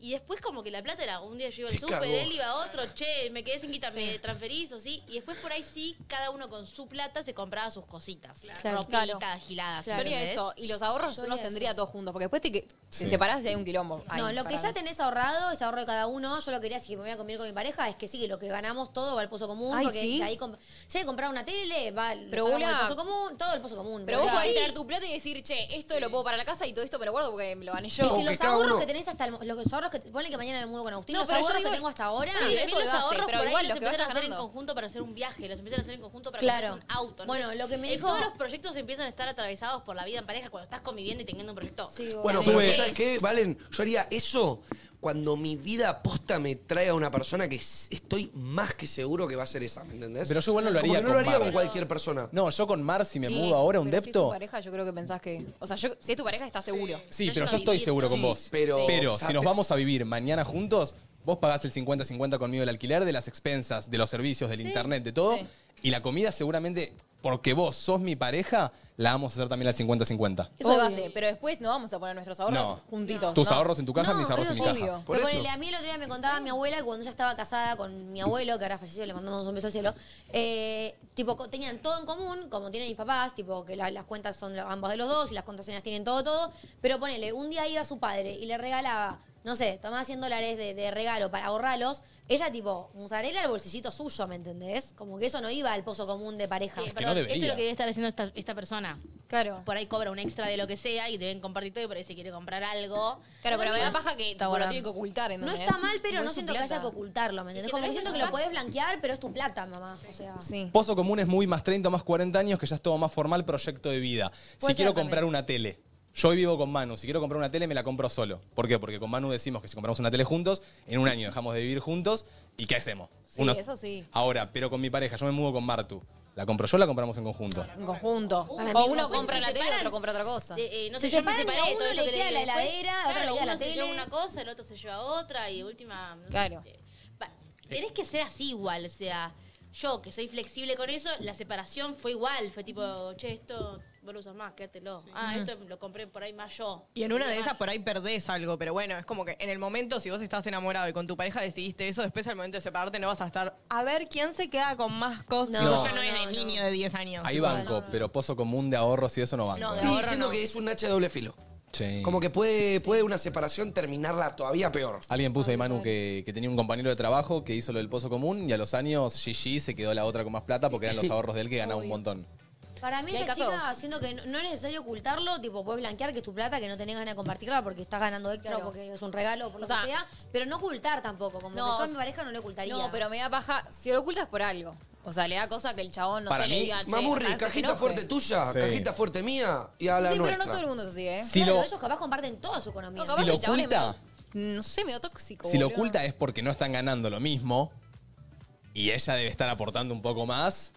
Y después como que la plata era, un día yo iba al
Te
súper,
cagó.
él iba a otro, che, me quedé sin quita, me transferís o sí. Y después por ahí sí, cada uno con su plata se compraba sus cositas.
Claro.
Ropita,
Claro.
giladas.
Yo haría
¿entendés?
eso. Y los ahorros
Yo
yo los
haría
tendría
eso.
todos juntos. Porque después te, que-
Sí.
te separás y hay un quilombo.
no,
Ay,
lo que
para
ya
mí.
tenés ahorrado es ahorro de cada uno. Yo lo quería, si me voy a convivir con mi pareja, es que sí, que lo que ganamos todo va al pozo común.
Ay,
porque
¿sí?
de ahí comp- si hay que comprar una tele, va al
Pero Gula-
pozo común, todo el pozo común.
Pero vos
boludo.
podés tener tu plata y decir, che, esto lo puedo para la casa y todo esto me lo guardo porque me lo gané yo.
Es que los ahorros que tenés hasta el, mo- los ahorros que ponle que mañana me mudo con Agustín,
No,
los
pero yo
ahorros
digo-
que tengo hasta ahora,
Sí,
Sí,
eso
también
de
los
base,
ahorros
pero
por
igual
ahí
lo
los empiezan
que
a
vayas
hacer en
ganando.
conjunto para hacer un viaje, los empiezan a hacer en conjunto para
Claro.
comprarse un auto.
Bueno, lo que me
Eh,
dijo-
Todos los proyectos empiezan a estar atravesados por la vida en pareja cuando estás conviviendo y teniendo un proyecto.
Bueno,
Sí.
pero ¿sabes qué, Valen? Yo haría eso cuando mi vida posta me traiga una persona que s- estoy más que seguro que va a ser esa, ¿me entendés?
Pero yo igual no lo
Como
haría
que no lo
con
haría
Mar.
con cualquier persona.
No, yo con Mar, si me
Sí,
mudo ahora a un
pero si es tu
depto.
pareja, yo creo que pensás que. O sea, yo- si es tu pareja, estás seguro.
Sí, pero yo estoy seguro con
Sí,
vos.
pero- o sea,
si nos
te-
vamos a vivir mañana juntos, vos pagás el 50-50 conmigo del alquiler, de las expensas, de los servicios, del
Sí,
internet, de todo. Y la comida seguramente, porque vos sos mi pareja, la vamos a hacer también al 50-50.
Eso de base, pero después no vamos a poner nuestros ahorros
No.
juntitos.
Tus
¿no?
ahorros en tu caja,
No,
mis ahorros
eso
en mi
Ah,
es
caja.
obvio.
Por
Pero
eso.
ponele, a mí el otro día me contaba mi abuela que cuando ella estaba casada con mi abuelo, que ahora falleció, le mandamos un beso al cielo, eh, tipo, co- tenían todo en común, como tienen mis papás, tipo, que la- las cuentas son lo- ambas de los dos y las contraseñas tienen todo, todo. Pero ponele, un día iba su padre y le regalaba no sé, tomás 100 dólares de, de regalo para ahorrarlos, ella tipo, musarela al bolsillito suyo, ¿me entendés? Como que eso no iba al pozo común de pareja.
que Perdón, no debería. esto es lo que debe estar haciendo esta, esta persona.
Claro.
Por ahí cobra un extra de lo que sea y deben compartir todo y por ahí se quiere comprar algo.
Claro, pero me da paja que
Está
tipo, lo
guardando.
tiene que ocultar.
No
¿entendés?
está mal, pero
Porque
no
es su
siento que
plata.
haya que ocultarlo, ¿me entendés?
que
Como que
tal vez
siento
es
que
un
lo podés blanquear, pero es tu plata, mamá. O sea,
sí.
Pozo común es muy más 30, más 40 años, que ya es todo más formal, proyecto de vida.
Puede ser
Si quiero
también.
comprar una tele, yo hoy vivo con Manu, si quiero comprar una tele me la compro solo. ¿Por qué? Porque con Manu decimos que si compramos una tele juntos, en un año dejamos de vivir juntos y ¿qué hacemos?
Sí,
Unos-
eso sí.
Ahora, pero con mi pareja, yo me mudo con Martu. ¿La compro yo o la compramos en conjunto?
En conjunto.
Para mí
o
no,
uno
pues,
compra
si
la
se
tele y
separan,
otro compra otra cosa.
Eh, eh, no
Se
sé, yo me
separan,
separé
a
de todo
uno
esto
le
que
queda
leí
la
después.
heladera, a otro
Claro,
le queda la
uno se lleva
tele.
una cosa, el otro se lleva otra y última. no sé,
Claro.
eh, pa- Tenés que ser así igual, o sea, yo que soy flexible con eso, la separación fue igual, fue tipo, che, esto vos lo usas más, quédatelo. Ah, esto lo compré por ahí más yo.
Y en una de esas por ahí perdés algo, pero bueno, es como que en el momento, si vos estás enamorado y con tu pareja decidiste eso, después al momento de separarte no vas a estar a ver quién se queda con más cosas.
No,
Tipo, ya no,
no,
es de niño de 10 años.
Ahí
tipo,
banco, pero pozo común de ahorros y eso no banco.
No, de
¿eh?
Estoy diciendo que es un hacha de doble filo.
Sí.
Como que puede, puede una separación terminarla todavía peor.
Alguien puso ahí, Manu, que, que tenía un compañero de trabajo que hizo lo del pozo común y a los años Gigi se quedó la otra con más plata porque eran los ahorros de él que ganaba un montón.
Para mí
Y hay
esta
casos.
chica, siento que no, no es necesario ocultarlo, tipo, puedes blanquear que es tu plata, que no tenés ganas de compartirla porque estás ganando extra,
Claro.
porque es un regalo, por lo
O sea,
que sea, pero no ocultar tampoco, como
no,
que yo a
o
mi
sea,
pareja no le ocultaría.
No, pero me da paja. Si lo ocultas por algo. O sea, le da cosa que el chabón no
Para
se le
mí,
diga. che,
Mamurri,
¿sabes que se
cajita
enoje?
fuerte tuya,
Sí.
cajita fuerte mía y a la
Sí, pero
nuestra.
no todo el mundo es así, ¿eh?
Si
claro,
lo-
ellos capaz comparten toda su economía.
No, capaz
si lo
el chabón es
oculta,
medio- no sé, medio tóxico.
si lo
boludo.
oculta es porque no están ganando lo mismo y ella debe estar aportando un poco más.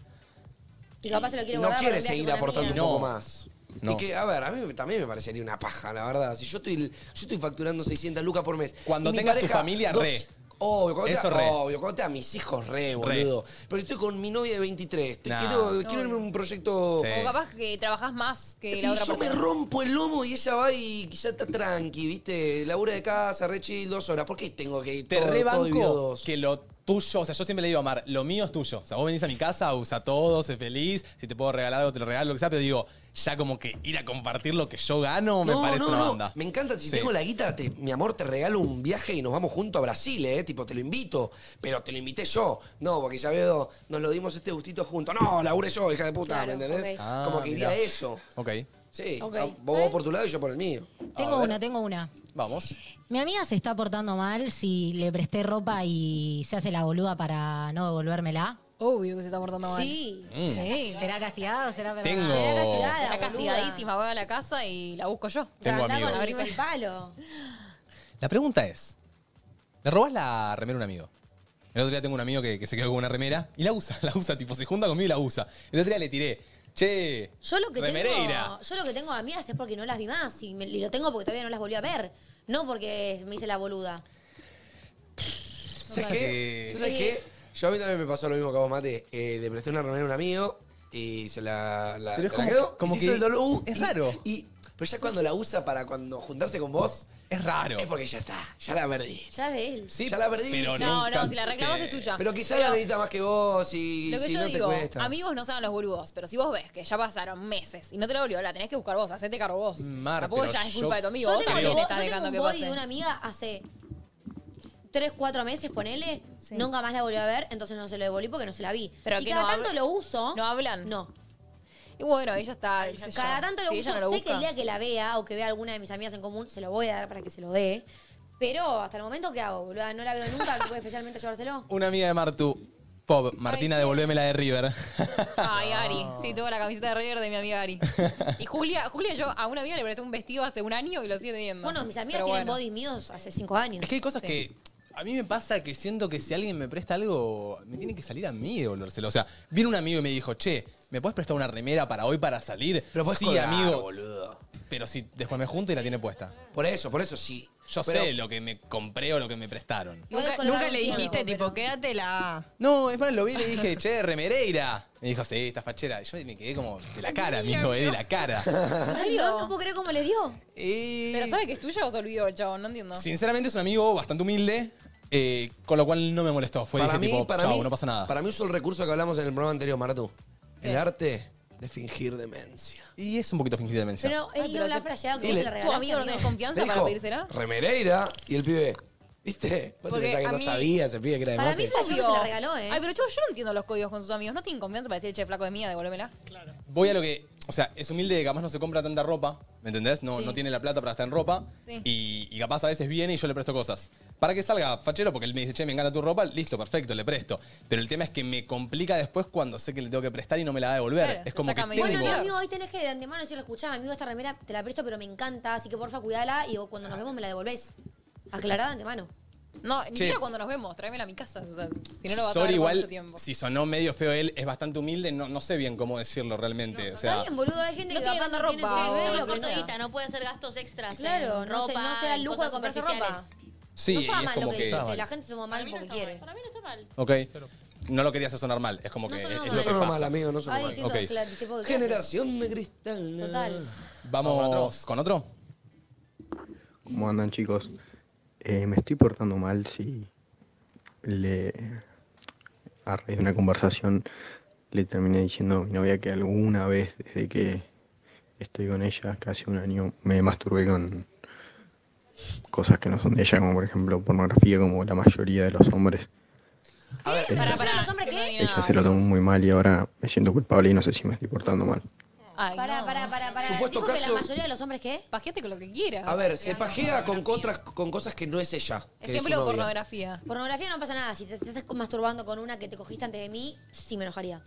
Y capaz se lo quiere
no
guardar
quiere
para un viaje
seguir
con una
aportando un
amiga.
poco más.
No.
Y que, a ver, a mí también me parecería una paja, la verdad. Si yo estoy, yo estoy facturando 600 lucas por mes.
Cuando
y mi
tengas tu
pareja,
familia,
dos-
re.
Obvio, cuando
Eso
te,
re.
obvio, cuando te a mis hijos, re, boludo. Pero estoy con mi novia de 23. Te
Nah.
quiero,
No.
quiero irme a un proyecto...
Sí.
O capaz que trabajás más que
eh. Y
la otra
yo me
persona.
rompo el lomo y ella va y ya está tranqui, ¿viste? Labura de casa, re chill, dos horas. ¿Por qué tengo que ir
Te
todo, todo dividido
rebanco
dos?
que lo tuyo, o sea, yo siempre le digo a Mar, lo mío es tuyo. O sea, vos venís a mi casa, usa todo, sé feliz, si te puedo regalar algo, te lo regalo, lo que sea, pero digo, ya como que ir a compartir lo que yo gano me parece una banda.
Me encanta. Si
Sí.
tengo la guita, te- mi amor, te regalo un viaje y nos vamos juntos a Brasil, ¿eh? Tipo, te lo invito. Pero te lo invité yo. No, porque ya veo, nos lo dimos este gustito juntos. No, laburé yo, hija de puta,
Claro,
¿me entendés?
ok.
Ah,
Como que iría
mirá.
eso.
Ok,
Sí.
Ok.
Ah, Vos, vos por tu lado y yo por el mío.
Tengo una, tengo una.
vamos.
Mi amiga se está portando mal si le presté ropa y se hace la boluda para no devolvérmela.
Obvio que se está portando mal.
Sí.
Mm.
Sí.
¿Será castigada o será perdonada?
Tengo-
Será castigada.
castigada,
boluda.
Será castigadísima, voy a la casa y la busco yo.
Tengo
Andá con
amigos.
el el palo.
La pregunta es, ¿le robás la remera a un amigo? El otro día tengo un amigo que, que se quedó con una remera y la usa, la usa, tipo, se junta conmigo y la usa. El otro día le tiré, che,
Yo lo que
remereira.
tengo, yo lo que tengo de amigas es porque no las vi más y, me- y lo tengo porque todavía no las volví a ver, no porque me hice la boluda.
¿Sabes qué?
Sí.
¿Sabes qué? Yo a mí también me pasó lo mismo que a vos, Mate. Eh, le presté una reunión a un amigo y se la, la,
Pero es
se la
como-
quedó,
como
y se
que-
hizo el dolor. Uh,
es
y-
raro.
Y, pero ya cuando la usa para cuando juntarse con vos,
Es raro.
es porque ya está, ya la perdí.
Ya es de él.
Sí,
ya la perdí.
pero
No,
nunca-
no, si la reclamas es tuya.
Pero quizá
Pero
la necesita más que vos y
Lo que
si
yo
no
digo,
te cuesta.
amigos no sean los boludos, pero si vos ves que ya pasaron meses y no te la volvió, la tenés que buscar vos, hacete cargo vos.
Mar,
Tampoco
pero
ya es
yo-
culpa de tu amigo,
Mm, Yo
vos
tengo,
también
un bo-
estás
yo tengo
dejando
un
que
body de
pase.
una amiga hace tres, cuatro meses, ponele, nunca más la volví a ver, entonces no se lo devolví porque no se la vi.
Pero
y
que
cada
no hab-
tanto lo uso.
No hablan.
No.
Y bueno, ella está. qué sé
Cada
yo.
tanto lo
Si
uso,
ella no lo
sé que el
busca.
día que la vea o que vea alguna de mis amigas en común, se lo voy a dar para que se lo dé. Pero hasta el momento, ¿qué hago, boluda? No la veo nunca, ¿puedo especialmente llevárselo?
Una amiga de Martu, Pop, Martina, devolveme la de River.
Ay, Ari. Sí, tengo la camiseta de River de mi amiga Ari. Y Julia, Julia, yo a una amiga le presté un vestido hace un año y lo sigue teniendo.
Bueno, mis amigas
Pero
tienen
bueno.
bodies míos hace cinco años.
es que hay cosas
Sí.
que a mí me pasa que siento que si alguien me presta algo, me tiene que salir a mí devolvérselo. O sea, vino un amigo y me dijo, che, ¿me puedes prestar una remera para hoy para salir?
Pero podés
sí,
colgar,
amigo.
boludo.
Pero si después me junto y la tiene puesta.
Por eso, por eso sí.
Yo
Pero-
sé lo que me compré o lo que me prestaron.
Voy a
Nunca,
colgar
nunca
un
le
tiempo,
dijiste,
pero-
tipo, quédatela.
No, es más, lo vi y le dije, che, remereira. Me dijo, sí, esta fachera. Y yo me quedé como de la cara, amigo, eh, de la cara.
Ay, no, no puedo creer cómo le dio.
Y-
Pero ¿sabe que es tuya o se olvidó el chabón? No entiendo.
Sinceramente es un amigo bastante humilde, eh, con lo cual no me molestó. Fue
para
dije,
mí,
tipo,
para
chau,
mí,
no pasa nada.
Para mí uso el recurso que hablamos en el programa anterior, Martu. El arte de fingir demencia.
Y es un poquito fingir demencia.
Pero él no la ha frasheado, que
¿Tu
se la regalaste,
amigo no
amigo.
tenés confianza
Le
para
dijo,
pedírsela?
Remereira y el pibe. ¿Viste? ¿Vos te
Porque
pensás que
a
no
mí-
sabía ese pibe que era de
Para mí
mate?
flasheó.
se la regaló, ¿eh?
Ay, pero yo, yo no entiendo los códigos con sus amigos. ¿No tienen confianza para decir, che, flaco de mía, devuélvemela? Claro.
Voy a lo que. O sea, es humilde, capaz no se compra tanta ropa, ¿me entendés? No, no tiene la plata para gastar en ropa.
Sí.
Y, y capaz a veces viene y yo le presto cosas. Para que salga fachero, porque él me dice, che, me encanta tu ropa, listo, perfecto, le presto. Pero el tema es que me complica después cuando sé que le tengo que prestar y no me la va a devolver.
Claro,
es como que
sácame
tengo.
Bueno, no, amigo, hoy tenés que de antemano decirle, escuchame, amigo, esta remera te la presto, pero me encanta, así que porfa, cuidala y cuando nos vemos me la devolvés. Aclarada de antemano.
No, ni
Che.
siquiera cuando nos vemos, tráemela a mi casa. O sea, si no lo va a
Sorry,
traer por
igual,
mucho tiempo.
si sonó medio feo él, es bastante humilde, no, no sé bien cómo decirlo realmente. o sea,
Está bien, boludo, hay gente
No
que
tiene
capaz
tanta ropa,
tiene
o-
que ver,
no
lo que
corta
sea.
guita, no puede hacer gastos extras.
Claro,
en
no se-
ropa,
no se da el
en
lujo
cosas
de comprarse
superficiales.
ropa.
sí,
no está
es
mal
como
lo
que.
que, dijiste, la gente se toma mal porque quiere. Para
mí no está mal.
Ok. No lo querías hacer sonar mal, es como que. es
mal.
lo que
No sonó
pasa.
mal, amigo, no sonó
Hay
mal.
distintos
Ok.
cla- tipos de cosas.
Generación de cristal.
Total.
Vamos con otro.
¿Cómo andan chicos? Eh, me estoy portando mal si le a raíz de una conversación le terminé diciendo a mi novia que alguna vez desde que estoy con ella, casi un año, me masturbé con cosas que no son de ella, como por ejemplo pornografía, como la mayoría de los hombres.
Para, para, los hombres qué?
Ella se lo tomó muy mal y ahora me siento culpable y no sé si me estoy portando mal.
Para, para, para, para.
Supuesto
Dijo que la
caso-
mayoría de los hombres qué?
Pajeate con lo que quieras.
A ver, se pajea con, otras, con cosas que no es ella. Que es su
Ejemplo,
novia.
pornografía.
Pornografía no pasa nada. Si te, te estás masturbando con una que te cogiste antes de mí, sí me enojaría.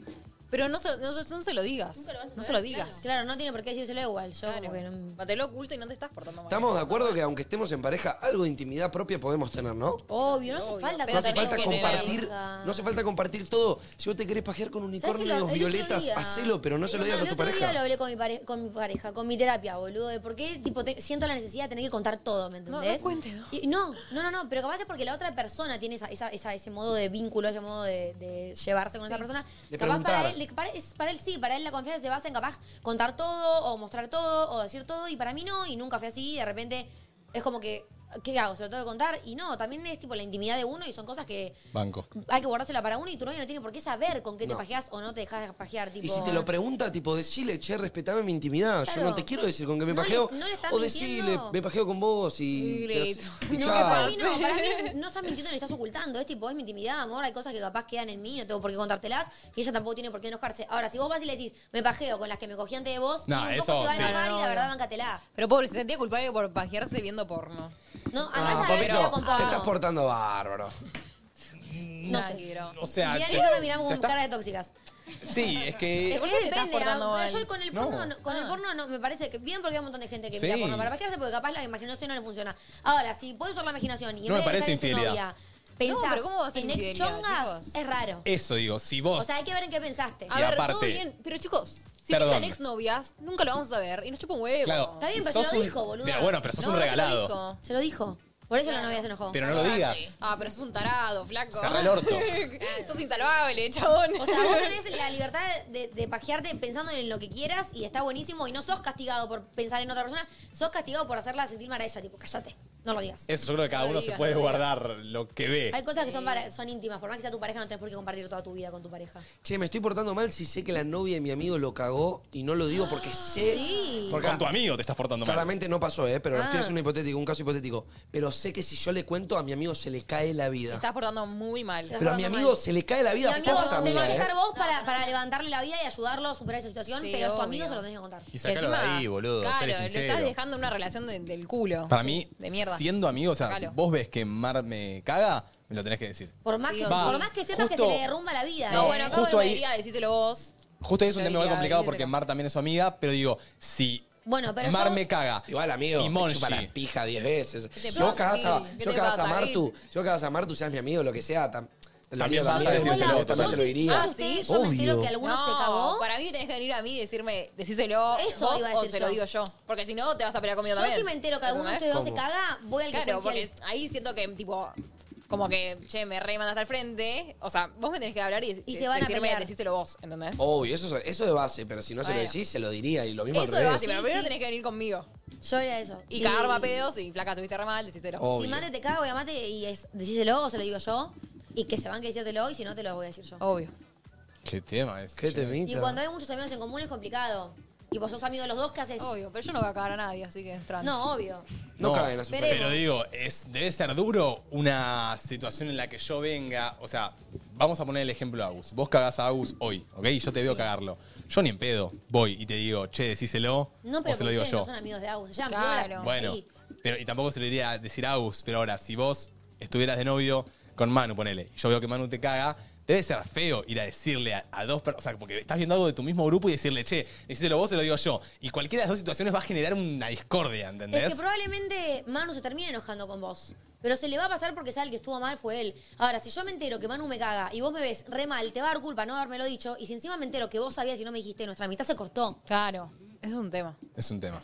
Pero no se, no, no se lo digas. no se lo digas.
Claro, no tiene por qué decírselo igual. Yo como que no...
Mantelo oculto y no te estás portando mal.
Estamos de acuerdo que aunque estemos en pareja, algo de intimidad propia podemos tener, ¿no?
Obvio, no hace falta.
no hace
tenés
falta
que
compartir,
tener-
no hace falta compartir todo. Si vos te querés pajear con
¿Sabes que
unicornios
lo- el otro
violetas,
día-
hacelo, pero no se lo digas
No,
a
el
tu
otro día lo
pareja.
hablé con mi, pare- con mi pareja, con mi terapia, boludo. De por qué tipo, te- siento la necesidad de tener que contar todo, ¿me
no
entendés?
cuentes, no.
Y- no, no, no, no, pero capaz es porque la otra persona tiene esa, esa- esa- ese modo de vínculo, ese modo de, de llevarse con esa persona.
De
capaz para
preguntar.
él, le- para, es- para él sí, para él la confianza se basa en capaz contar todo o mostrar todo o decir todo y para mí no, y nunca fue así. y de repente es como que, ¿qué hago? ¿Se lo tengo que contar? Y no, también es tipo la intimidad de uno y son cosas que
Banco.
hay que guardársela para uno y tu novia no tiene por qué saber con qué te
No.
pajeás o no te dejas pajear. Tipo,
Y si te lo pregunta, tipo, decile, che, respetame mi intimidad. Yo
Claro.
no te quiero decir con qué me
No le-
pajeo.
no le estás
o decile,
mintiendo.
me pajeo con vos y. te
Listo.
haces
No,
pichar.
para mí no, para mí no estás mintiendo ni estás ocultando. Es tipo, es mi intimidad, amor. Hay cosas que capaz quedan en mí, no tengo por qué contártelas. Y ella tampoco tiene por qué enojarse. Ahora, si vos vas y le decís, me pajeo con las que me cogí antes de vos,
Nah,
y un poco
eso
se va a
sí.
enojar
No,
y
no,
la verdad,
no.
bancatela.
Pero pobre, se sentía culpable por pajearse viendo porno.
No, andás
Ah,
a ver si era con
papito, te
porno.
estás portando bárbaro.
No sé.
O sea,
Bien,
Ah, te-
eso lo miramos con
te Eh, está-
cara de tóxicas.
Sí, es que.
Es que
te estás
depende.
portando
ah,
mal?
Yo con el
No. Ah.
porno, no- con el porno no, me parece que bien porque hay un montón de gente que
Sí.
mira porno para pajearse porque capaz la imaginación no le funciona. Ahora, si puedes usar la imaginación y en
No me
vez de estar
parece
en tu
infidelidad.
novia,
No,
pensás
pero ¿cómo va a ser
en ex
infidelidad,
chongas,
chicos?
es raro.
Eso digo, si vos.
O sea, hay que ver en qué pensaste.
A Y ver, todo aparte-
bien, pero chicos, si
Perdón.
piensan exnovias, nunca lo vamos a ver y nos chupa un huevo.
Claro. Está bien, pero se lo Sos un- dijo, boluda. Pero bueno, pero sos un
no se lo
regalado.
dijo.
Se lo dijo. Por eso la novia se enojó.
Pero no lo digas.
Ah, pero sos un tarado, flaco.
Cerrá el orto.
sos insalvable, chabón.
O sea, vos tenés la libertad de, de pajearte pensando en lo que quieras y está buenísimo y no sos castigado por pensar en otra persona, sos castigado por hacerla sentir mal a ella, tipo, cállate, no lo digas.
Eso yo creo que cada
No
uno
digas,
se puede
no digas.
guardar lo que ve.
Hay cosas que son, para- son íntimas, por más que sea tu pareja, no tenés por qué compartir toda tu vida con tu pareja.
Che, me estoy portando mal si sé que la novia de mi amigo lo cagó y no lo digo porque sé.
Sí.
Porque
Con tu amigo te estás portando mal.
Claramente no pasó, ¿eh? Pero lo estoy
Ah.
haciendo hipotético, un caso hipotético. Pero sé que si yo le cuento, a mi amigo se le cae la
Te
vida.
estás portando muy mal.
Pero a mi amigo se le cae la vida
Y amigo,
posta,
tenés
amiga,
que
¿eh?
estar vos para, para levantarle la vida y ayudarlo a superar esa situación,
Sí,
pero a tu amigo
obvio.
se lo tenés que contar.
Y sacalo de ahí, boludo,
Claro,
seré
lo
sincero.
estás dejando en una relación de- del culo.
Para
Sí,
mí,
De mierda.
siendo amigo, o sea,
Sacalo.
vos ves que Mar me caga, me lo tenés que decir.
Por más, que,
Va.
por más que sepas
Justo-
que se le derrumba la vida.
No,
¿eh?
bueno, acabo de Justo ahí-
Debería decírselo vos.
Justo ahí es un
Yo
tema igual
diría,
complicado
díselo.
porque Mar también es su amiga, pero digo, si
Bueno, pero
Mar
yo-
me caga.
Igual, amigo,
Y
me
Monchi.
chupa la pija 10 veces.
te
Si vos
pasa,
cagás a,
Gil?
si
¿Qué
vos
te
cagás a
pasa,
Martu, si vos cagás a Martu, seas mi amigo, lo que sea, tam- la
También
mierda
vas a
mía,
decírselo
yo
vos,
también se lo diría.
Ah, sí, yo me entero que alguno se cagó.
Para mí tenés que venir a mí y decirme, decíselo
Eso
vos
iba a
o
decir
te
yo.
lo digo yo. Porque si no, te vas a pelear conmigo
Yo
también.
si me entero que alguno de
¿Entendés?
ustedes dos se
¿Cómo?
caga, voy al que
Claro,
fue infiel.
porque ahí siento que, tipo, como que, che, me re mandaste al frente. O sea, vos me tenés que hablar y,
Y se van a
decirme,
pelear.
decíselo vos, ¿entendés?
Obvio, eso, es- eso de base, pero si no se lo
Bueno.
decís, se lo diría. Y lo mismo
Eso
al
es
revés.
básico, pero primero tenés que venir conmigo.
Yo era eso.
Y
Sí.
cagarme a pedos y flaca, tuviste re mal, decíselo.
Obvio.
Si mate te cago y amate y es, decíselo o se lo digo yo. Y que se van que decírtelo y si no te lo voy a decir yo.
Obvio.
Qué tema es. Qué
Y cuando hay muchos amigos en común es complicado. Y vos sos amigo de los dos, ¿qué haces? Obvio, pero yo no voy a cagar a nadie, así que No, obvio.
No caen
así. Esperemos.
Pero digo, es, debe ser duro una situación en la que yo venga. O sea, vamos a poner el ejemplo a Agus. Vos cagás a Agus hoy, ¿ok? Y yo te veo cagarlo. Yo ni en pedo voy y te digo, che, decíselo.
No,
o
pero
se lo digo
ustedes
yo.
no son amigos de Agus. Ya,
Claro.
Bueno, pero, y tampoco se lo iría a decir a Agus, pero ahora, si vos estuvieras de novio con Manu, ponele, y yo veo que Manu te caga, debe ser feo ir a decirle a, a dos personas, o sea, porque estás viendo algo de tu mismo grupo y decirle, che, decíselo vos, se lo digo yo. Y cualquiera de las dos situaciones va a generar una discordia, ¿entendés?
Es que probablemente Manu se termine enojando con vos. Pero se le va a pasar porque sabe el que estuvo mal fue él. Ahora, si yo me entero que Manu me caga y vos me ves re mal, te va a dar culpa no habérmelo dicho. Y si encima me entero que vos sabías y no me dijiste, nuestra amistad se cortó. Claro.
Es un tema.
Es un tema.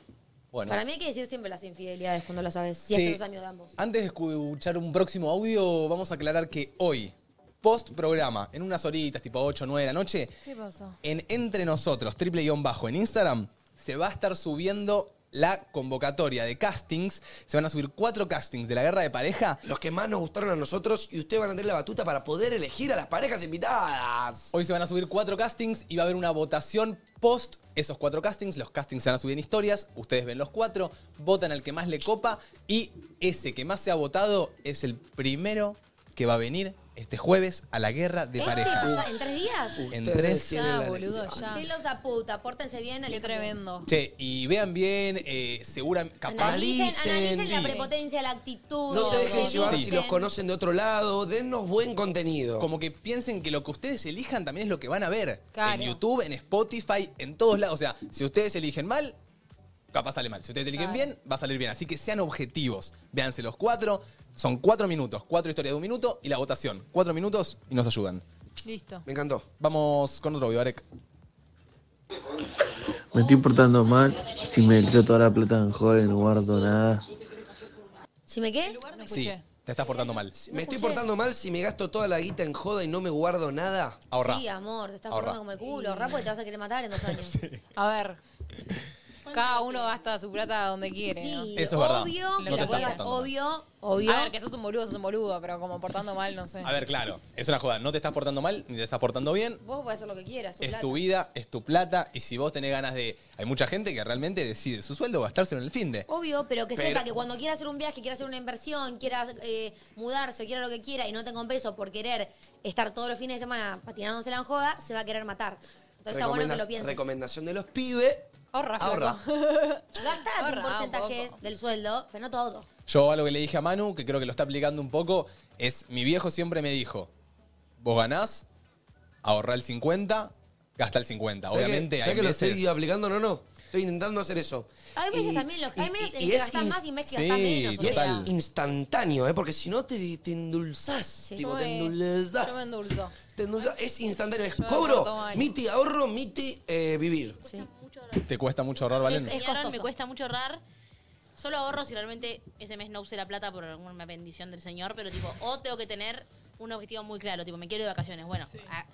Bueno.
Para mí hay que decir siempre las infidelidades cuando lo sabes. Si
Sí.
es que sos amigo de ambos.
Antes de escuchar un próximo audio, vamos a aclarar que hoy, post programa, en unas horitas, tipo 8 o 9 de la noche,
¿Qué pasó?
en Entre Nosotros, triple guión bajo, en Instagram, se va a estar subiendo la convocatoria de castings. Se van a subir cuatro castings de la guerra de pareja.
Los que más nos gustaron a nosotros y ustedes van a tener la batuta para poder elegir a las parejas invitadas.
Hoy se van a subir cuatro castings y va a haber una votación post esos cuatro castings. Los castings se van a subir en historias. Ustedes ven los cuatro, votan al que más le copa y ese que más se ha votado es el primero que va a venir este jueves a la guerra de
¿Este
parejas.
pasa en tres días?
En tres.
Ya, boludo, ya. Filos a puta, pórtense bien, Qué tremendo.
Che, y vean bien, eh, segura, capaz.
Analicen, analicen la
Sí.
prepotencia, la actitud.
No se dejen
analicen.
llevar si los conocen de otro lado. Dennos buen contenido.
Como que piensen que lo que ustedes elijan también es lo que van a ver.
Claro.
En YouTube, en Spotify, en todos lados. O sea, si ustedes eligen mal, capaz sale mal. Si ustedes eligen
Claro.
bien, va a salir bien. Así que sean objetivos. Véanse los cuatro. Son cuatro minutos. Cuatro historias de un minuto y la votación. Cuatro minutos y nos ayudan.
Listo.
Me encantó. Vamos con otro video, Arek.
Me estoy portando mal si me quito toda la plata en Hall y no guardo nada.
¿Si me qué?
Sí, te estás portando mal.
¿Me estoy portando mal si me gasto toda la guita en joda y no me guardo nada?
Sí, amor, te estás
Ahorra.
portando como el culo. Rapo, te vas a querer matar en dos años.
A ver. Cada uno gasta su plata donde quiere. Sí,
Eso es verdad.
obvio
No
que
te
la
estás
hueva-
portando mal.
obvio, obvio.
A ver, que sos un boludo, sos un boludo, pero como portando mal, no sé.
A ver, claro, es una joda. No te estás portando mal ni te estás portando bien.
Vos podés hacer lo que quieras, tu
Es
plata.
tu vida, es tu plata. Y si vos tenés ganas de. Hay mucha gente que realmente decide su sueldo gastárselo en el fin de.
Obvio, pero que
Pero-
sepa que cuando quiera hacer un viaje, quiera hacer una inversión, quiera eh, mudarse o quiera lo que quiera y no tenga un peso por querer estar todos los fines de semana patinándose la joda, se va a querer matar. Entonces está bueno que
Recomendas-
lo pienses.
Recomendación de los pibes.
Ahorra,
flaco. Ahorra.
Gastate un porcentaje del sueldo, pero no todo.
Yo algo que le dije a Manu, que creo que lo está aplicando un poco, es mi viejo siempre me dijo, vos ganás, ahorrá el 50, gasta el 50.
¿Sabés que-
Obviamente
sabés
hay
que lo
veces...
estoy aplicando no, no? Estoy intentando hacer eso.
Hay veces también los, hay meses en que gastás más y meses que gastás menos. o
Y es
sea.
instantáneo, ¿eh? Porque si no te, te endulzás. tipo,
Yo
te
me-
endulzás.
yo me endulzo.
Te endulzás. Es instantáneo. Es
Yo me porto
cobro,
mal.
miti ahorro, miti eh, vivir.
Te cuesta mucho ahorrar, Valen.
Y ahora me cuesta mucho ahorrar. Solo ahorro si realmente ese mes no usé la plata por alguna bendición del Señor, pero tipo, o tengo que tener un objetivo muy claro, tipo, me quiero ir de vacaciones. Bueno, ah,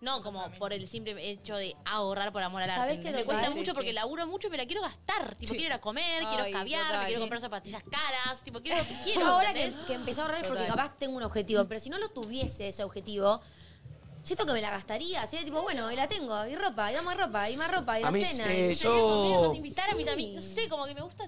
no como por el simple hecho de ahorrar por amor al arte.
¿Sabés qué
me
total?
cuesta
Sí,
mucho
sí.
porque laburo mucho y me la quiero gastar. Tipo, quiero ir a comer,
Ay,
quiero caviar,
total.
me quiero
Sí.
comprar zapatillas caras, tipo, quiero lo que quiero.
Yo ahora que,
¿entendés?
que empezó a ahorrar es porque
Total.
capaz tengo un objetivo, pero si no lo tuviese ese objetivo, siento que me la gastaría. Sería tipo, bueno, y la tengo, y ropa, y damos ropa, y más ropa, y
A
la
mí,
cena.
eh,
y-
yo...
Invitar a mis amigos, no sé, como que me gusta.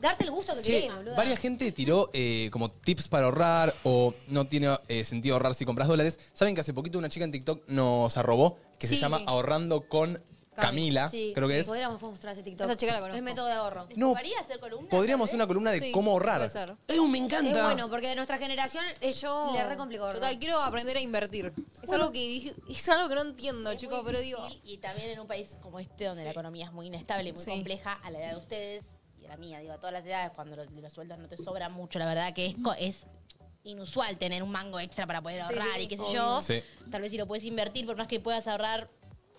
Darte el gusto que
Che,
querés, boludo.
varia gente tiró eh, como tips para ahorrar o no tiene eh, sentido ahorrar si compras dólares. Saben que hace poquito una chica en TikTok nos arrobó que se
Sí.
llama Ahorrando con Camila,
Sí,
creo que
y
es.
Podríamos mostrar ese TikTok.
Esa chica la
Es método de ahorro.
No,
hacer columna?
Podríamos hacer una columna de cómo ahorrar.
Eh, me encanta.
Es bueno, porque nuestra generación es yo.
Yo-
Le re complicó ahorrar.
Total, quiero aprender a invertir. Es algo que dije- es algo que no entiendo, chicos, pero digo.
Y también en un país como este, donde la economía es muy inestable y muy
Sí.
compleja, a la edad de ustedes y a la mía, digo, a todas las edades, cuando los, los sueldos no te sobran mucho, la verdad que es, co- es inusual tener un mango extra para poder
Sí,
ahorrar
sí,
y qué sé
obvio.
yo.
Sí.
Tal vez si lo puedes invertir, por más que puedas ahorrar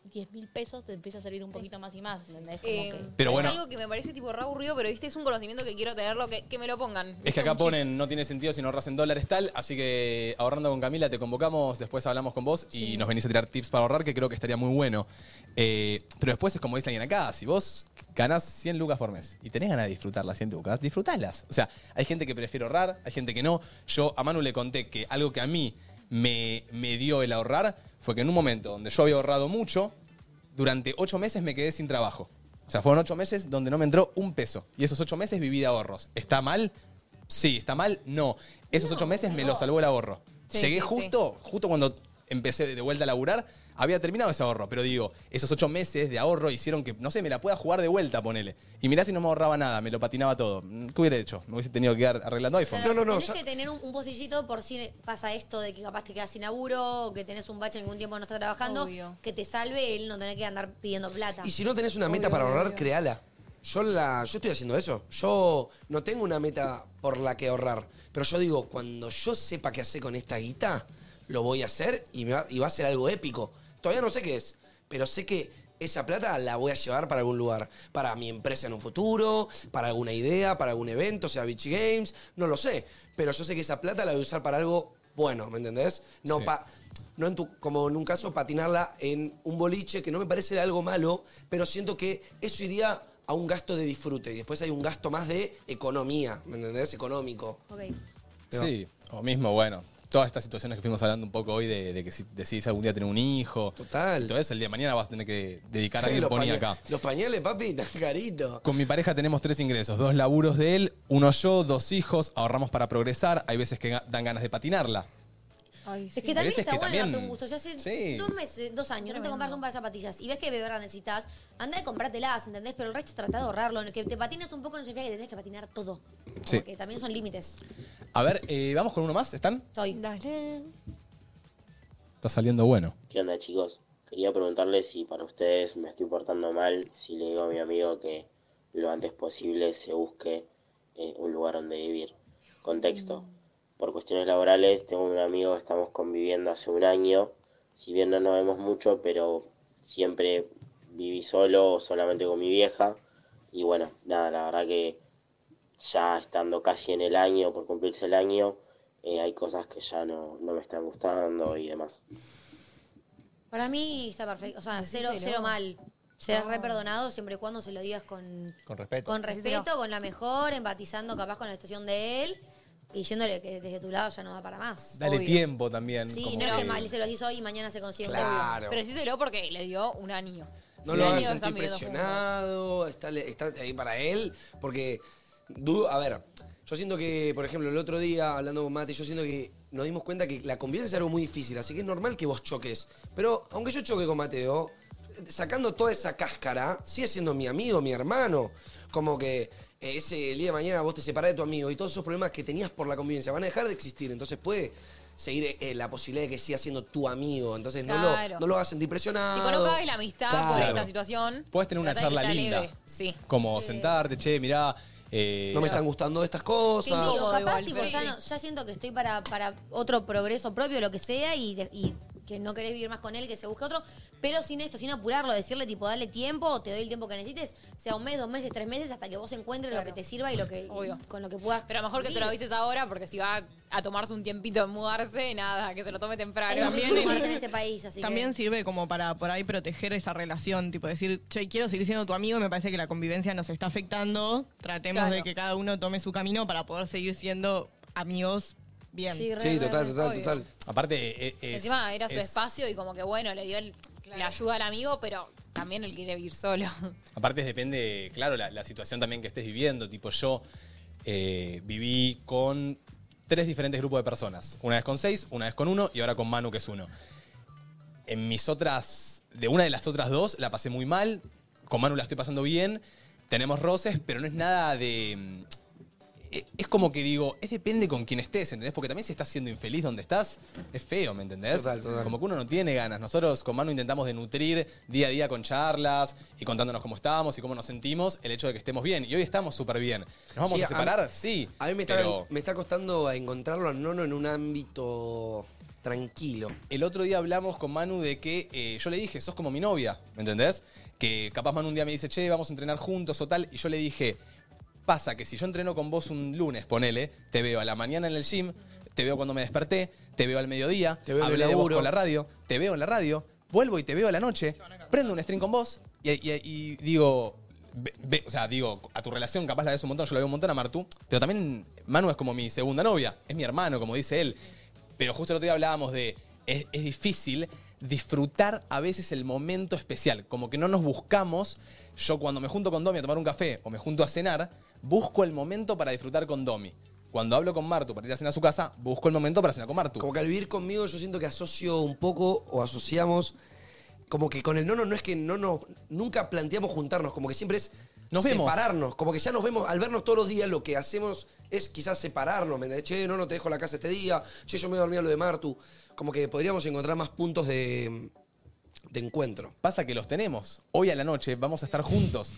10 mil pesos, te empieza a servir un poquito más y más. ¿entendés? Como
eh,
que-
Pero bueno.
Es algo que me parece tipo re aburrido, pero viste, es un conocimiento que quiero tenerlo, que, que me lo pongan.
Es que
Como
acá ponen, no tiene sentido si no ahorras en dólares tal, así que ahorrando con Camila te convocamos, después hablamos con vos y nos venís a tirar tips para ahorrar, que creo que estaría muy bueno. Eh, pero después es como dice alguien acá, si vos ganás 100 lucas por mes y tenés ganas de disfrutar las 100 lucas, disfrutalas. O sea, hay gente que prefiere ahorrar, hay gente que no. Yo a Manu le conté que algo que a mí me, me dio el ahorrar fue que en un momento donde yo había ahorrado mucho, durante ocho meses me quedé sin trabajo. O sea, fueron ocho meses donde no me entró un peso. Y esos ocho meses viví de ahorros. ¿Está mal? Sí, ¿está mal? No. Esos ocho meses me lo salvó el ahorro.
Sí,
Llegué
sí, sí.
justo, justo cuando empecé de vuelta a laburar, había terminado ese ahorro. Pero digo, esos ocho meses de ahorro hicieron que, no sé, me la pueda jugar de vuelta, ponele. Y mirá si no me ahorraba nada, me lo patinaba todo. ¿Qué hubiera hecho? Me hubiese tenido que quedar arreglando iPhones.
Claro, Tenés que tener un, un pocillito por si pasa esto de que capaz te quedas sin laburo, o que tenés un bache en algún tiempo no estás trabajando, que te salve el no tener que andar pidiendo plata.
Y si no tenés una meta para ahorrar, créala. Yo, la, yo estoy haciendo eso. Yo no tengo una meta por la que ahorrar. Pero yo digo, cuando yo sepa qué hacer con esta guita, lo voy a hacer y, me va, y va a ser algo épico. Todavía no sé qué es, pero sé que esa plata la voy a llevar para algún lugar. Para mi empresa en un futuro, para alguna idea, para algún evento, sea Beach Games, no lo sé. Pero yo sé que esa plata la voy a usar para algo bueno, ¿me entendés? No
Sí.
pa- no en tu- como en un caso, patinarla en un boliche, que no me parece algo malo, pero siento que eso iría a un gasto de disfrute. Y después hay un gasto más de economía, ¿me entendés? Económico.
Sí, o mismo, bueno, todas estas situaciones que fuimos hablando un poco hoy de, de que si decidís algún día tener un hijo.
Total.
Todo eso, el día de mañana vas a tener que dedicar a
Sí,
alguien
los,
ponía
paña-
acá.
los pañales, papi, tan carito.
Con mi pareja tenemos tres ingresos, dos laburos de él, uno yo, dos hijos, ahorramos para progresar, hay veces que ga- dan ganas de patinarla.
Es que también
Pero ese es
está
que
bueno
también-
darte un gusto. Ya hace
Sí.
dos meses, dos años, no te compras un par de zapatillas y ves que de verdad necesitas, anda y comprártelas, ¿entendés? Pero el resto trata de ahorrarlo. Que te patines un poco no significa que tenés que patinar todo.
Sí.
Porque también son límites.
A ver, eh, vamos con uno más, ¿están?
Estoy. Dale.
Está saliendo bueno.
¿Qué onda, chicos? Quería preguntarle si para ustedes me estoy portando mal, si le digo a mi amigo que lo antes posible se busque eh, un lugar donde vivir. Contexto. Por cuestiones laborales, tengo un amigo, estamos conviviendo hace un año. Si bien no nos vemos mucho, pero siempre viví solo o solamente con mi vieja. Y bueno, nada, la verdad que ya estando casi en el año, por cumplirse el año, eh, hay cosas que ya no, no me están gustando y demás.
Para mí está perfecto. O sea, cero,
Decíselo.
cero mal. Serás
No.
re perdonado siempre y cuando se lo digas con,
Con respeto.
con respeto, con la mejor, empatizando capaz con la situación de él y diciéndole que desde tu lado ya no da para más.
Dale tiempo también.
Sí,
como
no es que
que-
mal, se lo hizo hoy y mañana se consigue
Claro.
Pero decíselo porque le dio un anillo. Sí,
No lo
un
hagas
anillo
sentir
están viviendo
presionado, está, está ahí para él, porque, du- a ver, yo siento que, por ejemplo, el otro día, hablando con Mate, yo siento que nos dimos cuenta que la convivencia es algo muy difícil, así que es normal que vos choques. Pero, aunque yo choque con Mateo, sacando toda esa cáscara, sigue siendo mi amigo, mi hermano. Como que eh, ese el día de mañana vos te separás de tu amigo y todos esos problemas que tenías por la convivencia van a dejar de existir, entonces puede... Seguir eh, la posibilidad de que siga siendo tu amigo. Entonces no,
Claro.
lo, no lo hagas sentir presionado.
Tipo, no cagues la amistad por
Claro.
esta situación.
Puedes tener una
Tratá de que
charla
sea
linda.
leve. Sí.
Como sentarte, che, mirá. eh,
No me están gustando estas
Sí,
cosas.
digo, capaz
igual,
tipo,
pero
ya,
sí.
no- ya siento que estoy para, para otro progreso propio, lo que sea, y, de- y que no querés vivir más con él, que se busque otro, pero sin esto, sin apurarlo, decirle tipo, dale tiempo, te doy el tiempo que necesites, sea un mes, dos meses, tres meses, hasta que vos encuentres lo que te sirva y lo que y con lo que puedas.
Pero mejor que se lo avises ahora porque si va a tomarse un tiempito en mudarse, nada, que se lo tome temprano.
También en este país, así que-
También sirve como para por ahí proteger esa relación, tipo decir, che, quiero seguir siendo tu amigo, y me parece que la convivencia nos está afectando, tratemos
Claro.
de que cada uno tome su camino para poder seguir siendo amigos bien.
Sí, total, total,
obvio.
total.
Aparte, eh, es-
Encima era su
es-
espacio y como que bueno, le dio el- la ayuda al amigo, pero también él quiere vivir solo.
Aparte depende, claro, la, la situación también que estés viviendo. Tipo, yo eh, viví con tres diferentes grupos de personas. Una vez con seis, una vez con uno y ahora con Manu, que es uno. En mis otras, de una de las otras dos, la pasé muy mal. Con Manu la estoy pasando bien. Tenemos roces, pero no es nada de... mm, e- Es como que digo, es depende con quién estés, ¿entendés? Porque también si estás siendo infeliz donde estás, es feo, ¿me entendés?
Total, total.
Como que uno no tiene ganas. Nosotros con Manu intentamos de nutrir día a día con charlas y contándonos cómo estábamos y cómo nos sentimos, el hecho de que estemos bien. Y hoy estamos súper bien. ¿Nos vamos
Sí,
a separar?
mí-
sí.
A mí me está,
pero-
me está costando encontrarlo al nono en un ámbito tranquilo.
El otro día hablamos con Manu de que eh, yo le dije, sos como mi novia, ¿me entendés? Que capaz Manu un día me dice, che, vamos a entrenar juntos o tal, y yo le dije, pasa que si yo entreno con vos un lunes, ponele, te veo a la mañana en el gym, te veo cuando me desperté, te veo al mediodía, te
veo en el
de vos
laburo.
con la radio, te veo en la radio, vuelvo y te veo a la noche, prendo un stream con vos y, y- y digo... ve- ve- o sea, digo, a tu relación capaz la ves un montón, yo la veo un montón a Martu, pero también Manu es como mi segunda novia, es mi hermano, como dice él Pero justo el otro día hablábamos de. Es, es difícil disfrutar a veces el momento especial. Como que no nos buscamos. Yo cuando me junto con Domi a tomar un café o me junto a cenar, busco el momento para disfrutar con Domi. Cuando hablo con Martu para ir a cenar a su casa, busco el momento para cenar con Martu.
Como que al vivir conmigo yo siento que asocio un poco o asociamos como que con el nono no es que no nos nunca planteamos juntarnos, como que siempre es
Nos vemos.
separarnos, como que ya nos vemos, al vernos todos los días lo que hacemos es quizás separarnos, ¿me entendés? Che, no, no te dejo la casa este día, che, yo me voy a dormir a lo de Martu, como que podríamos encontrar más puntos de, de encuentro.
Pasa que los tenemos. Hoy a la noche vamos a estar juntos.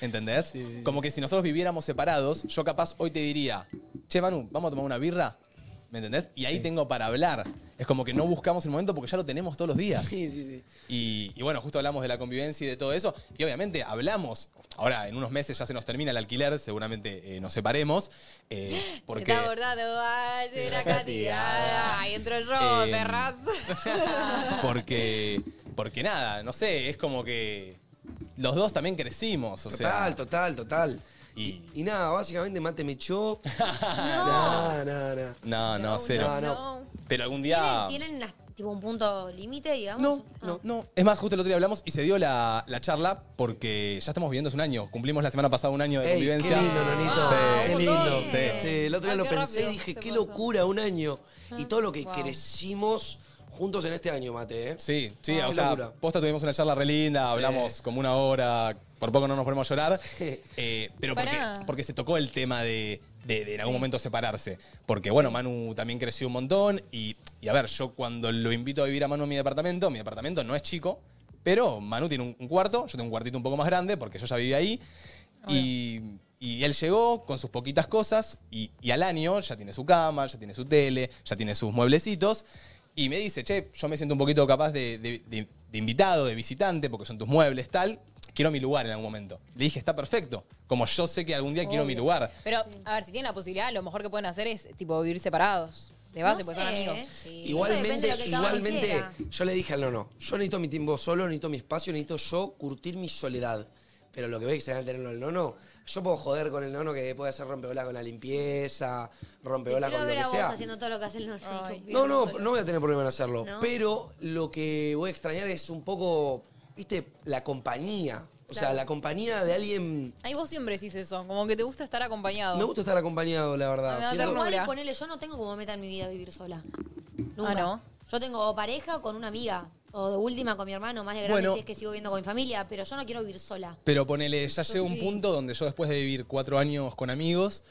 ¿Entendés? Como que si nosotros viviéramos separados, yo capaz hoy te diría, che, Manu, vamos a tomar una birra. ¿Me entendés? Y ahí tengo para hablar. Es como que no buscamos el momento porque ya lo tenemos todos los días.
Sí, sí, sí.
Y, y bueno, justo hablamos de la convivencia y de todo eso. Y obviamente hablamos. Ahora, en unos meses ya se nos termina el alquiler, seguramente eh, nos separemos. eh, porque.
Está bordado, ay, de la cantidad. Ahí entro yo,
Eh,
perras.
Porque. Porque nada, no sé, es como que. Los dos también crecimos, o sea.
Total, total, total.
Y,
y nada, básicamente Mate me echó.
No.
Nada, nada, nada.
No, no, cero.
No,
no.
Pero algún día.
¿Tienen las- tipo un punto límite, digamos? Ah. No,
no, no. Es más, justo el otro día hablamos y se dio la, la charla porque ya estamos viviendo hace un año. Cumplimos la semana pasada un año de
Ey,
convivencia.
Qué lindo, Nonito.
Sí.
qué lindo. Sí. el otro día
Ah, Ay,
lo
qué
pensé y
rápido
dije,
se
qué
pasó.
locura, un año. Y todo lo que
Wow.
crecimos juntos en este año, Mate, ¿eh?
Sí, sí,
Qué
o sea,
locura.
posta tuvimos una charla re linda, hablamos como una hora, por poco no nos ponemos a llorar. Eh, pero porque,
Pará.
porque se tocó el tema de, de- de en algún
Sí.
momento separarse. Porque, bueno, Manu también creció un montón y, y a ver, yo cuando lo invito a vivir a Manu a mi departamento, mi departamento no es chico, pero Manu tiene un, un cuarto, yo tengo un cuartito un poco más grande porque yo ya vivía ahí. Y, y él llegó con sus poquitas cosas y, y al año ya tiene su cama, ya tiene su tele, ya tiene sus mueblecitos. Y me dice, che, yo me siento un poquito capaz de, de- de- de invitado, de visitante, porque son tus muebles, tal. Quiero mi lugar en algún momento. Le dije, está perfecto. Como yo sé que algún día quiero mi
Obvio.
lugar.
Pero, a ver, si tienen la posibilidad, lo mejor que pueden hacer es, tipo, vivir separados. De base,
No
pues son
sé,
amigos.
¿eh? Eso
Igualmente,
depende de lo que cada uno
igualmente,
quiera.
yo le dije al nono, yo necesito mi tiempo solo, necesito mi espacio, necesito yo curtir mi soledad. Pero lo que veis que se van a tenerlo el nono, yo puedo joder con el nono que después de hacer rompeola con la limpieza,
Te
rompeola
quiero
con lo
ver a
que
vos
sea.
haciendo todo lo que hace el nono.
No, no, no voy a tener problema en hacerlo.
¿No?
Pero lo que voy a extrañar es un poco, viste, la compañía. O sea,
Claro.
la compañía de alguien.
Ahí vos siempre decís eso, como que te gusta estar acompañado.
Me gusta estar acompañado, la verdad.
Me da
Siento-
ternura.
Igual, ponele, yo no tengo como meta en mi vida vivir sola. Nunca.
Ah, ¿no?
Yo tengo o pareja o con una amiga. O de última con mi hermano, más de grande
Bueno.
si es que sigo viviendo con mi familia. Pero yo no quiero vivir sola.
Pero ponele, ya
Yo
llega un
sí.
punto donde yo después de vivir cuatro años con amigos,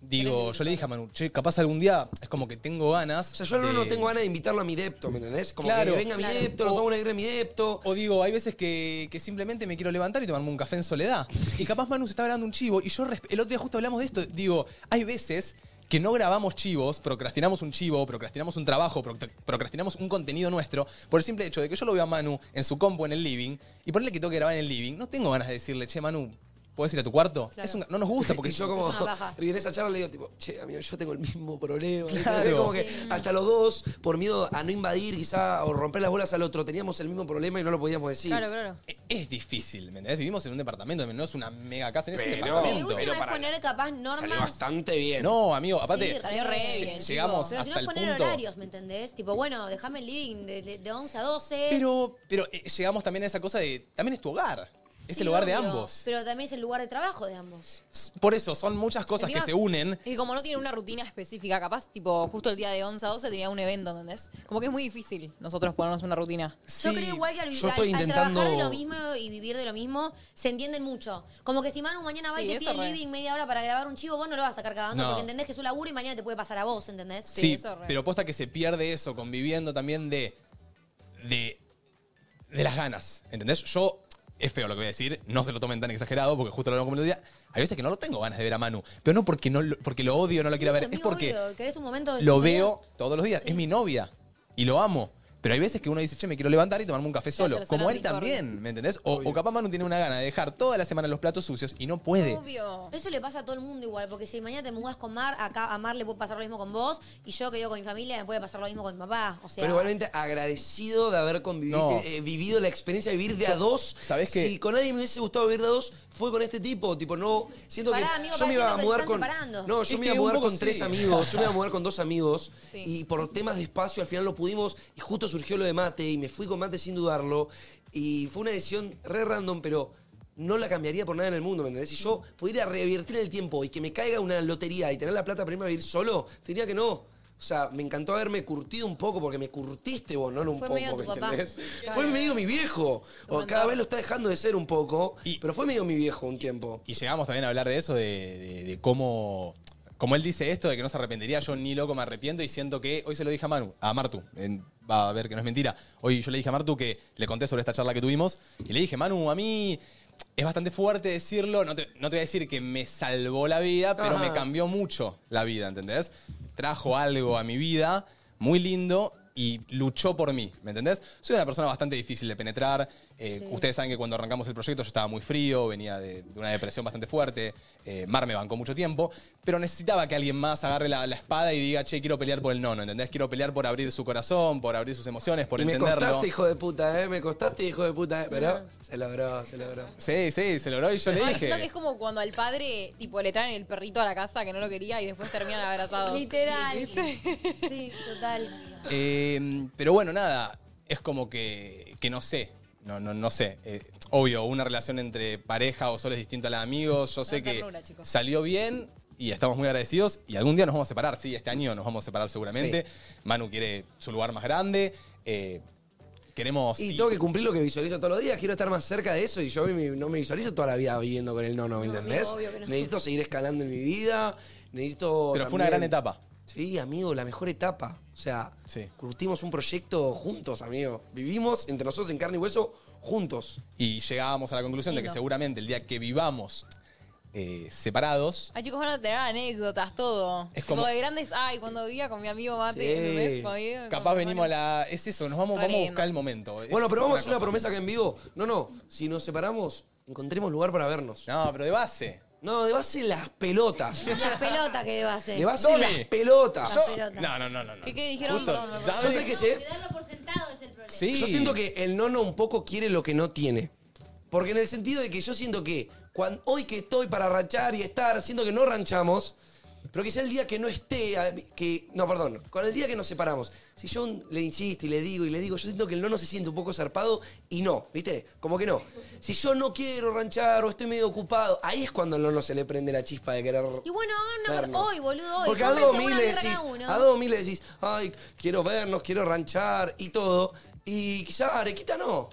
digo, yo le dije a Manu, che, capaz algún día es como que tengo ganas.
O sea, yo al nono tengo ganas de invitarlo a mi depto, ¿me entendés? Como que venga mi depto, lo tomo una birra en mi depto.
O digo, hay veces que, que simplemente me quiero levantar y tomarme un café en soledad. Y capaz Manu se está grabando un chivo y yo resp- el otro día justo hablamos de esto. Digo, hay veces que no grabamos chivos, procrastinamos un chivo, procrastinamos un trabajo, proct- procrastinamos un contenido nuestro, por el simple hecho de que yo lo veo a Manu en su compu en el living y ponerle que tengo que grabar en el living, no tengo ganas de decirle, che, Manu, ¿puedes ir a tu cuarto?
Claro.
Es un- no nos gusta porque
Y yo como,
Es una paja.
y en esa charla le digo, tipo, che, amigo, yo tengo el mismo problema.
Claro.
Es Como que hasta los dos, por miedo a no invadir quizá o romper las bolas al otro, teníamos el mismo problema y no lo podíamos decir.
claro.
es difícil, ¿me entendés? Vivimos en un departamento, no es una mega casa, es
Pero-
un
Mi
departamento.
última es poner capaz normas.
bastante bien.
No, amigo, aparte,
Sí, re bien,
lle-
chicos.
llegamos
Pero si no
hasta
es
el
poner
punto.
horarios, ¿me entendés? Tipo, bueno, déjame el living de, de- de 11 a 12.
Pero, pero eh, llegamos también a esa cosa de. También es tu hogar. Es
Sí,
el hogar de
obvio,
ambos.
Pero también es el lugar de trabajo de ambos.
Por eso, son muchas cosas que
Encima-
se unen.
Es que como no tienen una rutina específica, capaz, tipo, justo el día de 11 a 12 tenía un evento, ¿entendés? Como que es muy difícil nosotros ponernos una rutina.
Yo creo igual que al,
Yo
al-
estoy
al
intentando-
trabajar de lo mismo y vivir de lo mismo, se entienden mucho. Como que si Manu mañana va
Sí,
y te pide
eso
el
re.
living media hora para grabar un chivo, vos no lo vas a sacar cagando
No.
porque entendés que es un laburo y mañana te puede pasar a vos, ¿entendés?
Sí, pero posta que se pierde eso, conviviendo también de. de. de las ganas. ¿Entendés? Yo. Es feo lo que voy a decir, no se lo tomen tan exagerado, porque justo lo hablamos como el otro día. Hay veces que no lo tengo ganas de ver a Manu, pero no porque, no, lo- porque lo odio, no lo quiera ver, es porque
Obvio, querés tu momento de
lo
soledad.
veo todos los días. Es mi novia y lo amo. Pero hay veces que uno dice, che, me quiero levantar y tomarme un café solo.
tercera
Como él
discordia.
también, ¿me entendés? O, o capaz Manu tiene una gana de dejar toda la semana los platos sucios y no puede.
Obvio. Eso le pasa a todo el mundo igual, porque si mañana te mudas con Mar, acá a Mar le puede pasar lo mismo con vos, y yo que vivo con mi familia me puede pasar lo mismo con mi papá. O sea,
Pero igualmente agradecido de haber convivido,
No.
eh, eh, vivido la experiencia de vivir de a
Yo-
dos.
¿sabés qué?
Si con alguien me hubiese gustado vivir de a dos, fue con este tipo. Tipo, no. Siento
Pará,
que
amigo,
yo
parece
me iba
que
a
se
mudar
están
con.
separando.
No, yo
Es
me
que
iba a
un
mudar
poco
con tres
sí.
amigos. Yo me iba a mudar con dos amigos.
Sí.
Y por temas de espacio, al final lo pudimos. Y justo surgió lo de mate. Y me fui con mate sin dudarlo. Y fue una decisión re random, pero. No la cambiaría por nada en el mundo, ¿me entendés? Si yo pudiera revertir el tiempo y que me caiga una lotería y tener la plata para irme a vivir solo, te diría que no. O sea, me encantó haberme curtido un poco, porque me curtiste vos, no en un
Fue
poco,
medio tu
¿me
papá.
entendés?
Claro.
Fue medio mi viejo. O cada vez lo está dejando de ser un poco, pero fue medio mi viejo un tiempo.
Y llegamos también a hablar de eso, de, de- de cómo. Como él dice esto, de que no se arrepentiría, yo ni loco me arrepiento y siento que. Hoy se lo dije a Manu, a Martu. en- va a ver que no es mentira. Hoy yo le dije a Martu que le conté sobre esta charla que tuvimos. Y le dije, Manu, a mí es bastante fuerte decirlo. No te, no te voy a decir que me salvó la vida, pero
Ajá.
me cambió mucho la vida, ¿entendés? Trajo algo a mi vida muy lindo y luchó por mí, ¿me entendés? Soy una persona bastante difícil de penetrar. eh,
Sí.
Ustedes saben que cuando arrancamos el proyecto yo estaba muy frío, venía de, de una depresión bastante fuerte. eh, Mar me bancó mucho tiempo, pero necesitaba que alguien más agarre la, la espada y diga, che, quiero pelear por el nono, ¿entendés? Quiero pelear por abrir su corazón, por abrir sus emociones, por
y me
entenderlo.
costaste, hijo de puta, ¿eh? Me costaste, hijo de puta, ¿eh? Pero se logró, se logró.
Sí, sí, se logró y yo le
Ay, siento que
dije.
es como cuando al padre tipo le traen el perrito a la casa que no lo quería y después terminan abrazados.
Literal. sí, total.
Eh, pero bueno, nada, es como que, que no sé. No, no, no sé. Eh, obvio, una relación entre pareja o solo es distinta a la de amigos. Yo sé que
ternura, chicos.
salió bien y estamos muy agradecidos. Y algún día nos vamos a separar, sí, este año nos vamos a separar seguramente. Manu quiere su lugar más grande. eh, queremos.
Y tengo que cumplir lo que visualizo todos los días, quiero estar más cerca de eso y yo mi- no me visualizo toda la vida viviendo con el nono, ¿me entendés?
amigo, obvio que no.
Necesito seguir escalando en mi vida, necesito...
Pero fue una gran etapa.
Sí, amigo, la mejor etapa. O sea, curtimos un proyecto juntos, amigo. Vivimos entre nosotros en carne y hueso juntos.
Y llegábamos a la conclusión de
Lindo.
que seguramente el día que vivamos eh, separados,
Ay, chicos, van a tener anécdotas, todo.
Es como-
Lo de grandes, ay, cuando vivía con mi amigo Mate, ¿entendés? Cuando vivía con
eh, Capaz
mi
venimos a la. Es eso, nos vamos,
Re
vamos a
lindo.
buscar el momento. Es
Bueno, pero vamos a hacer una
cosa
promesa
que-
que en vivo. No, no. Si nos separamos, encontremos lugar para vernos.
No, pero de base.
No, de base las pelotas.
Las pelotas que debo hacer.
De base las pelotas.
Las pelotas.
No, no, no, no.
¿Qué- qué dijeron?
Justo,
Perdón, me
ya
Yo
ves-
sé que se-
Darlo por sentado es el problema.
Sí.
Yo siento que el nono un poco quiere lo que no tiene. Porque en el sentido de que yo siento que cuan- hoy que estoy para ranchar y estar, siento que no ranchamos, pero que sea el día que no esté, a- que no, perdón, con el día que nos separamos. Si yo un- le insisto y le digo y le digo, yo siento que el nono se siente un poco zarpado y no, ¿viste? Como que no. Si yo no quiero ranchar o estoy medio ocupado, ahí es cuando al nono se le prende la chispa de querer
Y bueno, hagan una
Vernos.
cosa hoy, boludo, hoy.
porque a
Cómprense
Domi
una
le
birra cada
decís,
uno.
a Domi le decís, ay, quiero vernos, quiero ranchar y todo. Y quizá Arequita no.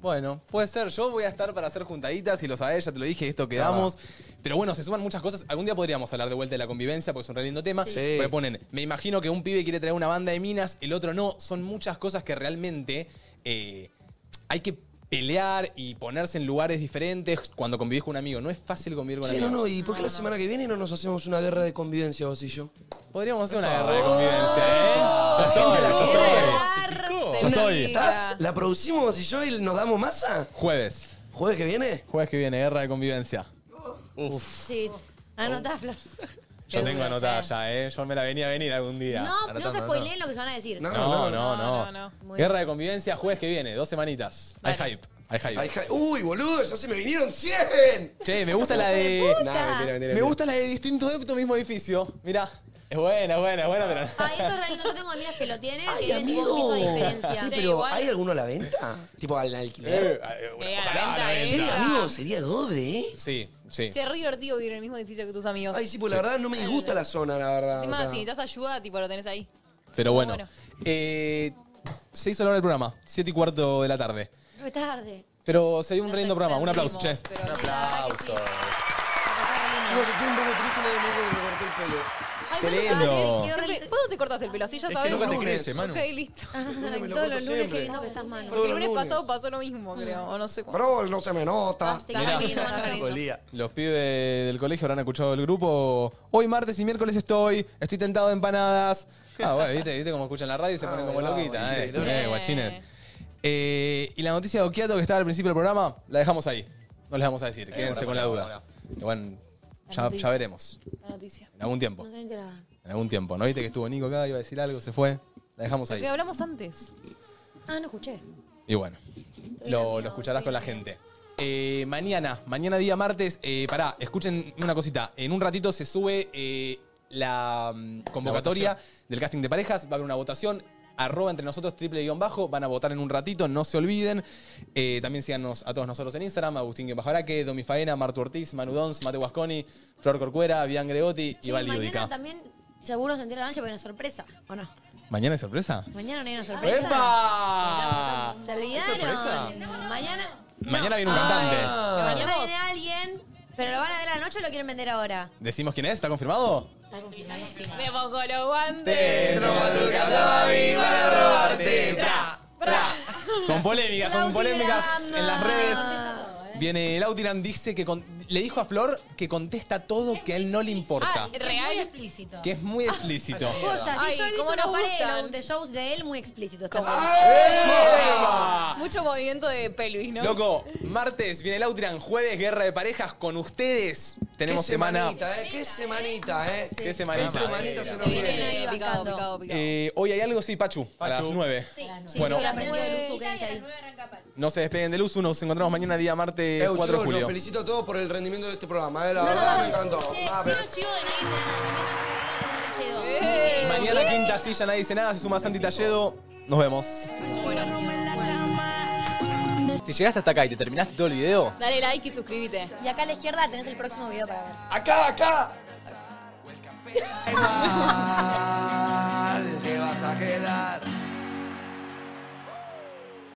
Bueno, puede ser. Yo voy a estar para hacer juntaditas y lo sabés, ya te lo dije, esto quedamos. Pero bueno, se suman muchas cosas. Algún día podríamos hablar de vuelta de la convivencia porque es un re lindo tema.
Sí. Sí.
Porque ponen, me imagino que un pibe quiere traer una banda de minas, el otro no. Son muchas cosas que realmente eh, hay que pelear y ponerse en lugares diferentes cuando convivís con un amigo. No es fácil convivir con
Che, no, no,
amigos.
¿y por qué la semana que viene no nos hacemos una guerra de convivencia vos y yo?
Podríamos hacer una guerra de convivencia, ¿eh? Yo
Gente,
estoy,
la
yo
quiere.
estoy. Yo estoy.
¿Estás? ¿La producimos vos y yo y nos damos masa?
Jueves.
¿Jueves que viene?
Jueves que viene, guerra de convivencia. Uf.
Sí. Anotá, Flor.
Yo tengo anotada ya, ¿eh? Yo me la venía a venir algún día.
No, no
Anotando,
se spoileen lo que se van a decir.
No, no, no. no,
Muy
Guerra
bien.
de convivencia, jueves que viene, dos semanitas. Hay hype, hay hype.
Uy, boludo, ya se me vinieron 100.
Che, me gusta la de.
No, mentira, mentira, mentira.
Me gusta la de distinto depto, mismo edificio. Mirá. Es buena, es buena, es buena, pero.
Ah, eso es re lindo. Yo tengo amigas que lo tienen
Ay,
y tienen tipo un piso de diferencia.
Sí, Oh. pero ¿hay alguno a la venta? ¿Tipo al alquiler?
Eh,
Eh,
Ojalá, la
Che,
venta.
amigo, sería gode, ¿eh?
Sí, sí.
Che, re divertido vivir en el mismo edificio que tus amigos.
Ay, sí, pues la verdad no me disgusta la zona, la verdad.
Encima,
o sea.
si necesitas ayuda, tipo, lo tenés ahí.
Pero bueno.
Bueno.
Eh, se hizo la hora del programa, siete y cuarto de la tarde.
Re tarde.
Pero se dio un re lindo programa. Un aplauso, che.
extendimos, pero
Un
sí, la verdad
aplauso.
Chicos, estoy un poco triste, nadie me dijo que me corté el pelo.
Ay,
Qué
¿cuándo
lindo.
sabes? Siempre- ¿Cuándo te cortas el pelo? Así ya
que
sabes.
nunca te crece, Manu.
Ok, listo.
Todos los lunes qué lindo que estás, Manu.
Porque el lunes
lunes.
pasado pasó lo mismo, creo. O no sé cuándo.
Bro, no se me nota.
Te queda lindo, Manu.
Los pibes del colegio habrán escuchado el grupo. Hoy martes y miércoles estoy, estoy tentado de empanadas. Ah, bueno, viste, viste cómo escuchan la radio y
Ah,
se ponen como loquitas. eh. Eh, guachines. Eh, y la noticia de Okiato que estaba al principio del programa, la dejamos ahí. No les vamos a decir,
Eh,
quédense
bueno,
con la
bueno,
duda. Bueno,
La
ya,
noticia.
ya veremos.
La noticia.
En algún tiempo.
No se enteraba.
En algún tiempo. ¿No viste que estuvo Nico acá? Iba a decir algo, se fue. La dejamos
Lo
ahí.
que hablamos antes.
Ah, no escuché.
Y bueno, lo, lo escucharás con la gente. Eh, mañana, mañana día martes, eh, pará, escuchen una cosita. En un ratito se sube eh, la mm, convocatoria
La
del casting de parejas, va a haber una votación. Arroba entre nosotros, triple guión bajo. Van a votar en un ratito, no se olviden. Eh, también síganos a todos nosotros en Instagram: Agustín Guión Bajo Araque, Domi Faena, Martu Ortiz, Manu Dons, Mate Guasconi, Flor Corcuera, Bian Gregotti y
Che,
Val
mañana
Iudica.
también seguro se entera la noche porque hay una sorpresa, ¿o no?
¿Mañana es sorpresa?
Mañana no
¿Eh?
hay una sorpresa.
¡Epa!
Se olvidaron.
sorpresa? Ah.
Mañana,
Mañana viene un cantante.
mañana viene alguien, pero lo van a ver a la noche o lo quieren vender ahora.
¿Decimos quién es? ¿Está confirmado?
Me pongo los guantes.
Te robo tu casa, mami, para robarte. Con polémicas, con polémicas en las redes. Viene Lautiran, dice que con- le dijo a Flor que contesta todo que a él no le
Ah,
importa.
real. Muy explícito.
Que es muy explícito.
Ah, Joya, sí,
Ay,
yo he visto
cómo
unos
nos
pares de
gustan.
los de shows de él muy explícitos. está
Como-
bueno.
¡Epa!
Mucho movimiento de pelvis, ¿no?
Loco, martes viene Lautiran, jueves guerra de parejas con ustedes. Tenemos
Qué
semana.
semanita, ¿eh? Qué semanita, ¿eh?
Qué semanita.
Qué semanita se nos
Sí, viene
viene.
ahí picado, picado, picado.
Eh, hoy hay algo, sí, Pachu, a las 9.
Sí,
Bueno,
estoy aprendiendo de Luzu, quédense ahí.
no se despeguen de luz, nos encontramos mañana día martes
Eh,
4 de
chicos, los
julio.
felicito a todos por el rendimiento de este programa, ¿eh? La verdad me encantó. Ah, pero-
Eh.
Mañana quinta silla, nadie dice nada, se suma Santi Talledo. Nos vemos. Si llegaste hasta acá y te terminaste todo el video,
Dale like y suscríbete.
Y acá a la izquierda tenés el próximo video para ver.
Acá, acá. Mal, te vas a quedar.